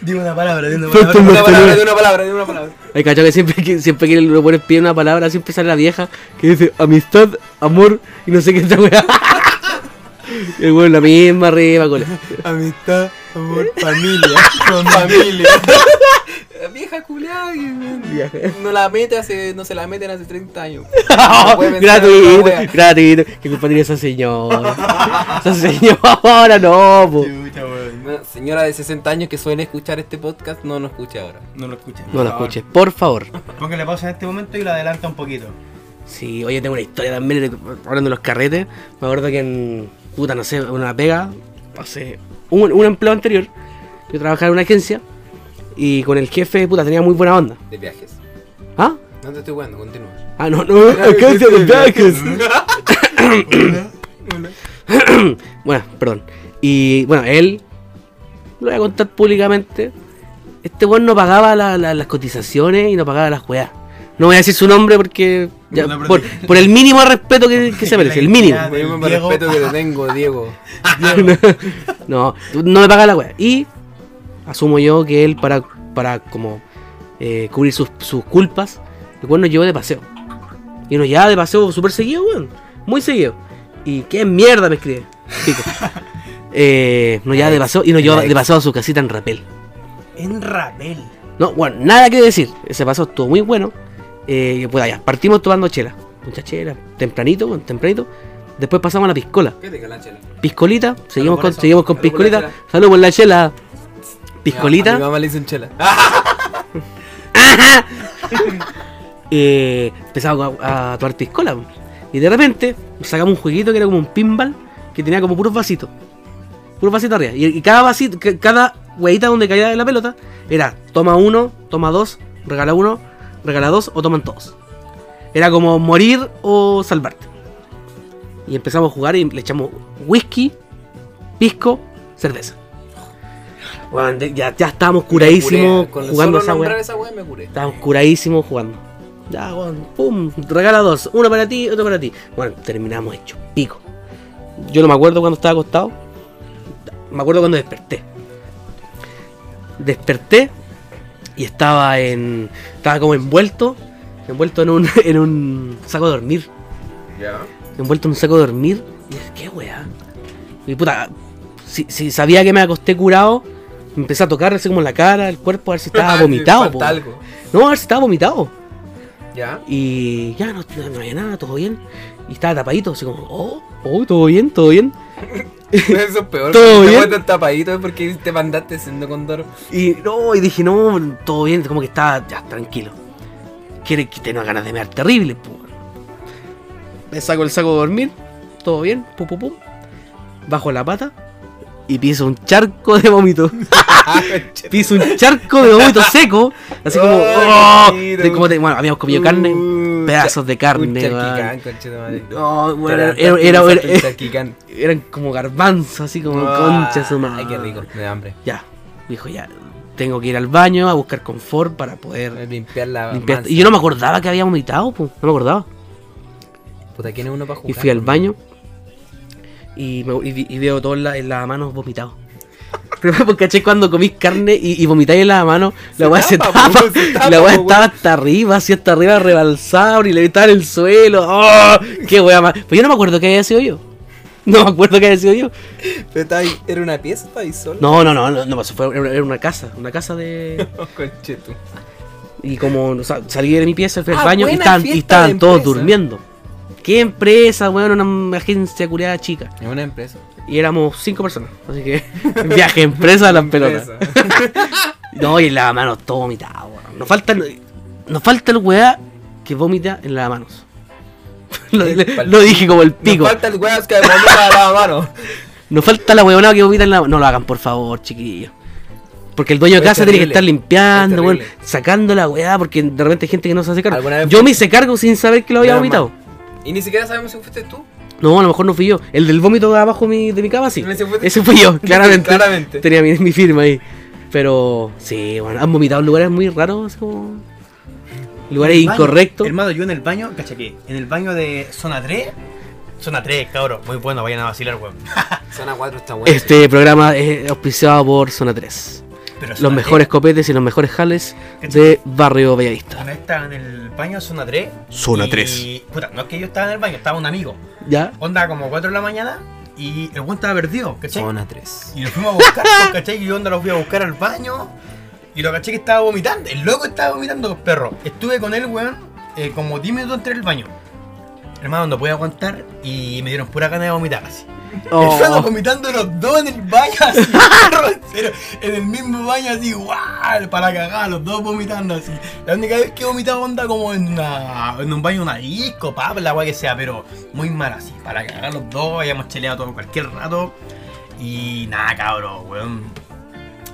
Speaker 5: Digo una palabra, digo una
Speaker 3: Falta
Speaker 5: palabra.
Speaker 3: un
Speaker 4: una palabra,
Speaker 3: Montenegro.
Speaker 4: de una palabra, de una palabra.
Speaker 3: Hay cacho que siempre que, siempre que lo pones pide una palabra, siempre sale la vieja que dice amistad, amor y no sé qué otra weá. [LAUGHS] Y El weón la misma
Speaker 4: [LAUGHS]
Speaker 3: arriba, cola.
Speaker 5: Amistad, amor, familia. Con familia.
Speaker 4: La Eh, vieja culiada que
Speaker 3: Vieja.
Speaker 4: no la mete hace, no se la meten hace 30
Speaker 3: [LAUGHS]
Speaker 4: años. puede pensar en
Speaker 3: gratuito,
Speaker 4: otra wea.
Speaker 3: gratuito. ¿Qué culpa tiene esa señora? esa señora, no, po.
Speaker 6: Chucha, weón.
Speaker 4: Una señora de 60 años que suele escuchar este podcast no nos escucha ahora.
Speaker 6: No lo escuché.
Speaker 3: No la escuches, por favor.
Speaker 5: Póngale pausa en este momento y lo adelanta un poquito.
Speaker 3: Sí, oye, tengo una historia también eh, hablando de los carretes. Me acuerdo que en, puta, no sé, una pega, hace un, un empleo anterior, yo trabajaba en una agencia y con el jefe, puta, tenía muy buena onda.
Speaker 4: De viajes.
Speaker 3: ¿Ah?
Speaker 4: No te estoy jugando, continúa.
Speaker 3: Ah, no, no,
Speaker 6: [LAUGHS]
Speaker 3: agencia
Speaker 6: Este,
Speaker 3: de viajes.
Speaker 6: este.
Speaker 3: [COUGHS] bueno, perdón. Y bueno, él, lo voy a contar públicamente, este weón no pagaba la- la- las cotizaciones y no pagaba las weas. No voy a decir su nombre porque. ya,
Speaker 6: No, pero
Speaker 3: por, por el mínimo respeto que,
Speaker 6: [LAUGHS]
Speaker 3: que se merece, el mínimo.
Speaker 5: Ya,
Speaker 4: Por el mismo
Speaker 5: Diego.
Speaker 4: respeto que
Speaker 3: [LAUGHS]
Speaker 4: te tengo, Diego.
Speaker 3: No, tú no me paga la wea. Y asumo yo que él, para, para como eh, cubrir sus, sus culpas, el weón nos llevó de paseo. Y nos llevaba de paseo súper seguido, weón. Muy seguido. Y qué mierda me escribe. Pico. Eh, nos llevaba de paseo y nos llevaba de paseo a su casita en rapel.
Speaker 5: En Rabel.
Speaker 3: No, bueno, nada que decir. Ese paso estuvo muy bueno. Eh, y pues allá, partimos tomando chela. Mucha chela, tempranito, bueno, tempranito. Después pasamos a la piscola.
Speaker 4: ¿Qué te calanchela?
Speaker 3: Piscolita, seguimos
Speaker 5: por
Speaker 3: con,
Speaker 5: eso.
Speaker 3: seguimos con
Speaker 4: Salud por la
Speaker 3: piscolita.
Speaker 4: chela.
Speaker 3: Salud por la chela.
Speaker 4: A mi
Speaker 3: Piscolita.
Speaker 4: mamá le dicen chela. Ah,
Speaker 3: Eh, empezamos a, a tomar piscola. po. Y de repente sacamos un jueguito que era como un pinball que tenía como puros vasitos. Puros vasitos arriba. Y, y cada vasito, ca- cada huevita donde caía la pelota era toma uno, toma dos, regala uno, regala dos o toman todos. Era como morir o salvarte. Y empezamos a jugar y le echamos whisky, pisco, cerveza. Weón, de- ya, ya estábamos curadísimos
Speaker 4: Con
Speaker 3: jugando
Speaker 4: solo
Speaker 3: esa
Speaker 4: nombrar
Speaker 3: weá.
Speaker 4: esa weá me curé.
Speaker 3: Estábamos curadísimos jugando. Ya, weón, pum, regala dos, uno para ti, otro para ti. Bueno, terminamos hecho pico. Yo no me acuerdo cuando estaba acostado. Me acuerdo cuando desperté. Desperté y estaba en. Estaba como envuelto. Envuelto en un, [LAUGHS] en un saco de dormir.
Speaker 4: Ya.
Speaker 3: Envuelto en un saco de dormir. Y dije, qué weá. Y puta, si, si sabía que me acosté curado, me empecé a tocar así como la cara, el cuerpo, a ver si
Speaker 4: [LAUGHS]
Speaker 3: estaba vomitado. po.
Speaker 4: Ah, Falta algo.
Speaker 3: No, a ver si estaba vomitado. [LAUGHS]
Speaker 4: Ya.
Speaker 3: Y ya, no, no, no había nada, todo bien. Y estaba tapadito, así como, oh, oh, todo bien, todo bien.
Speaker 4: Eso es peor.
Speaker 3: Todo
Speaker 4: cuando
Speaker 3: bien.
Speaker 4: Te tan tapadito es porque te mandaste siendo
Speaker 3: [LAUGHS]
Speaker 4: condoro.
Speaker 3: Y no, y dije, no, todo bien, como que estaba ya tranquilo. Quiere que tenga ganas de mear terrible, po. Me saco el saco de dormir, todo bien, pum, pum, pum. Bajo la pata y piso un charco de
Speaker 4: [LAUGHS]
Speaker 3: vómito. Ah,
Speaker 4: Ah,
Speaker 3: piso un charco de vómito seco, así como,
Speaker 4: Ay,
Speaker 3: oh,
Speaker 4: mira,
Speaker 3: de- como de- bueno, habíamos comido carne,
Speaker 4: Uh,
Speaker 3: pedazos de
Speaker 4: Un
Speaker 3: carne, weón.
Speaker 4: charquicán, conche de madre.
Speaker 3: No,
Speaker 4: Te
Speaker 3: bueno, era-
Speaker 4: levantaste y
Speaker 3: era-
Speaker 4: besaste
Speaker 3: era-
Speaker 4: un charquicán.
Speaker 3: eran como garbanzos, así como
Speaker 4: Ah,
Speaker 3: conchas humanas.
Speaker 4: Ay, qué rico, me da hambre.
Speaker 3: Ya, dijo ya, tengo que ir al baño a buscar confort para poder
Speaker 4: Limpiar la.
Speaker 3: limpiar.
Speaker 4: mansa.
Speaker 3: Y yo no me acordaba que había vomitado, po, no me acordaba.
Speaker 4: Puta, ¿quién es uno para jugar?
Speaker 3: Y fui al baño y, me, y, vi- y veo todo en la- en las manos vomitado. [LAUGHS] Pero porque caché cuando comís carne y, y vomitáis en las manos, la weá se
Speaker 4: tapa,
Speaker 3: tapa.
Speaker 4: po,
Speaker 3: [LAUGHS]
Speaker 4: se tapa,
Speaker 3: la weá
Speaker 4: po,
Speaker 3: estaba hasta arriba, así hasta arriba rebalsada, y le estaba en el suelo. ¡Oh! ¡Qué weá más! Pues yo no me acuerdo que haya sido yo. [LAUGHS] No me acuerdo que haya sido yo.
Speaker 4: Pero estaba ahí- ¿Era una pieza? ¿Estaba ahí solo?
Speaker 3: No, no, no, no, no pasó. Fue, era era una casa, una casa de.
Speaker 4: Oh, Conche tú.
Speaker 3: Y como o sea, salí de mi pieza, fui al
Speaker 4: Ah,
Speaker 3: baño y
Speaker 4: buena
Speaker 3: estaban, y
Speaker 4: fiesta
Speaker 3: estaban
Speaker 4: de
Speaker 3: todos
Speaker 4: empresa.
Speaker 3: durmiendo. ¿Qué empresa, weón? Una agencia culiada chica.
Speaker 4: Es una empresa.
Speaker 3: Y éramos cinco personas.
Speaker 4: [LAUGHS]
Speaker 3: Así que viaje empresa a las pelotas.
Speaker 4: Empresa.
Speaker 3: No, y en lavamanos todo vomitado, weón. Nos falta, nos falta el weá que vomita en lavamanos. [LAUGHS] lo, lo dije como el [LAUGHS] pico.
Speaker 4: Nos falta el weas que me mandaba la mano.
Speaker 3: Nos falta la huevonada que vomita en la... No lo hagan, por favor, chiquillos. Porque el dueño de
Speaker 4: Es
Speaker 3: casa tiene
Speaker 4: terrible.
Speaker 3: que estar
Speaker 4: Es
Speaker 3: limpiando,
Speaker 4: terrible.
Speaker 3: weón, sacando la weá, porque de repente hay gente que no se hace cargo.
Speaker 4: ¿Alguna vez
Speaker 3: Yo
Speaker 4: fue-
Speaker 3: me hice cargo sin saber que lo había
Speaker 4: Menos mal.
Speaker 3: vomitado.
Speaker 4: Y ni siquiera sabemos si fuiste tú.
Speaker 3: No, a lo mejor no fui yo. El del vómito de abajo mi- de mi cama, sí.
Speaker 4: Ese fue-
Speaker 3: Ese fui
Speaker 4: [LAUGHS]
Speaker 3: yo, claramente.
Speaker 4: Claramente.
Speaker 3: Tenía mi, mi firma ahí. Pero sí, bueno, han vomitado en lugares muy raros, así como... Lugares
Speaker 5: El baño,
Speaker 3: incorrectos.
Speaker 5: Hermano, yo en el baño, cacha que, en el baño de zona 3, zona 3, cabrón, muy bueno, vayan a vacilar, weón.
Speaker 4: Zona 4 está buena.
Speaker 3: Este programa es auspiciado por Zona 3.
Speaker 5: Pero
Speaker 3: Los
Speaker 5: Zona
Speaker 3: mejores copetes y los mejores jales
Speaker 5: Cacha.
Speaker 3: de Barrio Bellavista.
Speaker 5: 3, una vez estaba en el baño de zona 3.
Speaker 7: Zona
Speaker 5: y-
Speaker 7: 3.
Speaker 5: Puta, no es que yo estaba en el baño, estaba un amigo.
Speaker 3: ¿Ya?
Speaker 5: Onda como 4 de la mañana y el weón estaba perdido, ¿cachai?
Speaker 4: Zona 3.
Speaker 5: Y lo fuimos a buscar, pues, ¿cachai? Y yo onda lo fui a buscar al baño. Y lo caché que estaba vomitando. El loco estaba vomitando, pues, perro. Estuve con él, weón, eh, como 10 minutos entre el baño. Hermano, no pude aguantar y me dieron pura ganas de vomitar así.
Speaker 3: Oh.
Speaker 5: Estamos vomitando los dos en el baño así, perro, en serio, en el mismo baño así, guau, para cagar, los dos vomitando así. La única vez que he vomitado onda como en, una- en un baño, una disco, pap, la guay que sea, pero muy mal así, para cagar los dos, hayamos cheleado todo cualquier rato. Y nada, cabrón, weón.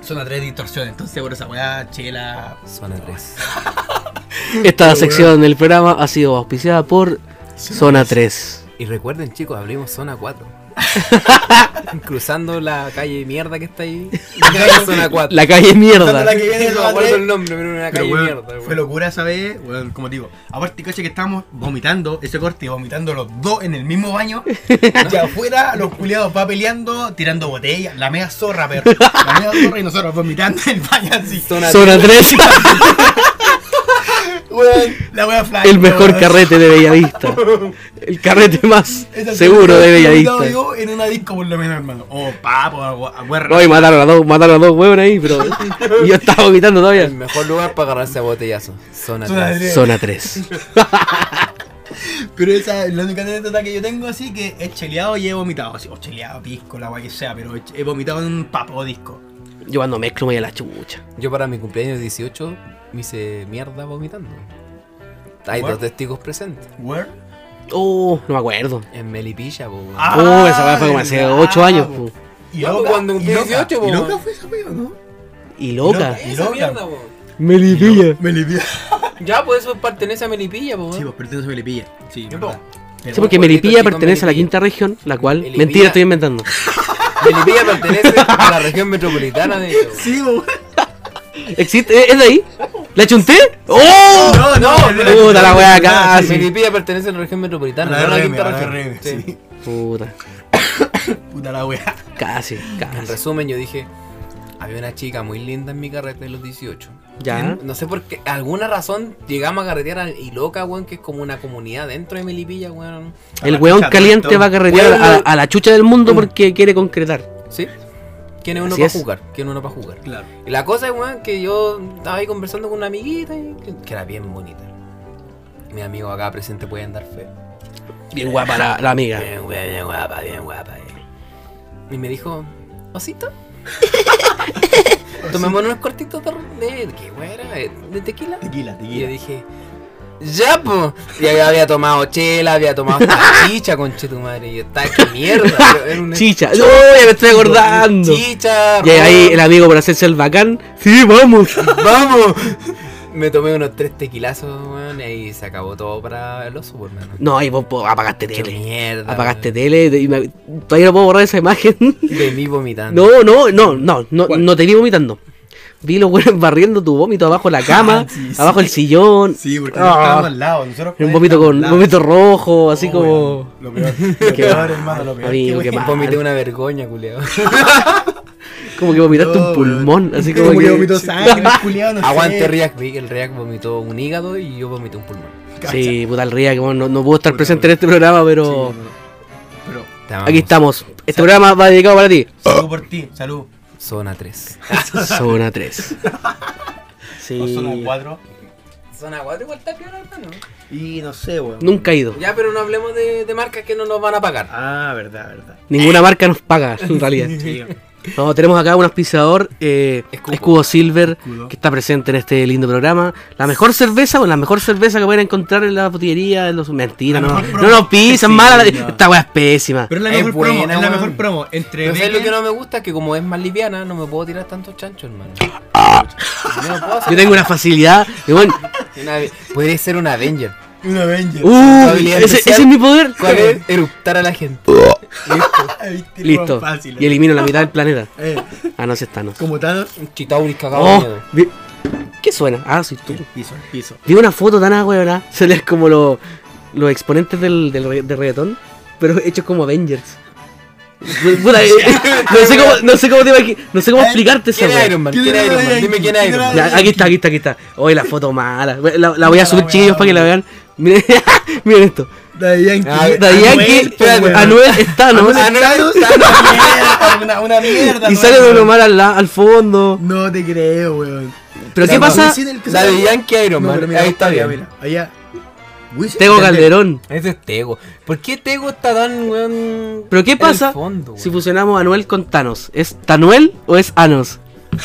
Speaker 5: Son las tres distorsiones, entonces por esa weá, chela.
Speaker 4: Zona 3.
Speaker 3: Esta sección del programa ha sido auspiciada por Zona 3. [LAUGHS]
Speaker 4: Y recuerden, chicos, abrimos zona 4. Cruzando la calle mierda que está
Speaker 3: [LAUGHS]
Speaker 4: ahí. La zona 4.
Speaker 3: La calle
Speaker 5: Tanto la
Speaker 3: mierda.
Speaker 5: que
Speaker 4: No
Speaker 5: viene de
Speaker 4: me
Speaker 5: la
Speaker 4: acuerdo
Speaker 5: tres.
Speaker 4: el nombre, pero era una
Speaker 5: Pero,
Speaker 4: calle
Speaker 5: weón,
Speaker 4: mierda.
Speaker 5: fue
Speaker 4: weón.
Speaker 5: locura esa vez, weón, como te digo. Aparte, caché que estábamos vomitando ese corte y vomitando los dos en el mismo
Speaker 3: [LAUGHS]
Speaker 5: baño. y afuera, los culiados va peleando, tirando botellas. La mea zorra, perro. La mea zorra y nosotros vomitando en el baño así.
Speaker 4: Zona
Speaker 3: Zona 3,
Speaker 5: Weón, la wea flaca.
Speaker 3: [LAUGHS] el mejor carrete de Bellavista. El carrete más seguro de Bellavista.
Speaker 5: Yo en una disco, por lo menos, hermano. O papo, o agua-
Speaker 3: No, y mataron a dos, mataron a dos huevos ahí, pero yo estaba vomitando todavía.
Speaker 4: El mejor lugar para agarrarse a botellazo. Zona
Speaker 5: Zona
Speaker 4: 3.
Speaker 5: tres.
Speaker 3: Zona 3.
Speaker 5: Pero esa es la única anécdota que yo tengo así que he cheleado y he vomitado. Así, o cheleado, disco, la guay que sea, pero he, he vomitado en un papo disco.
Speaker 3: Yo cuando mezclo me voy a la chucha.
Speaker 4: Yo para mi cumpleaños 18 me hice mierda vomitando. Hay
Speaker 5: Bueno.
Speaker 4: dos testigos presentes.
Speaker 5: Where?
Speaker 3: Oh, no me acuerdo.
Speaker 4: En Melipilla, po, weón.
Speaker 3: Oh, esa weá fue como hace
Speaker 5: verdad,
Speaker 3: 8 años.
Speaker 5: po.
Speaker 3: po.
Speaker 5: Y
Speaker 4: No, pues, cuando cumplí 18, po,
Speaker 5: ¿Y loca
Speaker 4: weón.
Speaker 5: fue esa wea, no?
Speaker 3: Y loca.
Speaker 5: Y loca.
Speaker 4: po.
Speaker 3: Melipilla.
Speaker 5: Me limpié.
Speaker 4: Ya, pues eso pertenece a Melipilla, po, weón.
Speaker 5: Sí, pues pertenece a Melipilla. Sí,
Speaker 4: Sí,
Speaker 5: verdad.
Speaker 3: Sí, porque Melipilla pertenece a la
Speaker 4: Melipilla.
Speaker 3: quinta región, la cual.
Speaker 4: Melipilla.
Speaker 3: Mentira, estoy inventando.
Speaker 4: Melipilla pertenece a la región metropolitana de hecho,
Speaker 5: [LAUGHS] Sí, po.
Speaker 3: ¿Existe? ¿Es de ahí? ¿La chunté? ¡Oh!
Speaker 5: [LAUGHS] No, no,
Speaker 3: Puta la wea acá,
Speaker 4: weón.
Speaker 3: sí.
Speaker 4: Ah, Melipilla pertenece a la región metropolitana, no
Speaker 5: La
Speaker 4: a la
Speaker 5: RM,
Speaker 4: quinta
Speaker 5: la
Speaker 4: región.
Speaker 5: RM,
Speaker 4: Sí.
Speaker 5: sí.
Speaker 3: Puta.
Speaker 5: Puta la wea.
Speaker 3: Casi,
Speaker 4: En
Speaker 3: casi.
Speaker 4: resumen, yo dije, había una chica muy linda en mi carrete de los 18.
Speaker 3: Ya.
Speaker 4: No sé por qué, alguna razón llegamos a carretear a Iloca, weón, que es como una comunidad dentro de Melipilla, weón.
Speaker 3: El weón caliente va a carretear a, a la chucha del
Speaker 5: Mm.
Speaker 3: mundo porque quiere concretar.
Speaker 4: ¿Sí? ¿Quién es uno
Speaker 3: Así
Speaker 4: para
Speaker 3: es.
Speaker 4: jugar? ¿Quién es uno para jugar?
Speaker 5: Claro.
Speaker 4: Y la cosa es, weón, que yo estaba ahí conversando con una amiguita y que, que era bien bonita. Mi amigo acá presente puede andar feo.
Speaker 3: Bien
Speaker 4: [LAUGHS]
Speaker 3: guapa la, la amiga.
Speaker 4: Bien, gua- bien guapa, bien guapa. eh. Y me dijo,
Speaker 3: [LAUGHS]
Speaker 4: osito. Tomémonos unos cortitos de, de, de- ¿qué weá era? Eh, de tequila.
Speaker 5: Tequila,
Speaker 4: Y yo
Speaker 5: tequila.
Speaker 4: dije, ya, po. Y había, había tomado chela, había tomado
Speaker 3: [LAUGHS]
Speaker 4: hasta chicha, conche tu madre. Y yo, está que mierda. pero
Speaker 5: Mm.
Speaker 4: era un-
Speaker 3: Chicha. ¡No! Ya me estoy acordando.
Speaker 4: Chicha.
Speaker 3: Y ahí
Speaker 4: ron.
Speaker 3: el amigo por hacerse el bacán. Sí,
Speaker 5: [LAUGHS]
Speaker 3: vamos.
Speaker 4: ¡Vamos! Me tomé unos tres tequilazos, weón, y ahí se acabó todo para el oso, por mano.
Speaker 3: No, ahí vos, vos apagaste
Speaker 4: Qué
Speaker 3: tele.
Speaker 4: mierda.
Speaker 3: Apagaste tele. y me- todavía no puedo borrar esa imagen.
Speaker 5: [LAUGHS]
Speaker 4: De mí vomitando.
Speaker 3: No, no, no, no, no, no te vi vomitando. Vi los güeyes barriendo tu vómito abajo de la
Speaker 5: [LAUGHS]
Speaker 3: cama,
Speaker 5: Ah, sí, sí.
Speaker 3: abajo el sillón.
Speaker 5: Sí, porque
Speaker 3: Ah.
Speaker 5: nosotros estábamos al lado. Nosotros
Speaker 3: Un vómito con
Speaker 5: estábamos al lado.
Speaker 3: vómito rojo, así
Speaker 5: Oh,
Speaker 3: como.
Speaker 5: weón, Lo [LAUGHS] peor, lo peor, hermano, lo peor.
Speaker 3: Amigo, qué
Speaker 5: weón.
Speaker 3: mal.
Speaker 4: Vomité una vergüenza,
Speaker 3: [LAUGHS]
Speaker 4: culeo.
Speaker 3: Como que vomitaste
Speaker 5: Oh,
Speaker 3: un pulmón,
Speaker 5: weón.
Speaker 3: así como, que. [LAUGHS]
Speaker 5: vomitó sangre, culiado, no sé.
Speaker 4: [LAUGHS] Aguante React, vi que el React vomitó un hígado y yo vomité un pulmón.
Speaker 3: Sí, puta el ría, que bueno, no, no puedo estar
Speaker 5: Puta,
Speaker 3: presente en
Speaker 5: weón.
Speaker 3: este programa,
Speaker 5: Sí,
Speaker 3: pero.
Speaker 5: Pero,
Speaker 4: Te amamos.
Speaker 3: Aquí estamos. Este programa va dedicado para
Speaker 5: [LAUGHS]
Speaker 3: ti.
Speaker 5: salud por ti, salud.
Speaker 4: Zona
Speaker 3: [LAUGHS]
Speaker 4: 3.
Speaker 3: Zona 3.
Speaker 5: O solo
Speaker 3: Sí.
Speaker 5: cuatro.
Speaker 4: Zona 4 igual está peor, hermano.
Speaker 5: Y no sé, weón.
Speaker 3: Nunca he ido.
Speaker 4: Ya, pero no hablemos de, de marcas que no nos van a pagar.
Speaker 5: Ah, verdad, verdad.
Speaker 3: Ninguna marca nos paga,
Speaker 5: [LAUGHS]
Speaker 3: en realidad.
Speaker 5: Sí,
Speaker 3: No, tenemos acá un auspiciador, eh,
Speaker 4: Escudo.
Speaker 3: escudo. Silver,
Speaker 5: Escudo.
Speaker 3: que está presente en este lindo programa. La mejor cerveza, o la mejor cerveza que pueden encontrar en la botillería, en los... Mentira,
Speaker 5: La
Speaker 3: no.
Speaker 5: mejor
Speaker 3: No,
Speaker 5: promo.
Speaker 3: no, pisan
Speaker 5: Sí,
Speaker 3: mala. la-
Speaker 5: no.
Speaker 3: Esta weá es pésima.
Speaker 5: Pero es la
Speaker 4: Es
Speaker 5: mejor
Speaker 4: buena,
Speaker 5: promo, es la
Speaker 4: weón.
Speaker 5: mejor promo. Entre
Speaker 4: Pero ¿sabes lo
Speaker 5: Becker-
Speaker 4: que no me gusta? Que como es más liviana, no me puedo tirar tantos chanchos, hermano. No puedo hacer-
Speaker 3: Yo tengo una facilidad.
Speaker 4: [LAUGHS]
Speaker 3: de, bueno,
Speaker 4: Una- Podría ser una Avenger.
Speaker 5: Un Avenger. [LAUGHS]
Speaker 3: ¡uh!
Speaker 4: Habilidad
Speaker 3: ese,
Speaker 4: especial.
Speaker 3: ese es mi poder.
Speaker 4: ¿Cuál es? Eruptar a la gente.
Speaker 5: Ah, viste, weón,
Speaker 3: Listo.
Speaker 5: fácil.
Speaker 3: Y elimino la mitad del planeta.
Speaker 5: Eh,
Speaker 3: Ah, no, ese es Thanos.
Speaker 5: como Thanos.
Speaker 4: Un chitauri cagado de
Speaker 3: Oh,
Speaker 4: miedo.
Speaker 3: vi- ¿Qué suena? Ah, soy tú.
Speaker 5: Piso, piso.
Speaker 3: Vi una foto tan agüeona. [LAUGHS] Se les como los- los exponentes del, del, re- del reggaetón, pero hechos como Avengers. Puta, eh, [LAUGHS] no, sé cómo, no sé cómo te imagi- no sé cómo explicarte esa
Speaker 4: ¿Quién es
Speaker 3: wea.
Speaker 4: Iron Man?
Speaker 5: ¿Quién
Speaker 4: ¿Quién es
Speaker 5: era
Speaker 4: Iron Man?
Speaker 5: Yankee?
Speaker 4: Dime quién
Speaker 5: ¿Quién
Speaker 4: es Iron
Speaker 5: era
Speaker 4: Man.
Speaker 3: Ya, aquí está, aquí está, aquí está. Hoy la foto mala. La, la voy a
Speaker 5: La
Speaker 3: subir
Speaker 5: wea,
Speaker 3: chiquillos para que la vean. [LAUGHS] Miren, miren esto.
Speaker 5: Daddy Yankee. pues,
Speaker 4: Ah,
Speaker 3: Daddy Yankee,
Speaker 5: Anuel,
Speaker 3: Anuel está, ¿no?
Speaker 5: Anuel Thanos. Una mierda, una- una mierda.
Speaker 3: Y
Speaker 5: no,
Speaker 3: sale
Speaker 5: weón.
Speaker 3: Bruno Mars al, la- al fondo.
Speaker 5: No te creo, weón.
Speaker 3: Pero ¿qué
Speaker 5: La-
Speaker 3: pasa?
Speaker 5: Wisin el que
Speaker 4: La de
Speaker 5: sale-
Speaker 4: Yankee Iron
Speaker 5: No,
Speaker 4: Man.
Speaker 5: pero mira,
Speaker 4: Ahí está
Speaker 5: mira,
Speaker 4: bien.
Speaker 5: mira, Allá. Wisin-
Speaker 3: Tego
Speaker 5: Del- del-
Speaker 3: Calderón.
Speaker 4: Ese es Tego. ¿Por qué Tego está tan, weón?
Speaker 3: Pero ¿qué
Speaker 4: en
Speaker 3: pasa
Speaker 4: el fondo,
Speaker 3: si
Speaker 4: weón?
Speaker 3: fusionamos Anuel con Thanos? ¿Es Tanuel o es Anos?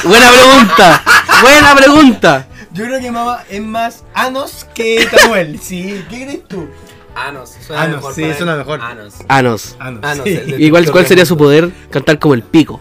Speaker 3: Buena pregunta. Buena pregunta.
Speaker 5: Yo creo que mamá es más Anos que Tanuel. sí, ¿qué crees tú?
Speaker 4: Anos. Ah, Suena
Speaker 5: Anos,
Speaker 4: mejor
Speaker 5: sí,
Speaker 4: para
Speaker 5: suena
Speaker 4: él. Ah,
Speaker 5: mejor.
Speaker 4: Anos.
Speaker 3: Anos.
Speaker 5: Anos.
Speaker 4: Anos.
Speaker 5: sí.
Speaker 4: el del
Speaker 3: ¿Y cuál,
Speaker 4: Doctor
Speaker 3: cuál sería su
Speaker 4: Remoto.
Speaker 3: poder? Cantar como el
Speaker 5: [LAUGHS]
Speaker 3: pico.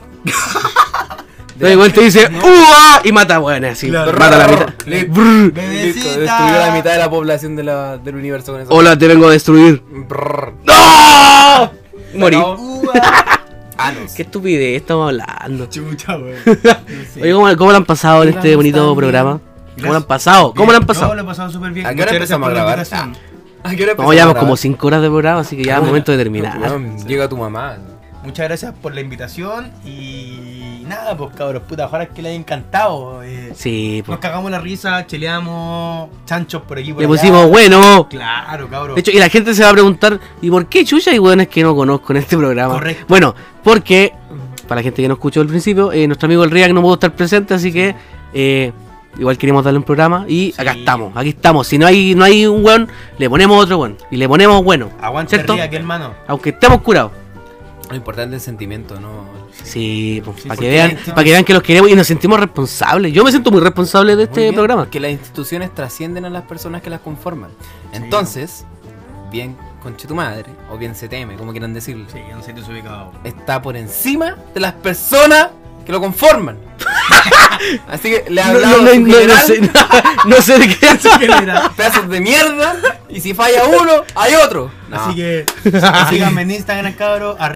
Speaker 3: No,
Speaker 4: De-
Speaker 3: igual te dice ¡Uah! y mata, bueno, así.
Speaker 5: Claro.
Speaker 3: Mata la mitad.
Speaker 4: Listo.
Speaker 3: Brr.
Speaker 4: Listo,
Speaker 5: Bebecita.
Speaker 4: Destruyó la mitad de la población de la- del universo con eso.
Speaker 3: Hola, te vengo a destruir.
Speaker 4: Brrr.
Speaker 3: ¡No! Morí.
Speaker 4: uh, ah, Anos.
Speaker 3: [LAUGHS] Qué estupidez estamos hablando.
Speaker 6: Chucha, weón. No sé.
Speaker 3: Oye, ¿cómo, cómo la han pasado en
Speaker 6: Hola,
Speaker 3: este bonito
Speaker 6: ¿están
Speaker 3: programa?
Speaker 6: bien?
Speaker 3: ¿Cómo la han pasado? ¿Cómo la han pasado?
Speaker 5: No, lo he pasado súper bien.
Speaker 4: ¿A qué hora empezamos a grabar? ¿A Ah, qué hora
Speaker 3: No,
Speaker 4: empezamos a
Speaker 3: llevamos
Speaker 4: grabar?
Speaker 3: como 5 horas de programa, así que ya es momento de terminar.
Speaker 4: Weón, Llega tu mamá.
Speaker 5: Muchas gracias por la invitación y nada, pues cabros, puta, ojalá que les haya encantado. eh.
Speaker 3: Sí, po.
Speaker 5: Nos cagamos la risa, cheleamos, chanchos por aquí por
Speaker 3: le
Speaker 5: allá.
Speaker 3: pusimos bueno.
Speaker 5: Claro, cabros.
Speaker 3: De hecho, y la gente se va a preguntar, ¿y por qué chucha y hueones que no conozco en este programa?
Speaker 5: Correcto.
Speaker 3: Bueno, porque, para la gente que no escuchó al principio, eh, nuestro amigo el Riak no pudo estar presente, así que eh, igual queríamos darle un programa y acá
Speaker 5: Sí.
Speaker 3: estamos, aquí estamos. Si no hay, no hay un weón, le ponemos otro weón y le ponemos bueno,
Speaker 5: Aguante
Speaker 3: ¿cierto?
Speaker 5: arriba, que hermano.
Speaker 3: aunque estemos curados.
Speaker 4: Lo importante es el sentimiento, ¿no?
Speaker 3: Sí, pues, para que
Speaker 5: porque
Speaker 3: vean,
Speaker 5: esto-
Speaker 3: para que vean que los queremos y nos sentimos responsables. Yo me siento muy responsable de
Speaker 4: Muy
Speaker 3: este
Speaker 4: bien,
Speaker 3: programa.
Speaker 4: Que las instituciones trascienden a las personas que las conforman. Entonces, bien conche tu madre, o bien se teme, como quieran decirlo,
Speaker 5: Sí, en serio
Speaker 3: [LAUGHS]
Speaker 5: se ubicado.
Speaker 4: está por encima de las personas que lo conforman. [LAUGHS] Así que le
Speaker 3: No, no,
Speaker 4: hablamos
Speaker 3: no,
Speaker 4: en
Speaker 3: no, no
Speaker 4: general,
Speaker 3: sé, [LAUGHS] no sé de qué hace. [LAUGHS]
Speaker 4: pedazos de mierda, y si falla uno, hay otro. No.
Speaker 3: [LAUGHS]
Speaker 5: Así que síganme en Instagram, cabros. ar-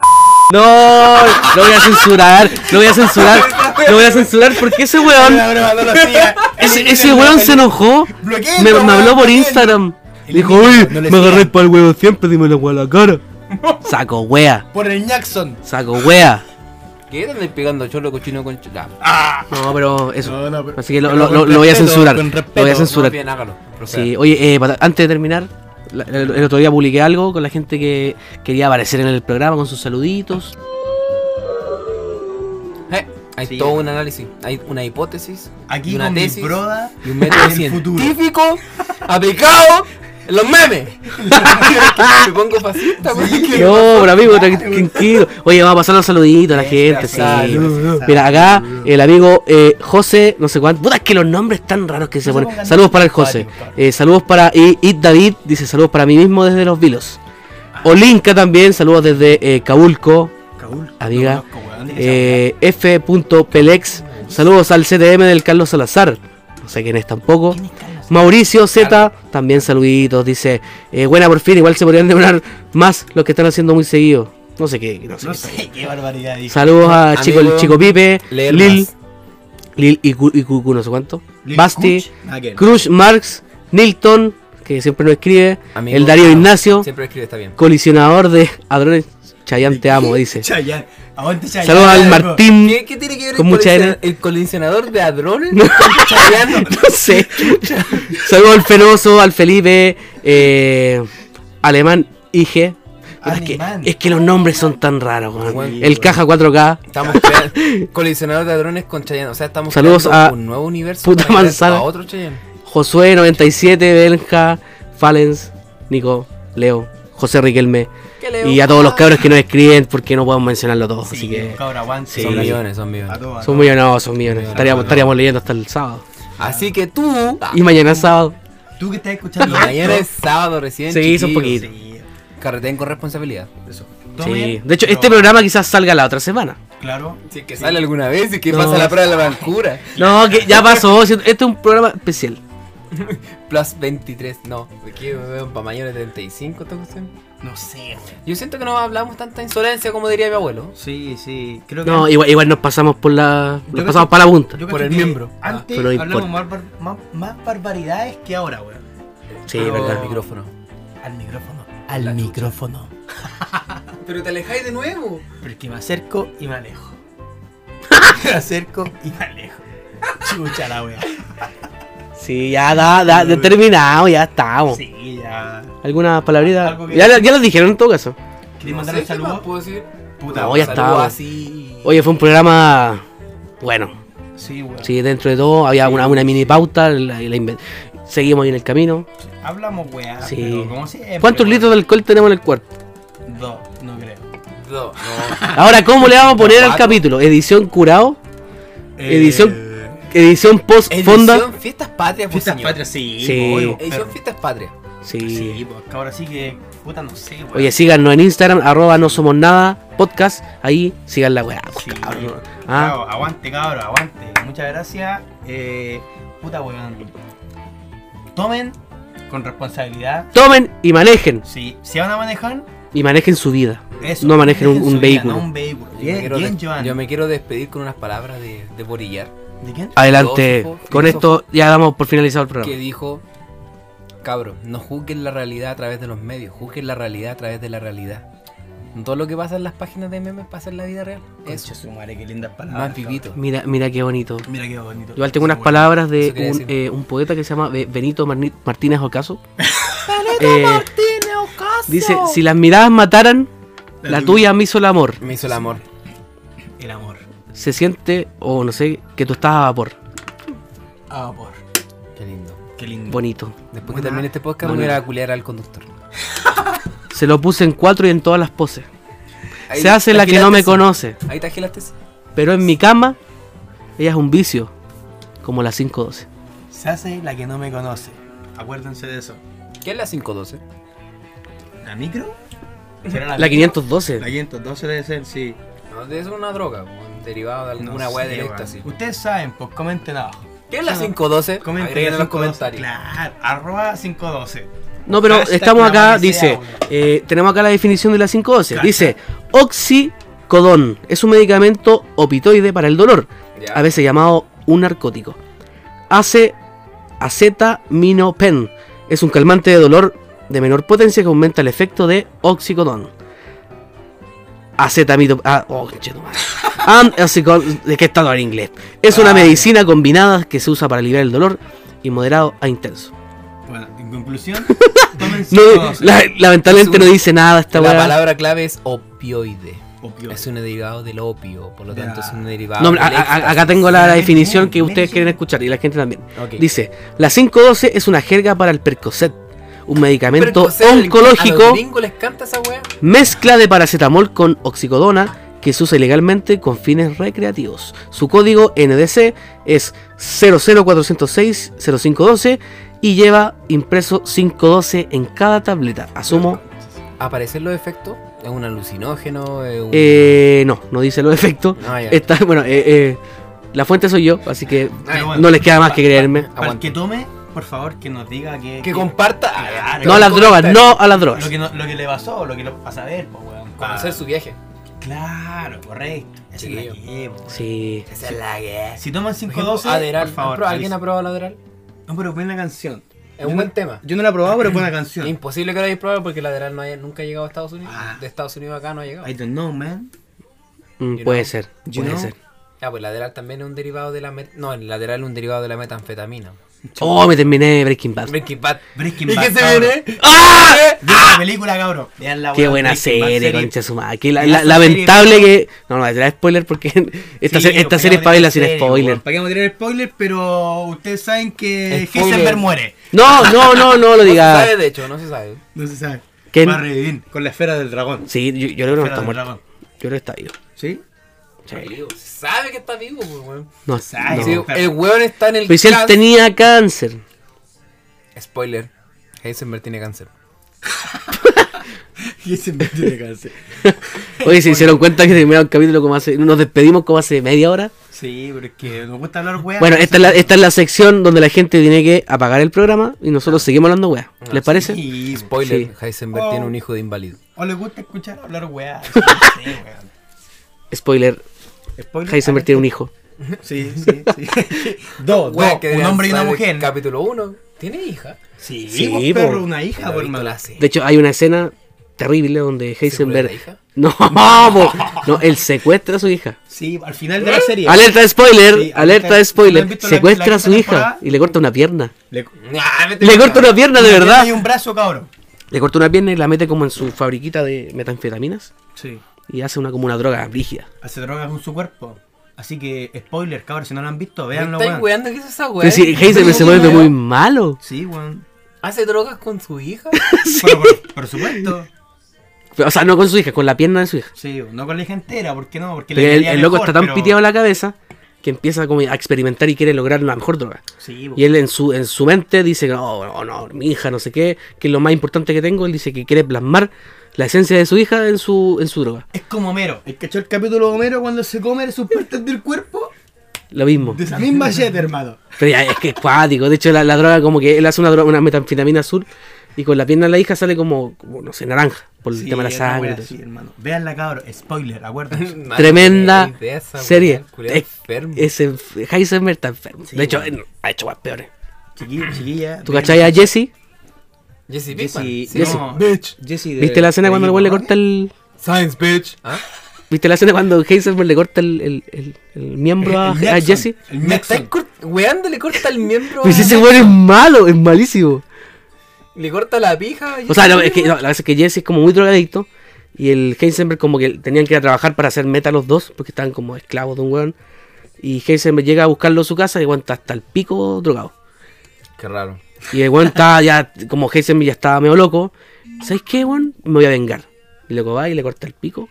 Speaker 3: No, lo voy a censurar, lo voy a censurar, lo voy a censurar porque ese weón, [LAUGHS] ese, ese weón se enojó,
Speaker 5: Bloqueenlo,
Speaker 3: me, me
Speaker 5: weón,
Speaker 3: habló por
Speaker 5: bloqueenlo.
Speaker 3: Instagram,
Speaker 5: El
Speaker 3: dijo,
Speaker 5: niño,
Speaker 3: uy,
Speaker 5: no le
Speaker 3: me agarré
Speaker 5: sigan.
Speaker 3: para el huevo siempre, dime la weá a la cara. Saco wea,
Speaker 5: Por el Jackson.
Speaker 3: saco wea.
Speaker 4: ¿Qué te andáis pegando cholo cochino con cholo?
Speaker 3: No, pero eso,
Speaker 6: No, no, pero-
Speaker 3: así que lo,
Speaker 6: pero
Speaker 3: lo-
Speaker 6: con
Speaker 3: lo- lo voy a
Speaker 6: respeto,
Speaker 3: censurar,
Speaker 6: con
Speaker 3: lo voy a
Speaker 6: respeto.
Speaker 3: censurar.
Speaker 4: bien, hágalo. proceda.
Speaker 3: Sí, oye, eh, para- antes de terminar, la- el, el otro día publiqué algo con la gente que quería aparecer en el programa con sus saluditos.
Speaker 4: Eh, hay
Speaker 5: Sí.
Speaker 4: todo un análisis, hay una hipótesis, y
Speaker 5: Aquí
Speaker 4: una
Speaker 5: con mi
Speaker 4: tesis
Speaker 5: broda.
Speaker 4: y un
Speaker 5: [LAUGHS]
Speaker 4: método
Speaker 5: del futuro.
Speaker 4: científico [LAUGHS] aplicado en los memes.
Speaker 5: [LAUGHS]
Speaker 4: Me pongo fascista, porque
Speaker 3: No, pero amigo, tra- tranquilo. Oye, vamos a pasar los saluditos a la gente, sí.
Speaker 5: Saludos.
Speaker 3: Mira, acá el amigo eh, José, no sé cuánto. Puta, es que los nombres tan raros que se
Speaker 5: No se
Speaker 3: ponen.
Speaker 5: pongan
Speaker 3: Saludos para el José.
Speaker 5: simpáticos, cabrón.
Speaker 3: Eh, saludos para I- It David, dice saludos para mí mismo desde Los Vilos.
Speaker 5: Ah.
Speaker 3: Olinka también, saludos desde eh, Cabulco.
Speaker 5: Caúl,
Speaker 3: Amiga,
Speaker 5: no conozco, weón,
Speaker 3: Eh,
Speaker 5: de
Speaker 3: F.Pelex, saludos al CDM del Carlos Salazar. No sé quién es tampoco. Mauricio Z, también saluditos, dice, eh, buena por fin, igual se podrían demorar más los que están haciendo muy seguido. No sé qué, no sé
Speaker 5: esa- No
Speaker 3: qué.
Speaker 5: sé qué barbaridad dijo.
Speaker 3: Saludos a
Speaker 4: Amigo,
Speaker 3: Chico, el Chico Pipe,
Speaker 4: leer
Speaker 3: Lil,
Speaker 4: más.
Speaker 3: Lil y, Cu- y Cucu, no sé cuánto.
Speaker 5: Lil
Speaker 3: Basti,
Speaker 5: Kuch, nada [LAUGHS] que ver.
Speaker 3: Cruz, Marx, Nilton, que siempre nos escribe,
Speaker 4: Amigo,
Speaker 3: el Darío
Speaker 4: ah,
Speaker 3: Ignacio,
Speaker 4: Siempre escribe, está bien.
Speaker 3: colisionador de Adrones, Chayanne te
Speaker 4: [LAUGHS]
Speaker 3: amo, dice.
Speaker 5: Chayanne, aguante Chayanne,
Speaker 3: Saludos al
Speaker 5: algo.
Speaker 3: Martín.
Speaker 4: ¿Qué, qué tiene que ver
Speaker 3: Con
Speaker 4: el,
Speaker 3: mucha
Speaker 4: coleccion-
Speaker 3: N.
Speaker 4: el coleccionador de hadrones? Chayanne.
Speaker 3: [LAUGHS] No sé. Saludos al Fenoso, al Felipe, eh, Alemán IG. Pero es, que,
Speaker 5: Alemán.
Speaker 3: es que los nombres son tan raros, weón.
Speaker 4: Bueno,
Speaker 3: El Caja 4K.
Speaker 4: Estamos
Speaker 3: [LAUGHS]
Speaker 4: creando coleccionador de hadrones con Chayanne. O sea, estamos
Speaker 3: Saludos
Speaker 4: creando
Speaker 3: a
Speaker 4: un nuevo universo.
Speaker 3: Puta
Speaker 4: para crear
Speaker 3: Manzana.
Speaker 4: A otro Chayanne.
Speaker 3: Josué 97, Benja, Falens, Nico, Leo, José Riquelme.
Speaker 4: ¿Qué leo?
Speaker 3: Y a todos los cabros que nos escriben porque no podemos mencionarlos todos.
Speaker 5: Sí,
Speaker 3: así que
Speaker 5: cabra, aguante.
Speaker 3: Sí.
Speaker 4: Son
Speaker 5: Son
Speaker 4: millones, son
Speaker 5: a
Speaker 4: millones.
Speaker 5: todo, a
Speaker 3: son
Speaker 5: todo.
Speaker 3: millones, son millones. Estaríamos, estaríamos leyendo hasta el sábado.
Speaker 4: Así que tú.
Speaker 5: Ah.
Speaker 3: Y mañana es sábado.
Speaker 5: Tú que estás escuchando.
Speaker 4: Mañana es
Speaker 5: esto,
Speaker 4: sábado recién.
Speaker 3: Sí, son
Speaker 4: chiquillos.
Speaker 3: poquitos.
Speaker 5: Sí,
Speaker 4: Carreteen con responsabilidad.
Speaker 5: eso.
Speaker 3: Sí.
Speaker 5: Tomen,
Speaker 3: De hecho, este
Speaker 5: pero-
Speaker 3: programa quizás salga la otra semana.
Speaker 5: Claro.
Speaker 4: Si es que sale alguna vez y que
Speaker 3: No.
Speaker 4: pasa la prueba de la bancura.
Speaker 3: No, que
Speaker 5: [LAUGHS]
Speaker 3: ya pasó. si- Este es un programa especial.
Speaker 4: Plus 23, no. Aquí me veo para mañana 35, ¿te cuestión?
Speaker 5: No sé, weón.
Speaker 4: Yo siento que no hablamos tanta insolencia como diría mi abuelo.
Speaker 5: Sí, sí. Creo que.
Speaker 3: No, igual, igual nos pasamos por la.
Speaker 5: Yo
Speaker 3: Nos pasamos
Speaker 5: creo-
Speaker 3: para la punta.
Speaker 5: Yo
Speaker 4: Por
Speaker 5: cacho
Speaker 4: el
Speaker 5: que
Speaker 4: miembro.
Speaker 5: Antes
Speaker 3: Ah, pero no
Speaker 5: hablamos más, bar- más- más barbaridades que ahora, weón.
Speaker 3: Sí,
Speaker 4: Pero-
Speaker 3: verdad.
Speaker 4: Al micrófono.
Speaker 5: Al micrófono.
Speaker 4: Al
Speaker 5: La chucha.
Speaker 4: micrófono. Pero te alejáis de nuevo.
Speaker 5: Porque me acerco y
Speaker 3: [LAUGHS]
Speaker 5: me alejo. me acerco y me alejo. Chucha la wea.
Speaker 3: Sí, ya da, da, ya terminado, ya estamos.
Speaker 5: Sí, ya.
Speaker 3: ¿Alguna palabrita?
Speaker 5: Algo que-
Speaker 3: Ya, la- ya las dijeron en todo caso.
Speaker 5: ¿Queréis
Speaker 4: No
Speaker 5: mandar
Speaker 4: sé
Speaker 5: un
Speaker 4: qué más
Speaker 5: saludo?
Speaker 4: puedo decir?
Speaker 5: Puta,
Speaker 3: No,
Speaker 5: weón.
Speaker 3: ya está,
Speaker 4: Saludo
Speaker 3: weón.
Speaker 4: así.
Speaker 3: Oye, fue un programa. Bueno,
Speaker 5: Sí, weón.
Speaker 3: sí, dentro de todo había una, una mini pauta. la- la inven- seguimos ahí en el camino.
Speaker 5: Hablamos, weá.
Speaker 3: Sí.
Speaker 5: Pero como siempre,
Speaker 3: ¿Cuántos
Speaker 5: weón.
Speaker 3: litros de alcohol tenemos en el cuerpo?
Speaker 5: Dos, no creo. [LAUGHS]
Speaker 4: No, no.
Speaker 3: Ahora, ¿cómo le vamos a poner al
Speaker 4: Cuatro.
Speaker 3: capítulo? ¿Edición curado? Edición-
Speaker 5: Eh,
Speaker 3: ¿Edición post-fonda?
Speaker 4: Edición Fiestas Patrias, por
Speaker 5: Fiestas
Speaker 4: señor.
Speaker 5: patrias, sí.
Speaker 3: Sí.
Speaker 5: obvio,
Speaker 4: Edición
Speaker 5: perro.
Speaker 4: Fiestas Patrias.
Speaker 3: Sí.
Speaker 5: Sí, pues que ahora sí que. Puta, no sé, weón.
Speaker 3: Oye, síganos en Instagram, arroba no somos nada, podcast. Ahí, sigan la weá. pues,
Speaker 5: Sí.
Speaker 3: cabrón. Ah,
Speaker 5: Claro, aguante, cabrón, aguante. Muchas gracias. Eh, puta weón. Tomen con responsabilidad.
Speaker 3: tomen y manejen.
Speaker 5: Si, si van a manejar,
Speaker 3: Y manejen su vida.
Speaker 5: Eso.
Speaker 3: no manejen un-
Speaker 5: Dejen
Speaker 3: un
Speaker 5: su vida,
Speaker 3: vehículo.
Speaker 5: no un vehículo.
Speaker 4: Yo me,
Speaker 5: Bien,
Speaker 4: quiero
Speaker 5: bien,
Speaker 4: des-
Speaker 5: Joan.
Speaker 4: yo me quiero despedir con unas palabras de, de Borillar,
Speaker 5: ¿De quién?
Speaker 3: Adelante,
Speaker 4: Filósofo,
Speaker 3: con
Speaker 4: filósofo.
Speaker 3: esto ya damos por finalizado el programa.
Speaker 4: que dijo, cabro, no juzguen la realidad a través de los medios, juzguen la realidad a través de la realidad. Todo lo que pasa en las páginas de memes pasa en la vida real.
Speaker 5: Concha
Speaker 4: Eso,
Speaker 5: su madre, qué lindas palabras.
Speaker 4: más vivito.
Speaker 3: Mira, mira qué bonito.
Speaker 5: cabrón. Mira qué bonito.
Speaker 3: Igual tengo unas
Speaker 5: Bueno.
Speaker 3: palabras de
Speaker 4: Eso quería
Speaker 3: un,
Speaker 4: decir.
Speaker 3: eh, un poeta que se llama Be- Benito Marni- Martínez Ocaso. Eh, Dice, si las miradas mataran,
Speaker 5: La
Speaker 3: la
Speaker 5: tuya.
Speaker 3: tuya me hizo el amor.
Speaker 4: Me hizo el amor.
Speaker 5: El amor.
Speaker 3: Se siente, o no sé, que tú estás a vapor.
Speaker 5: Amor.
Speaker 4: Qué lindo.
Speaker 5: Qué lindo.
Speaker 3: Bonito.
Speaker 4: Después que
Speaker 5: Buena.
Speaker 4: termine este podcast, voy a ir a culear al conductor.
Speaker 3: Se lo puse en cuatro y en todas las poses.
Speaker 4: Ahí
Speaker 3: se hace la que no me
Speaker 4: tajilaste.
Speaker 3: conoce.
Speaker 4: Ahí te agilaste.
Speaker 3: Pero en mi cama, ella es un vicio. Como la 512.
Speaker 5: Se hace la que no me conoce. Acuérdense de eso.
Speaker 4: ¿Qué es la 512?
Speaker 5: ¿La micro? ¿Será
Speaker 3: La
Speaker 5: micro?
Speaker 3: 512.
Speaker 5: La 512 debe ser, sí.
Speaker 4: No, es una droga, un derivado de alguna
Speaker 5: sé,
Speaker 4: weá de
Speaker 5: weón.
Speaker 4: éxtasis.
Speaker 5: Ustedes saben, pues comenten abajo.
Speaker 4: ¿Qué es la 512?
Speaker 5: Comenten
Speaker 4: Agreguen en los
Speaker 5: 512,
Speaker 4: comentarios.
Speaker 5: Claro, arroba 512.
Speaker 3: No, pero
Speaker 5: Hashtag
Speaker 3: estamos
Speaker 5: la
Speaker 3: acá,
Speaker 5: maldita
Speaker 3: dice,
Speaker 5: sea,
Speaker 3: eh, tenemos acá la definición de la 512.
Speaker 5: Claro.
Speaker 3: Dice, oxicodón es un medicamento opioide para el dolor,
Speaker 4: Ya.
Speaker 3: a veces llamado un narcótico. Hace acetaminopen, es un calmante de dolor de menor potencia que aumenta el efecto de oxicodón. Acetamino... Ah, oh,
Speaker 5: [LAUGHS]
Speaker 3: conchetumare. And oxicodone- Ah, ¿De qué está todo en inglés? Es una
Speaker 5: Ah, ya.
Speaker 3: medicina combinada que se usa para aliviar el dolor y moderado a intenso.
Speaker 5: Bueno, en
Speaker 3: [LAUGHS]
Speaker 5: conclusión, tomen
Speaker 3: No,
Speaker 5: 512.
Speaker 3: la- lamentablemente
Speaker 4: Es un-
Speaker 3: no dice nada esta
Speaker 4: la
Speaker 3: weá.
Speaker 4: palabra clave es opioide.
Speaker 5: Opio.
Speaker 4: Es un derivado del opio, por lo
Speaker 5: Ya.
Speaker 4: tanto es un derivado.
Speaker 3: No,
Speaker 4: del
Speaker 3: a- a-
Speaker 4: éxtasis.
Speaker 3: acá tengo la, la definición que
Speaker 5: Medicina,
Speaker 3: ustedes
Speaker 5: medicina.
Speaker 3: quieren escuchar y la gente también.
Speaker 4: Ok.
Speaker 3: Dice, la 512 es una jerga para el Percocet, un medicamento
Speaker 4: Percocet, el- A los
Speaker 3: oncológico,
Speaker 4: gringos les canta esa weá.
Speaker 3: mezcla de paracetamol con oxicodona que se usa ilegalmente con fines recreativos. Su código NDC es 00406-0512 y lleva impreso 512 en cada tableta. Asumo,
Speaker 4: Aparecen los efectos. Es un alucinógeno. Es un...
Speaker 3: eh, no, no dice los efectos.
Speaker 4: Ah, ya.
Speaker 3: Está, [LAUGHS] bueno, eh, eh, la fuente soy yo, así que
Speaker 5: Pero bueno,
Speaker 3: no les queda más que creerme.
Speaker 5: Para el
Speaker 4: Aguante.
Speaker 5: que tome, por favor, que nos diga que.
Speaker 4: Que comparta.
Speaker 5: Claro.
Speaker 3: Ah, No a las drogas, no a las drogas.
Speaker 5: Lo que, no- lo que le pasó, lo que lo a saber, pues, weón. Pa-
Speaker 4: Conocer su viaje.
Speaker 5: Claro, correcto. Esa es la
Speaker 4: Chiquillo.
Speaker 5: que, pues.
Speaker 3: Sí.
Speaker 4: Esa es la guerra.
Speaker 5: Si toman
Speaker 4: Por ejemplo,
Speaker 5: 512,
Speaker 4: Aderal.
Speaker 5: por favor.
Speaker 4: ¿Pro- ¿Alguien ha
Speaker 5: avisen.
Speaker 4: probado la Aderal?
Speaker 5: No, pero buena canción.
Speaker 4: Es un buen tema.
Speaker 5: Yo no la he probado, pero
Speaker 4: [COUGHS]
Speaker 5: es buena
Speaker 4: Es
Speaker 5: canción.
Speaker 4: imposible que lo hayáis probado porque la Aderal no haya- nunca ha llegado a Estados Unidos.
Speaker 5: Ah.
Speaker 4: De Estados Unidos acá no ha llegado.
Speaker 5: I don't know, man.
Speaker 3: Mm,
Speaker 4: You
Speaker 3: puede
Speaker 4: know,
Speaker 3: ser,
Speaker 5: you
Speaker 3: puede
Speaker 5: know.
Speaker 3: ser.
Speaker 4: Ah, pues la Aderal también es un derivado de la. met- No, el lateral es un derivado de la metanfetamina.
Speaker 3: Oh, me terminé Breaking Bad. ¡Ah!
Speaker 4: Breaking Bad.
Speaker 5: Breaking
Speaker 4: ¿Y
Speaker 5: Bad,
Speaker 4: qué se
Speaker 5: cabrón.
Speaker 4: viene? ¡Ah!
Speaker 5: Vean la película, cabrón. Vean la
Speaker 3: Qué
Speaker 5: weón,
Speaker 3: buena
Speaker 5: Ah, eh. Breaking Bad
Speaker 3: serie, concha su madre. Qué la-
Speaker 5: Pedazo
Speaker 3: la-
Speaker 5: de
Speaker 3: lamentable
Speaker 5: serie,
Speaker 3: que. No, no, será spoiler porque [LAUGHS] esta,
Speaker 5: Sí,
Speaker 3: se- esta
Speaker 5: ¿para
Speaker 3: serie
Speaker 5: qué
Speaker 3: es
Speaker 5: vamos a
Speaker 3: para verla
Speaker 5: tener
Speaker 3: sin
Speaker 5: serie,
Speaker 3: spoiler.
Speaker 5: weón? ¿Para qué vamos a tener spoiler? Pero ustedes saben que
Speaker 4: Spoiler.
Speaker 5: Heisenberg muere.
Speaker 3: No, no, no,
Speaker 5: [LAUGHS]
Speaker 4: No se
Speaker 3: no lo
Speaker 4: sabe,
Speaker 3: digas.
Speaker 4: de hecho, no se sabe.
Speaker 5: No se sabe.
Speaker 3: ¿Quién?
Speaker 5: Va a revivir con la esfera del dragón.
Speaker 3: Sí, yo, yo creo que no
Speaker 5: Esfera
Speaker 3: está
Speaker 5: del
Speaker 3: muerto.
Speaker 5: dragón.
Speaker 3: Yo creo que está vivo.
Speaker 4: [LAUGHS]
Speaker 5: ¿Sí?
Speaker 3: Sí.
Speaker 4: Vivo. Se sabe que está vivo, pues, weón.
Speaker 3: No,
Speaker 5: Ay,
Speaker 3: no.
Speaker 5: sí.
Speaker 4: Si el weón está en el.
Speaker 3: Pero Pues si él
Speaker 4: cáncer-
Speaker 3: tenía cáncer.
Speaker 4: Spoiler. Heisenberg tiene cáncer.
Speaker 5: Heisenberg tiene cáncer.
Speaker 3: Oye, si se dieron cuenta que terminaron el capítulo como hace. Nos despedimos como hace media hora.
Speaker 5: Sí, pero es que nos gusta hablar weón.
Speaker 3: Bueno, esta es, la, esta es la sección donde la gente tiene que apagar el programa y nosotros seguimos hablando, weá. ¿Les parece?
Speaker 5: Ah, Sí, po.
Speaker 4: Spoiler. Heisenberg
Speaker 5: Oh.
Speaker 4: tiene un hijo de inválido.
Speaker 5: o les gusta escuchar
Speaker 3: [LAUGHS]
Speaker 5: hablar weá. Sí, weón.
Speaker 3: Spoiler,
Speaker 5: Spoiler,
Speaker 3: Heisenberg tiene un hijo.
Speaker 5: Sí, sí,
Speaker 3: [LAUGHS]
Speaker 5: sí. dos,
Speaker 4: Weón,
Speaker 5: dos,
Speaker 4: que
Speaker 5: un
Speaker 4: deberían
Speaker 5: hombre y una
Speaker 4: saber
Speaker 5: mujer.
Speaker 4: Capítulo 1. Tiene hija.
Speaker 5: Sí,
Speaker 3: Sí,
Speaker 5: sí
Speaker 3: po.
Speaker 5: perro, una
Speaker 4: Pero
Speaker 5: hija, por
Speaker 4: Víctor
Speaker 5: hermano.
Speaker 4: la hace.
Speaker 3: De hecho, hay una escena terrible donde
Speaker 4: la
Speaker 3: Heisenberg...
Speaker 4: hija?
Speaker 3: [LAUGHS] No, po. no, él secuestra a su hija.
Speaker 5: Sí, al final de la serie.
Speaker 3: Alerta de spoiler,
Speaker 5: Sí,
Speaker 3: alerta de
Speaker 5: ¿no
Speaker 3: spoiler.
Speaker 5: han visto la-
Speaker 3: secuestra
Speaker 5: la
Speaker 3: a su
Speaker 5: quinta
Speaker 3: hija
Speaker 5: temporada?
Speaker 3: y le corta una pierna.
Speaker 5: Le,
Speaker 4: Ah, vete
Speaker 3: Le
Speaker 4: la
Speaker 3: corta
Speaker 4: cara.
Speaker 3: una pierna de verdad.
Speaker 5: Hay un brazo, cabrón.
Speaker 3: Le corta una pierna y la mete como en su fabriquita de metanfetaminas
Speaker 5: Sí.
Speaker 3: y hace una como una droga brígida.
Speaker 5: Hace droga con su cuerpo. Así que, spoiler, cabrón, si no lo han visto, véanlo,
Speaker 4: ¿Me estáis
Speaker 5: weón.
Speaker 4: weando que es esa weá?
Speaker 3: Pero si Heisenberg Pues se vuelve muy malo. [LAUGHS]
Speaker 5: Sí, weón.
Speaker 4: ¿Hace drogas con su hija?
Speaker 5: Pero por, por supuesto.
Speaker 3: Pero, o sea, no con su hija, con la pierna de su hija.
Speaker 5: Sí, no con la hija entera, ¿por qué no? Porque
Speaker 3: Pero el, el loco está tan piteado en la cabeza que empieza como a experimentar y quiere lograr la mejor droga.
Speaker 5: Sí,
Speaker 3: Y él en su, en su mente dice, que, no, no, no, mi hija, no sé qué, que es lo más importante que tengo. Él dice que quiere plasmar la esencia de su hija en su, en su droga.
Speaker 5: Es como Homero. El cachó el capítulo de Homero cuando se come sus partes del cuerpo
Speaker 3: [LAUGHS] Lo
Speaker 5: [LAUGHS]
Speaker 3: mismo.
Speaker 5: de esa misma jet, hermano.
Speaker 3: Pero ya, es que es cuático. De hecho, la, la droga como que él hace una, droga, una metanfetamina azul y con la pierna de la hija sale como, como, no sé, naranja, por el
Speaker 5: Sí,
Speaker 3: tema de la
Speaker 5: una
Speaker 3: sangre.
Speaker 5: wea
Speaker 3: y todo
Speaker 5: así,
Speaker 3: eso.
Speaker 5: hermano.
Speaker 8: Veanla, cabrón. Spoiler, acuérdense.
Speaker 3: [LAUGHS]
Speaker 4: Mano,
Speaker 3: Tremenda
Speaker 4: qué idea esa,
Speaker 3: serie.
Speaker 4: weón, culiao
Speaker 3: Es-
Speaker 4: enfermo.
Speaker 3: Ese enf- Heisenberg está enfermo.
Speaker 8: Sí,
Speaker 3: de hecho,
Speaker 8: bueno.
Speaker 3: eh, ha hecho más peores.
Speaker 8: Chiquilla, chiquilla.
Speaker 3: ¿Tú cachai a Jesse?
Speaker 4: Jesse Pinkman.
Speaker 8: Jesse,
Speaker 4: Sí,
Speaker 8: Jesse.
Speaker 4: no.
Speaker 8: No,
Speaker 5: Bitch.
Speaker 8: Jesse de-
Speaker 3: ¿Viste la escena
Speaker 8: de
Speaker 3: cuando el
Speaker 8: Rick
Speaker 3: weón le
Speaker 8: and
Speaker 3: corta el.
Speaker 5: Science, bitch.
Speaker 4: ¿Ah?
Speaker 3: ¿Viste la escena cuando Heisenberg le corta el, el, el- el miembro a,
Speaker 8: Morty?
Speaker 3: a Jesse?
Speaker 8: El
Speaker 4: Me estáis
Speaker 8: Nexon.
Speaker 4: cort... weando, le corta el miembro.
Speaker 3: Pues
Speaker 4: a-
Speaker 3: ese weón es malo, es malísimo.
Speaker 4: Le corta la pija.
Speaker 3: O sea, no, es que, no, la verdad es que Jesse es como muy drogadicto y el Heisenberg como que tenían que ir a trabajar para hacer meta los dos porque estaban como esclavos de un weón. Y Heisenberg llega a buscarlo a su casa y aguanta hasta el pico drogado.
Speaker 4: Qué raro.
Speaker 3: Y el weón estaba ya, como Heisenberg ya estaba medio loco, ¿sabes qué, weón? Me voy a vengar. Y loco va y le corta el pico.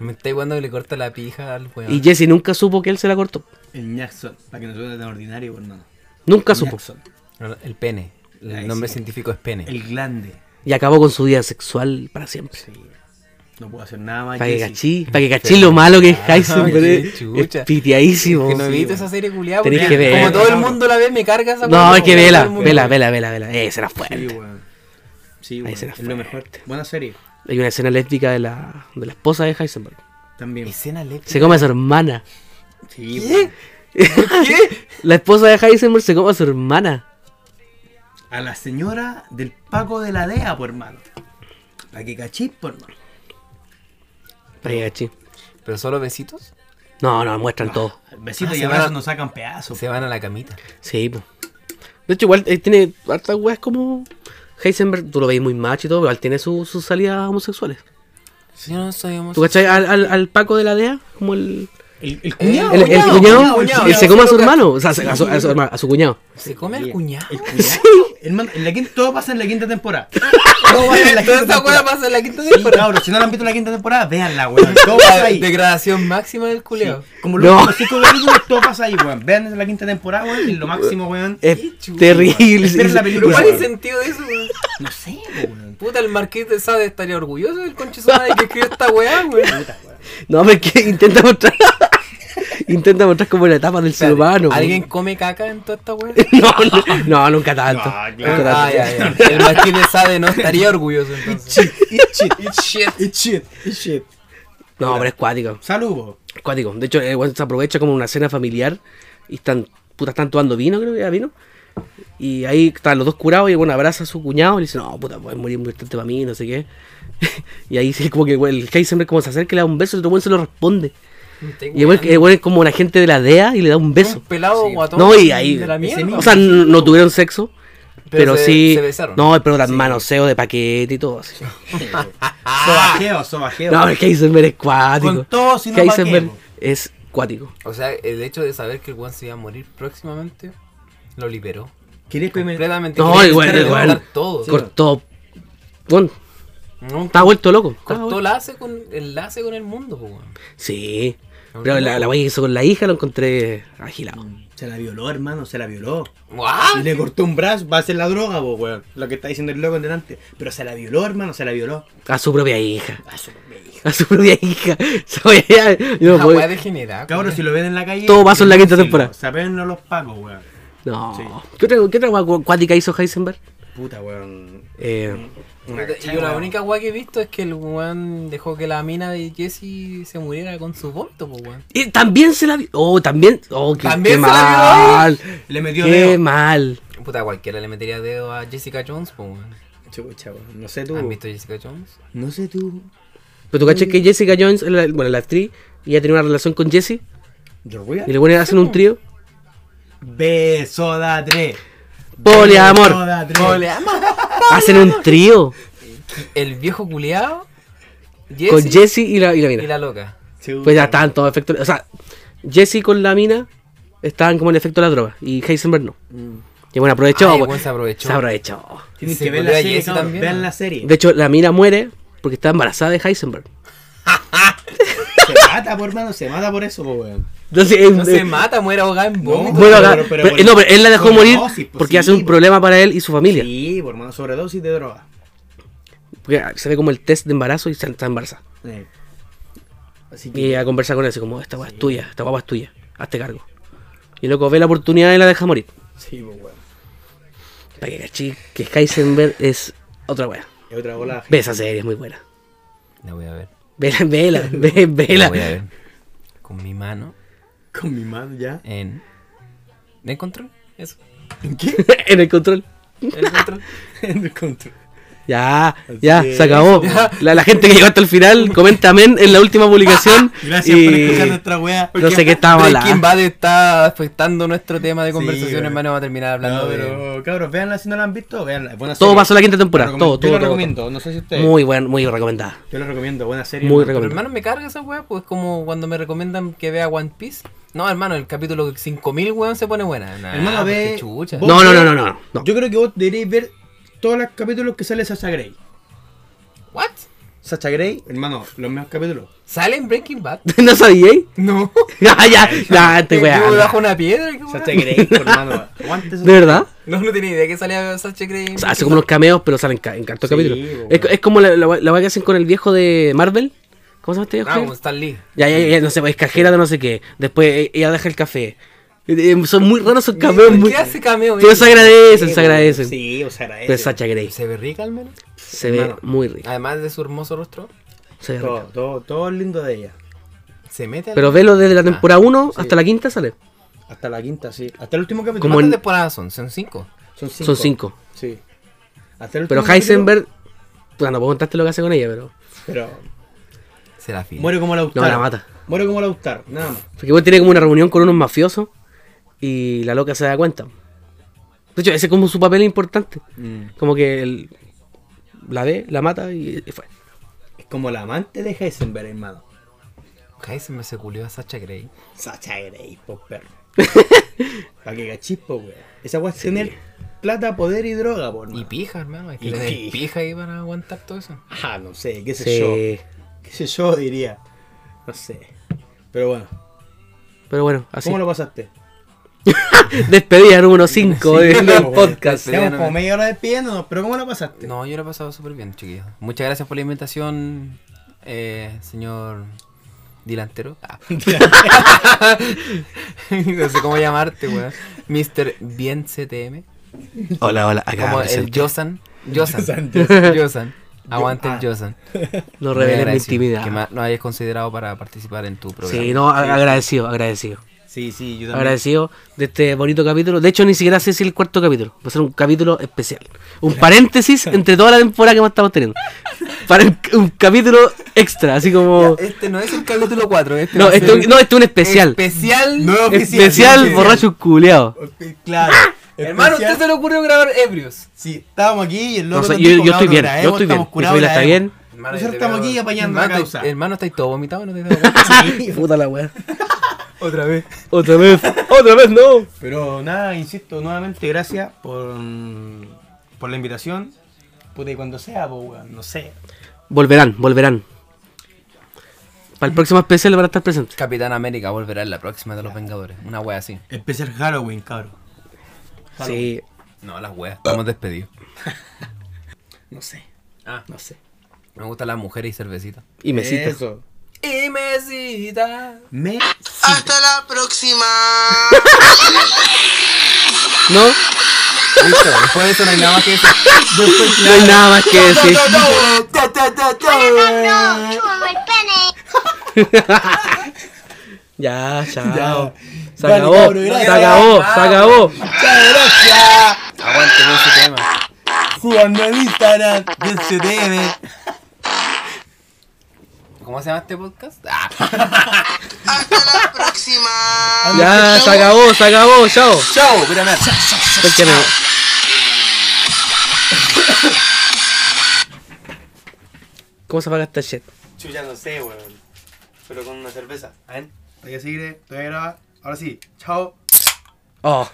Speaker 4: Me estáis weando que le corta la pija al weón.
Speaker 3: Y Jesse nunca supo que él se la cortó.
Speaker 5: El Nexon. Para que no suene tan ordinario, pues, hermano.
Speaker 3: Nunca supo.
Speaker 5: Nexon.
Speaker 4: El pene. El
Speaker 5: Ahí
Speaker 4: nombre
Speaker 5: sí.
Speaker 4: científico es pene.
Speaker 5: El glande.
Speaker 3: Y acabó con su vida sexual para siempre.
Speaker 5: Sí. Ah, No puedo hacer nada más.
Speaker 3: Para que
Speaker 5: Jesse.
Speaker 3: cachí, para que cachí lo malo que es Heisenberg.
Speaker 4: qué
Speaker 3: es-
Speaker 4: chucha.
Speaker 3: Es piteadísimo.
Speaker 4: que no he
Speaker 3: Sí,
Speaker 4: visto
Speaker 3: weón.
Speaker 4: esa serie culiada.
Speaker 3: Tenés
Speaker 4: porque
Speaker 3: que
Speaker 4: Como
Speaker 3: verla.
Speaker 4: todo el mundo la ve, me carga esa
Speaker 3: No,
Speaker 4: weá,
Speaker 3: es que
Speaker 4: como
Speaker 3: vela,
Speaker 4: todo el mundo
Speaker 3: vela,
Speaker 4: la ve.
Speaker 3: vela, vela, vela. Eh, será fuerte.
Speaker 5: Sí, weón. Sí,
Speaker 3: Ahí
Speaker 5: weón.
Speaker 3: será
Speaker 5: Es lo mejor.
Speaker 3: fuerte.
Speaker 5: Buena serie.
Speaker 3: Hay una escena lésbica de la, de la esposa de Heisenberg.
Speaker 5: También.
Speaker 4: Escena lésbica.
Speaker 3: Se come a su hermana.
Speaker 5: Sí,
Speaker 4: ¿Qué?
Speaker 5: weón.
Speaker 4: ¿Qué?
Speaker 3: [LAUGHS] La esposa de Heisenberg se come a su hermana.
Speaker 5: A la señora del Paco de la DEA, por hermano. Para que cachis, por hermano.
Speaker 3: Para que cachí.
Speaker 4: ¿Pero solo besitos?
Speaker 3: No, no, muestran todo.
Speaker 5: Besitos
Speaker 4: Ah,
Speaker 5: y
Speaker 4: se
Speaker 5: abrazos
Speaker 4: va-
Speaker 5: nos sacan pedazos.
Speaker 4: Se van a la camita.
Speaker 3: Sí, po. De hecho, igual eh, tiene hartas weas como. Heisenberg, tú lo veis muy macho y todo, pero igual tiene su- sus salidas homosexuales.
Speaker 4: Si no soy
Speaker 3: ¿Tú cachai al, al- al Paco de la DEA? Como el.
Speaker 5: El,
Speaker 4: Eh, cuñado,
Speaker 3: El, el
Speaker 4: cuñado,
Speaker 3: cuñado,
Speaker 4: cuñado,
Speaker 3: él
Speaker 4: cuñado,
Speaker 3: se come a
Speaker 4: sí
Speaker 3: su
Speaker 4: lo
Speaker 3: hermano, o sea, a su, a su hermano, a su cuñado.
Speaker 4: ¿Se come al cuñado?
Speaker 5: Hermano, en la quinta, todo pasa en la quinta temporada. Todo pasa en la
Speaker 4: [LAUGHS] Toda
Speaker 5: quinta
Speaker 4: esa weá
Speaker 5: temporada.
Speaker 4: pasa en la quinta
Speaker 5: Sí,
Speaker 4: temporada.
Speaker 5: cabros, si no la han visto en la quinta temporada,
Speaker 4: [LAUGHS]
Speaker 5: véanla, weón. Todo pasa ahí.
Speaker 4: Degradación máxima del culeo.
Speaker 5: Como
Speaker 3: No.
Speaker 5: los últimos cinco capítulos, todo pasa ahí, weón. Vean en la quinta temporada, weón. Es lo máximo, weón.
Speaker 3: Es
Speaker 4: chulo,
Speaker 3: terrible.
Speaker 5: Espera
Speaker 3: sí,
Speaker 5: la
Speaker 3: sí.
Speaker 5: película.
Speaker 4: Pero ¿cuál es
Speaker 5: weón.
Speaker 4: el sentido de eso, weón?
Speaker 5: No sé,
Speaker 4: [LAUGHS]
Speaker 5: weón.
Speaker 4: Puta, el marqués de Sade estaría orgulloso del conche su madre que escribió esta weá, weón.
Speaker 3: No, pero es que [LAUGHS] intenta mostrar. intenta mostrar como la etapa del ser humano. weón.
Speaker 4: ¿Alguien come caca en toda esta weá?
Speaker 3: [LAUGHS] No, no, no, nunca tanto.
Speaker 5: No, claro.
Speaker 3: Nunca tanto.
Speaker 4: Ah, ya, ya. El marqués de Sade no estaría orgulloso entonces.
Speaker 5: It's shit,
Speaker 4: It's shit.
Speaker 5: it's shit, it's shit.
Speaker 3: No, pero es cuático.
Speaker 5: Saludos.
Speaker 3: es cuático. De hecho, el weón se aprovecha como una cena familiar y están, puta, están tomando vino, creo que era vino. Y ahí están los dos curados y el weón abraza a su cuñado y le dice, no, puta, voy a morir muy importante para mí, no sé qué. [LAUGHS] y ahí sí, como que weón, el Heisenberg como se acerca y le da un beso, el otro weón se lo responde. Y el weón, el weón es como la gente de la DEA y le da un beso.
Speaker 4: Un pelado guatón.
Speaker 3: No, y ahí.
Speaker 4: De la
Speaker 3: ese
Speaker 4: mierda.
Speaker 3: O sea, no, no tuvieron sexo.
Speaker 4: Pero
Speaker 3: Pero,
Speaker 4: se-
Speaker 3: sí.
Speaker 4: se besaron.
Speaker 3: No, pero tan manoseo de paquete y todo así.
Speaker 4: Ah.
Speaker 5: Sobajeo, sobajeo.
Speaker 3: No, es Heisenberg es cuático.
Speaker 5: Con todo, si no, ¿pa' qué,
Speaker 3: Heisenberg
Speaker 5: po?
Speaker 3: es cuático.
Speaker 4: O sea, el hecho de saber que el weón se iba a morir próximamente lo liberó.
Speaker 5: ¿Quieres que me-
Speaker 4: Completamente.
Speaker 3: No,
Speaker 4: Quería
Speaker 3: igual,
Speaker 4: dejar de
Speaker 3: igual.
Speaker 4: contar Todo.
Speaker 3: Cortó. Bueno,
Speaker 4: No,
Speaker 3: estaba vuelto loco. Estaba
Speaker 4: Cortó
Speaker 3: vuelto-
Speaker 4: enlace con, enlace con el mundo, po, weón.
Speaker 3: Sí. Pero la, la wea que hizo con la hija lo encontré agilado.
Speaker 5: Se la violó, hermano, se la violó.
Speaker 3: Ah,
Speaker 4: ¡Guau!
Speaker 5: Y le cortó un brazo, va a ser la droga, po, weón. Lo que está diciendo el loco en delante. Pero se la violó, hermano, se la violó.
Speaker 3: A su propia hija.
Speaker 5: A su propia hija.
Speaker 3: A su propia hija. [LAUGHS] Esa wea- yo no
Speaker 4: La weá
Speaker 3: puedo.
Speaker 4: degenerada.
Speaker 5: Cabros, si lo ven en la calle.
Speaker 3: Todo pasa en la quinta
Speaker 5: denúncienlo.
Speaker 3: temporada.
Speaker 5: Sapéenlo los pacos, weón.
Speaker 3: No.
Speaker 5: Sí.
Speaker 3: ¿Qué otra, qué otra wea cu- cuática hizo Heisenberg?
Speaker 5: Puta, weón.
Speaker 3: Eh,
Speaker 5: Una
Speaker 4: Y
Speaker 5: cachai,
Speaker 4: yo la
Speaker 5: weón.
Speaker 4: única weá que he visto es que el weón dejó que la mina de Jesse se muriera con su vómito, po, weón.
Speaker 3: y también se la vi. Oh, también. Oh, qué,
Speaker 4: También
Speaker 3: qué
Speaker 4: se la vio
Speaker 3: mal.
Speaker 5: Le metió
Speaker 3: Qué
Speaker 5: dedo.
Speaker 3: mal.
Speaker 4: Puta, cualquiera le metería dedo a Jessica Jones, po, weón.
Speaker 5: Chucha, weón. No sé tú.
Speaker 4: ¿Has visto Jessica Jones?
Speaker 5: No sé tú.
Speaker 3: Pero tú caché que Jessica Jones, la- bueno, la actriz, ella tenía una relación con Jesse.
Speaker 5: Yo voy a-
Speaker 3: Y le ponen, hacen un trío.
Speaker 5: Beso da tres. Beso
Speaker 3: Poliamor.
Speaker 5: da tres.
Speaker 3: Hacen un trío
Speaker 4: El viejo culeado, Jesse,
Speaker 3: con Jesse y la, y la
Speaker 4: y
Speaker 3: mina.
Speaker 4: la loca.
Speaker 5: Chucha,
Speaker 3: Pues ya estaban todos efectos. O sea, Jesse con la mina estaban como en efecto de la droga. Y Heisenberg no.
Speaker 5: Mm.
Speaker 3: Y bueno, aprovechó.
Speaker 4: Ay,
Speaker 3: pues.
Speaker 4: bueno, se aprovechó.
Speaker 3: Se aprovechó.
Speaker 5: Tienen
Speaker 4: Se
Speaker 5: que ver la
Speaker 4: volvió a
Speaker 5: serie,
Speaker 4: Jesse
Speaker 5: cabrón.
Speaker 4: también,
Speaker 5: Vean
Speaker 4: ¿no?
Speaker 5: la serie.
Speaker 3: De hecho, la mina muere porque está embarazada de Heisenberg.
Speaker 5: Se mata, por hermano, se mata por eso, po, weón.
Speaker 3: Entonces, eh,
Speaker 4: No se
Speaker 3: eh,
Speaker 4: mata, muere ahogada en vómito.
Speaker 3: Bueno,
Speaker 5: Pero-
Speaker 3: acá-
Speaker 5: pero- pero
Speaker 3: pero-
Speaker 5: por-
Speaker 3: no, pero él la dejó
Speaker 5: por
Speaker 3: morir
Speaker 5: dosis, pues,
Speaker 3: porque
Speaker 5: sí,
Speaker 3: hace un
Speaker 5: po.
Speaker 3: problema para él y su familia.
Speaker 5: Sí, por hermano, sobredosis de droga.
Speaker 3: Porque se ve como el test de embarazo y se- está embarazada.
Speaker 5: Eh. Así
Speaker 3: Y
Speaker 5: que.
Speaker 3: ella conversa con él, así como, esta guapa es tuya, esta guapa es tuya, hazte cargo. Y el loco ve la oportunidad y la deja morir.
Speaker 5: Sí, po, weón.
Speaker 3: Para que cachí que Heisenberg es otra wea.
Speaker 5: Es otra bola.
Speaker 3: Ve esa serie, es muy buena.
Speaker 4: La voy a ver.
Speaker 3: Vela,
Speaker 4: [LAUGHS]
Speaker 3: vela, ve-
Speaker 4: La
Speaker 3: vela.
Speaker 4: voy a ver. Con mi mano
Speaker 9: Con mi mano ya.
Speaker 4: en. ¿En control? Eso.
Speaker 9: ¿En qué?
Speaker 3: [LAUGHS] en el control.
Speaker 4: ¿En control?
Speaker 9: [LAUGHS] en el control.
Speaker 3: Ya, ya,
Speaker 9: es.
Speaker 4: [LAUGHS]
Speaker 3: se acabó. La, la gente que llegó hasta el final, comenta amén en la última
Speaker 4: [LAUGHS]
Speaker 3: publicación.
Speaker 9: Gracias
Speaker 3: y
Speaker 9: por escuchar nuestra wea.
Speaker 3: No sé qué estábamos
Speaker 4: Breaking
Speaker 3: hablando.
Speaker 4: Bad está afectando nuestro tema de conversación,
Speaker 9: weón.
Speaker 4: hermano. Vamos a terminar hablando
Speaker 5: No,
Speaker 4: de.
Speaker 5: pero cabros, véanla si no la han visto, véanla. es Buena
Speaker 3: Todo
Speaker 5: serie.
Speaker 3: pasó en la quinta
Speaker 5: Lo
Speaker 3: temporada.
Speaker 5: recomiendo.
Speaker 3: Todo,
Speaker 5: Yo
Speaker 3: todo,
Speaker 5: lo
Speaker 3: todo.
Speaker 5: recomiendo, no sé si ustedes.
Speaker 3: Muy bueno, muy recomendada. [LAUGHS]
Speaker 5: Yo lo recomiendo, buena serie.
Speaker 3: Muy
Speaker 5: hermano.
Speaker 4: Pero,
Speaker 3: recomendada.
Speaker 4: hermano, me carga esa weá, pues es como cuando me recomiendan que vea One Piece. No, hermano, el capítulo 5000, weón, se pone buena. Nah,
Speaker 9: Ah,
Speaker 5: Hermano,
Speaker 4: pues,
Speaker 5: ve-
Speaker 4: qué chucha.
Speaker 5: vos-
Speaker 3: No, no, no, no, no. no.
Speaker 5: Yo creo que vos deberíais ver todos los capítulos que sale Sasha Grey.
Speaker 4: ¿What?
Speaker 5: Sasha Grey, hermano, los mejores capítulos.
Speaker 4: ¿Sale en Breaking Bad?
Speaker 3: ¿No sabía? [LAUGHS] eh?
Speaker 4: No.
Speaker 3: ya, ya, ya,
Speaker 4: [LAUGHS]
Speaker 3: te
Speaker 4: ¿Te vivo
Speaker 3: wea.
Speaker 4: bajo una piedra? qué weá?
Speaker 3: [LAUGHS]
Speaker 5: Sasha Grey, hermano, aguante
Speaker 3: ¿De verdad?
Speaker 4: No, no tenía idea que salía Sacha Grey.
Speaker 3: O sea, hace como
Speaker 4: Ah,
Speaker 3: unos cameos, pero salen ca- en cartos
Speaker 5: Sí,
Speaker 3: capítulos.
Speaker 5: po,
Speaker 3: Es, es como la, la, la wea que hacen con el viejo de Marvel. ¿Cómo se llama este viejo?
Speaker 4: Ah, con Stan Lee.
Speaker 3: Ya, ya, ya, no sé, es cajera de no sé qué. Después eh, ella deja el café. Eh, eh, Son muy raros esos cameos.
Speaker 4: ¿Por
Speaker 3: Muy...
Speaker 4: ¿Qué hace cameo?
Speaker 3: [LAUGHS] Pero
Speaker 4: eh?
Speaker 3: se agradecen, se agradecen.
Speaker 5: Sí, o sea, agradece.
Speaker 3: Pero Sacha Grey
Speaker 4: ¿Se ve rica al menos?
Speaker 3: se ve
Speaker 5: hermano. Ah,
Speaker 3: muy rica.
Speaker 4: Además de su hermoso rostro,
Speaker 3: se ve
Speaker 5: Todo,
Speaker 3: rica.
Speaker 5: todo, todo lindo de ella.
Speaker 4: se mete al-
Speaker 3: Pero velo desde la temporada 1 hasta la quinta sale.
Speaker 5: Este Hasta la quinta, sí. Hasta el último capítulo.
Speaker 3: Como
Speaker 4: ¿Cuántas
Speaker 3: en-
Speaker 4: temporadas son? Son cinco.
Speaker 5: Son cinco.
Speaker 3: Son cinco.
Speaker 5: Sí. Hasta el
Speaker 3: Pero
Speaker 5: último
Speaker 3: Heisenberg, bueno, no puedo contarte lo que hace con ella, pero
Speaker 5: capítulo, Pero
Speaker 4: Se la fila.
Speaker 5: muere como Lautaro.
Speaker 3: No, la mata.
Speaker 5: Muere como Lautaro, nada más.
Speaker 3: Porque igual tiene como una reunión con unos mafiosos y la loca se da cuenta. De hecho, ese es como su papel importante.
Speaker 5: Mm.
Speaker 3: Como que él la ve, la mata y y fue.
Speaker 5: Es como la amante de Heisenberg, hermano.
Speaker 4: Heisenberg se culió a Sacha Grey.
Speaker 5: Sacha Grey, po perro.
Speaker 3: [LAUGHS]
Speaker 5: Pa' que cachispo, weón. Esa weá es tener plata, poder y droga, por
Speaker 4: Y pija, hermano. Hay que
Speaker 5: Y
Speaker 4: tener
Speaker 5: pija.
Speaker 4: pija ahí para aguantar todo eso.
Speaker 5: Ah, no sé, qué sé yo.
Speaker 3: Sí.
Speaker 5: Qué sé yo, diría. No sé. Pero bueno,
Speaker 3: Pero bueno, así.
Speaker 5: ¿cómo lo pasaste?
Speaker 3: [LAUGHS] Despedida número 5 del
Speaker 5: [LAUGHS] Bueno,
Speaker 3: podcast.
Speaker 5: Llevamos
Speaker 4: no
Speaker 5: como
Speaker 4: me-
Speaker 5: media hora despidiéndonos, pero ¿cómo lo pasaste?
Speaker 4: No, yo lo he pasado súper bien, chiquillos. Muchas gracias por la invitación, eh, señor Dilantero. Ah. [LAUGHS] no sé cómo llamarte, weón. Mr. Bien CTM.
Speaker 3: Hola, hola, acá.
Speaker 4: Como el
Speaker 3: presente.
Speaker 4: Josan. Josan. [LAUGHS]
Speaker 5: Josan,
Speaker 4: Josan. ah, Aguante el Josan.
Speaker 3: No
Speaker 4: Muy
Speaker 3: reveles mi
Speaker 4: agradecido
Speaker 3: intimidad.
Speaker 4: Que ma- nos hayas considerado para participar en tu programa.
Speaker 3: Sí, no, a- agradecido, agradecido.
Speaker 5: Sí, sí, yo también.
Speaker 3: Agradecido de este bonito capítulo. De hecho, ni siquiera sé si el cuarto capítulo. Va a ser un capítulo especial. Un paréntesis entre toda la temporada que hemos estado teniendo. Para un, un capítulo extra, así como.
Speaker 4: Este no es el capítulo 4. Este
Speaker 3: No,
Speaker 4: va a
Speaker 3: este,
Speaker 4: ser
Speaker 3: no, este es un especial.
Speaker 4: Especial.
Speaker 5: No, oficial,
Speaker 3: Especial
Speaker 5: oficial.
Speaker 3: borracho culeado.
Speaker 5: Claro.
Speaker 4: Hermano, ¿a usted se le ocurrió grabar ebrios.
Speaker 5: Sí, estábamos aquí y el
Speaker 3: No
Speaker 5: loco
Speaker 3: sé,
Speaker 5: nos
Speaker 3: yo,
Speaker 5: dijo,
Speaker 3: yo estoy
Speaker 5: cabrón,
Speaker 3: bien,
Speaker 5: grabemos,
Speaker 3: yo estoy bien.
Speaker 5: estamos
Speaker 3: Mi
Speaker 5: curados,
Speaker 3: familia está bien.
Speaker 5: grabemos. Nosotros estamos aquí apañando la
Speaker 4: Hermano,
Speaker 5: causa.
Speaker 4: te- Hermano, estáis todo vomitado, no te
Speaker 5: [LAUGHS]
Speaker 4: das cuenta.
Speaker 3: Puta la weá.
Speaker 4: Otra vez.
Speaker 3: Otra vez. Otra vez, no.
Speaker 5: Pero nada, insisto, nuevamente gracias por, por la invitación. Puta, y cuando sea, pues, weón, no sé.
Speaker 3: Volverán, volverán. Para el próximo especial van a estar presentes.
Speaker 4: Capitán América volverá en la próxima de los Vengadores. Una wea así.
Speaker 5: Especial Halloween, cabrón.
Speaker 3: Sí.
Speaker 4: No, las weas. Estamos despedidos.
Speaker 5: [LAUGHS] No sé.
Speaker 4: Ah,
Speaker 5: No sé.
Speaker 4: me gustan las mujeres y cervecita.
Speaker 3: Y mesita.
Speaker 5: Eso.
Speaker 4: Y mesita.
Speaker 5: Me
Speaker 10: Hasta la próxima.
Speaker 3: No,
Speaker 4: Listo, después de eso no hay nada más que decir.
Speaker 5: [LAUGHS]
Speaker 3: no hay nada [LAUGHS] más que decir.
Speaker 10: No, chupa my pene.
Speaker 3: Ya, chao.
Speaker 5: Ya.
Speaker 3: Se
Speaker 5: Dale,
Speaker 3: acabó,
Speaker 5: cabrón,
Speaker 3: se
Speaker 5: gracias.
Speaker 3: acabó, se acabó.
Speaker 4: Aguante con ese tema.
Speaker 5: jugando en Instagram, del CTM.
Speaker 4: ¿Cómo se llama este podcast? Ah,
Speaker 10: Hasta la próxima.
Speaker 3: Ya, se acabó, se acabó, chao.
Speaker 4: chao, mírame.
Speaker 3: Espérate. ¿Cómo se apaga esta shit?
Speaker 5: Chucha, no sé, weón. Pero con eh, una cerveza. A ver. Todavía sigue, todavía graba. Ahora sí. Chao.
Speaker 3: Oh.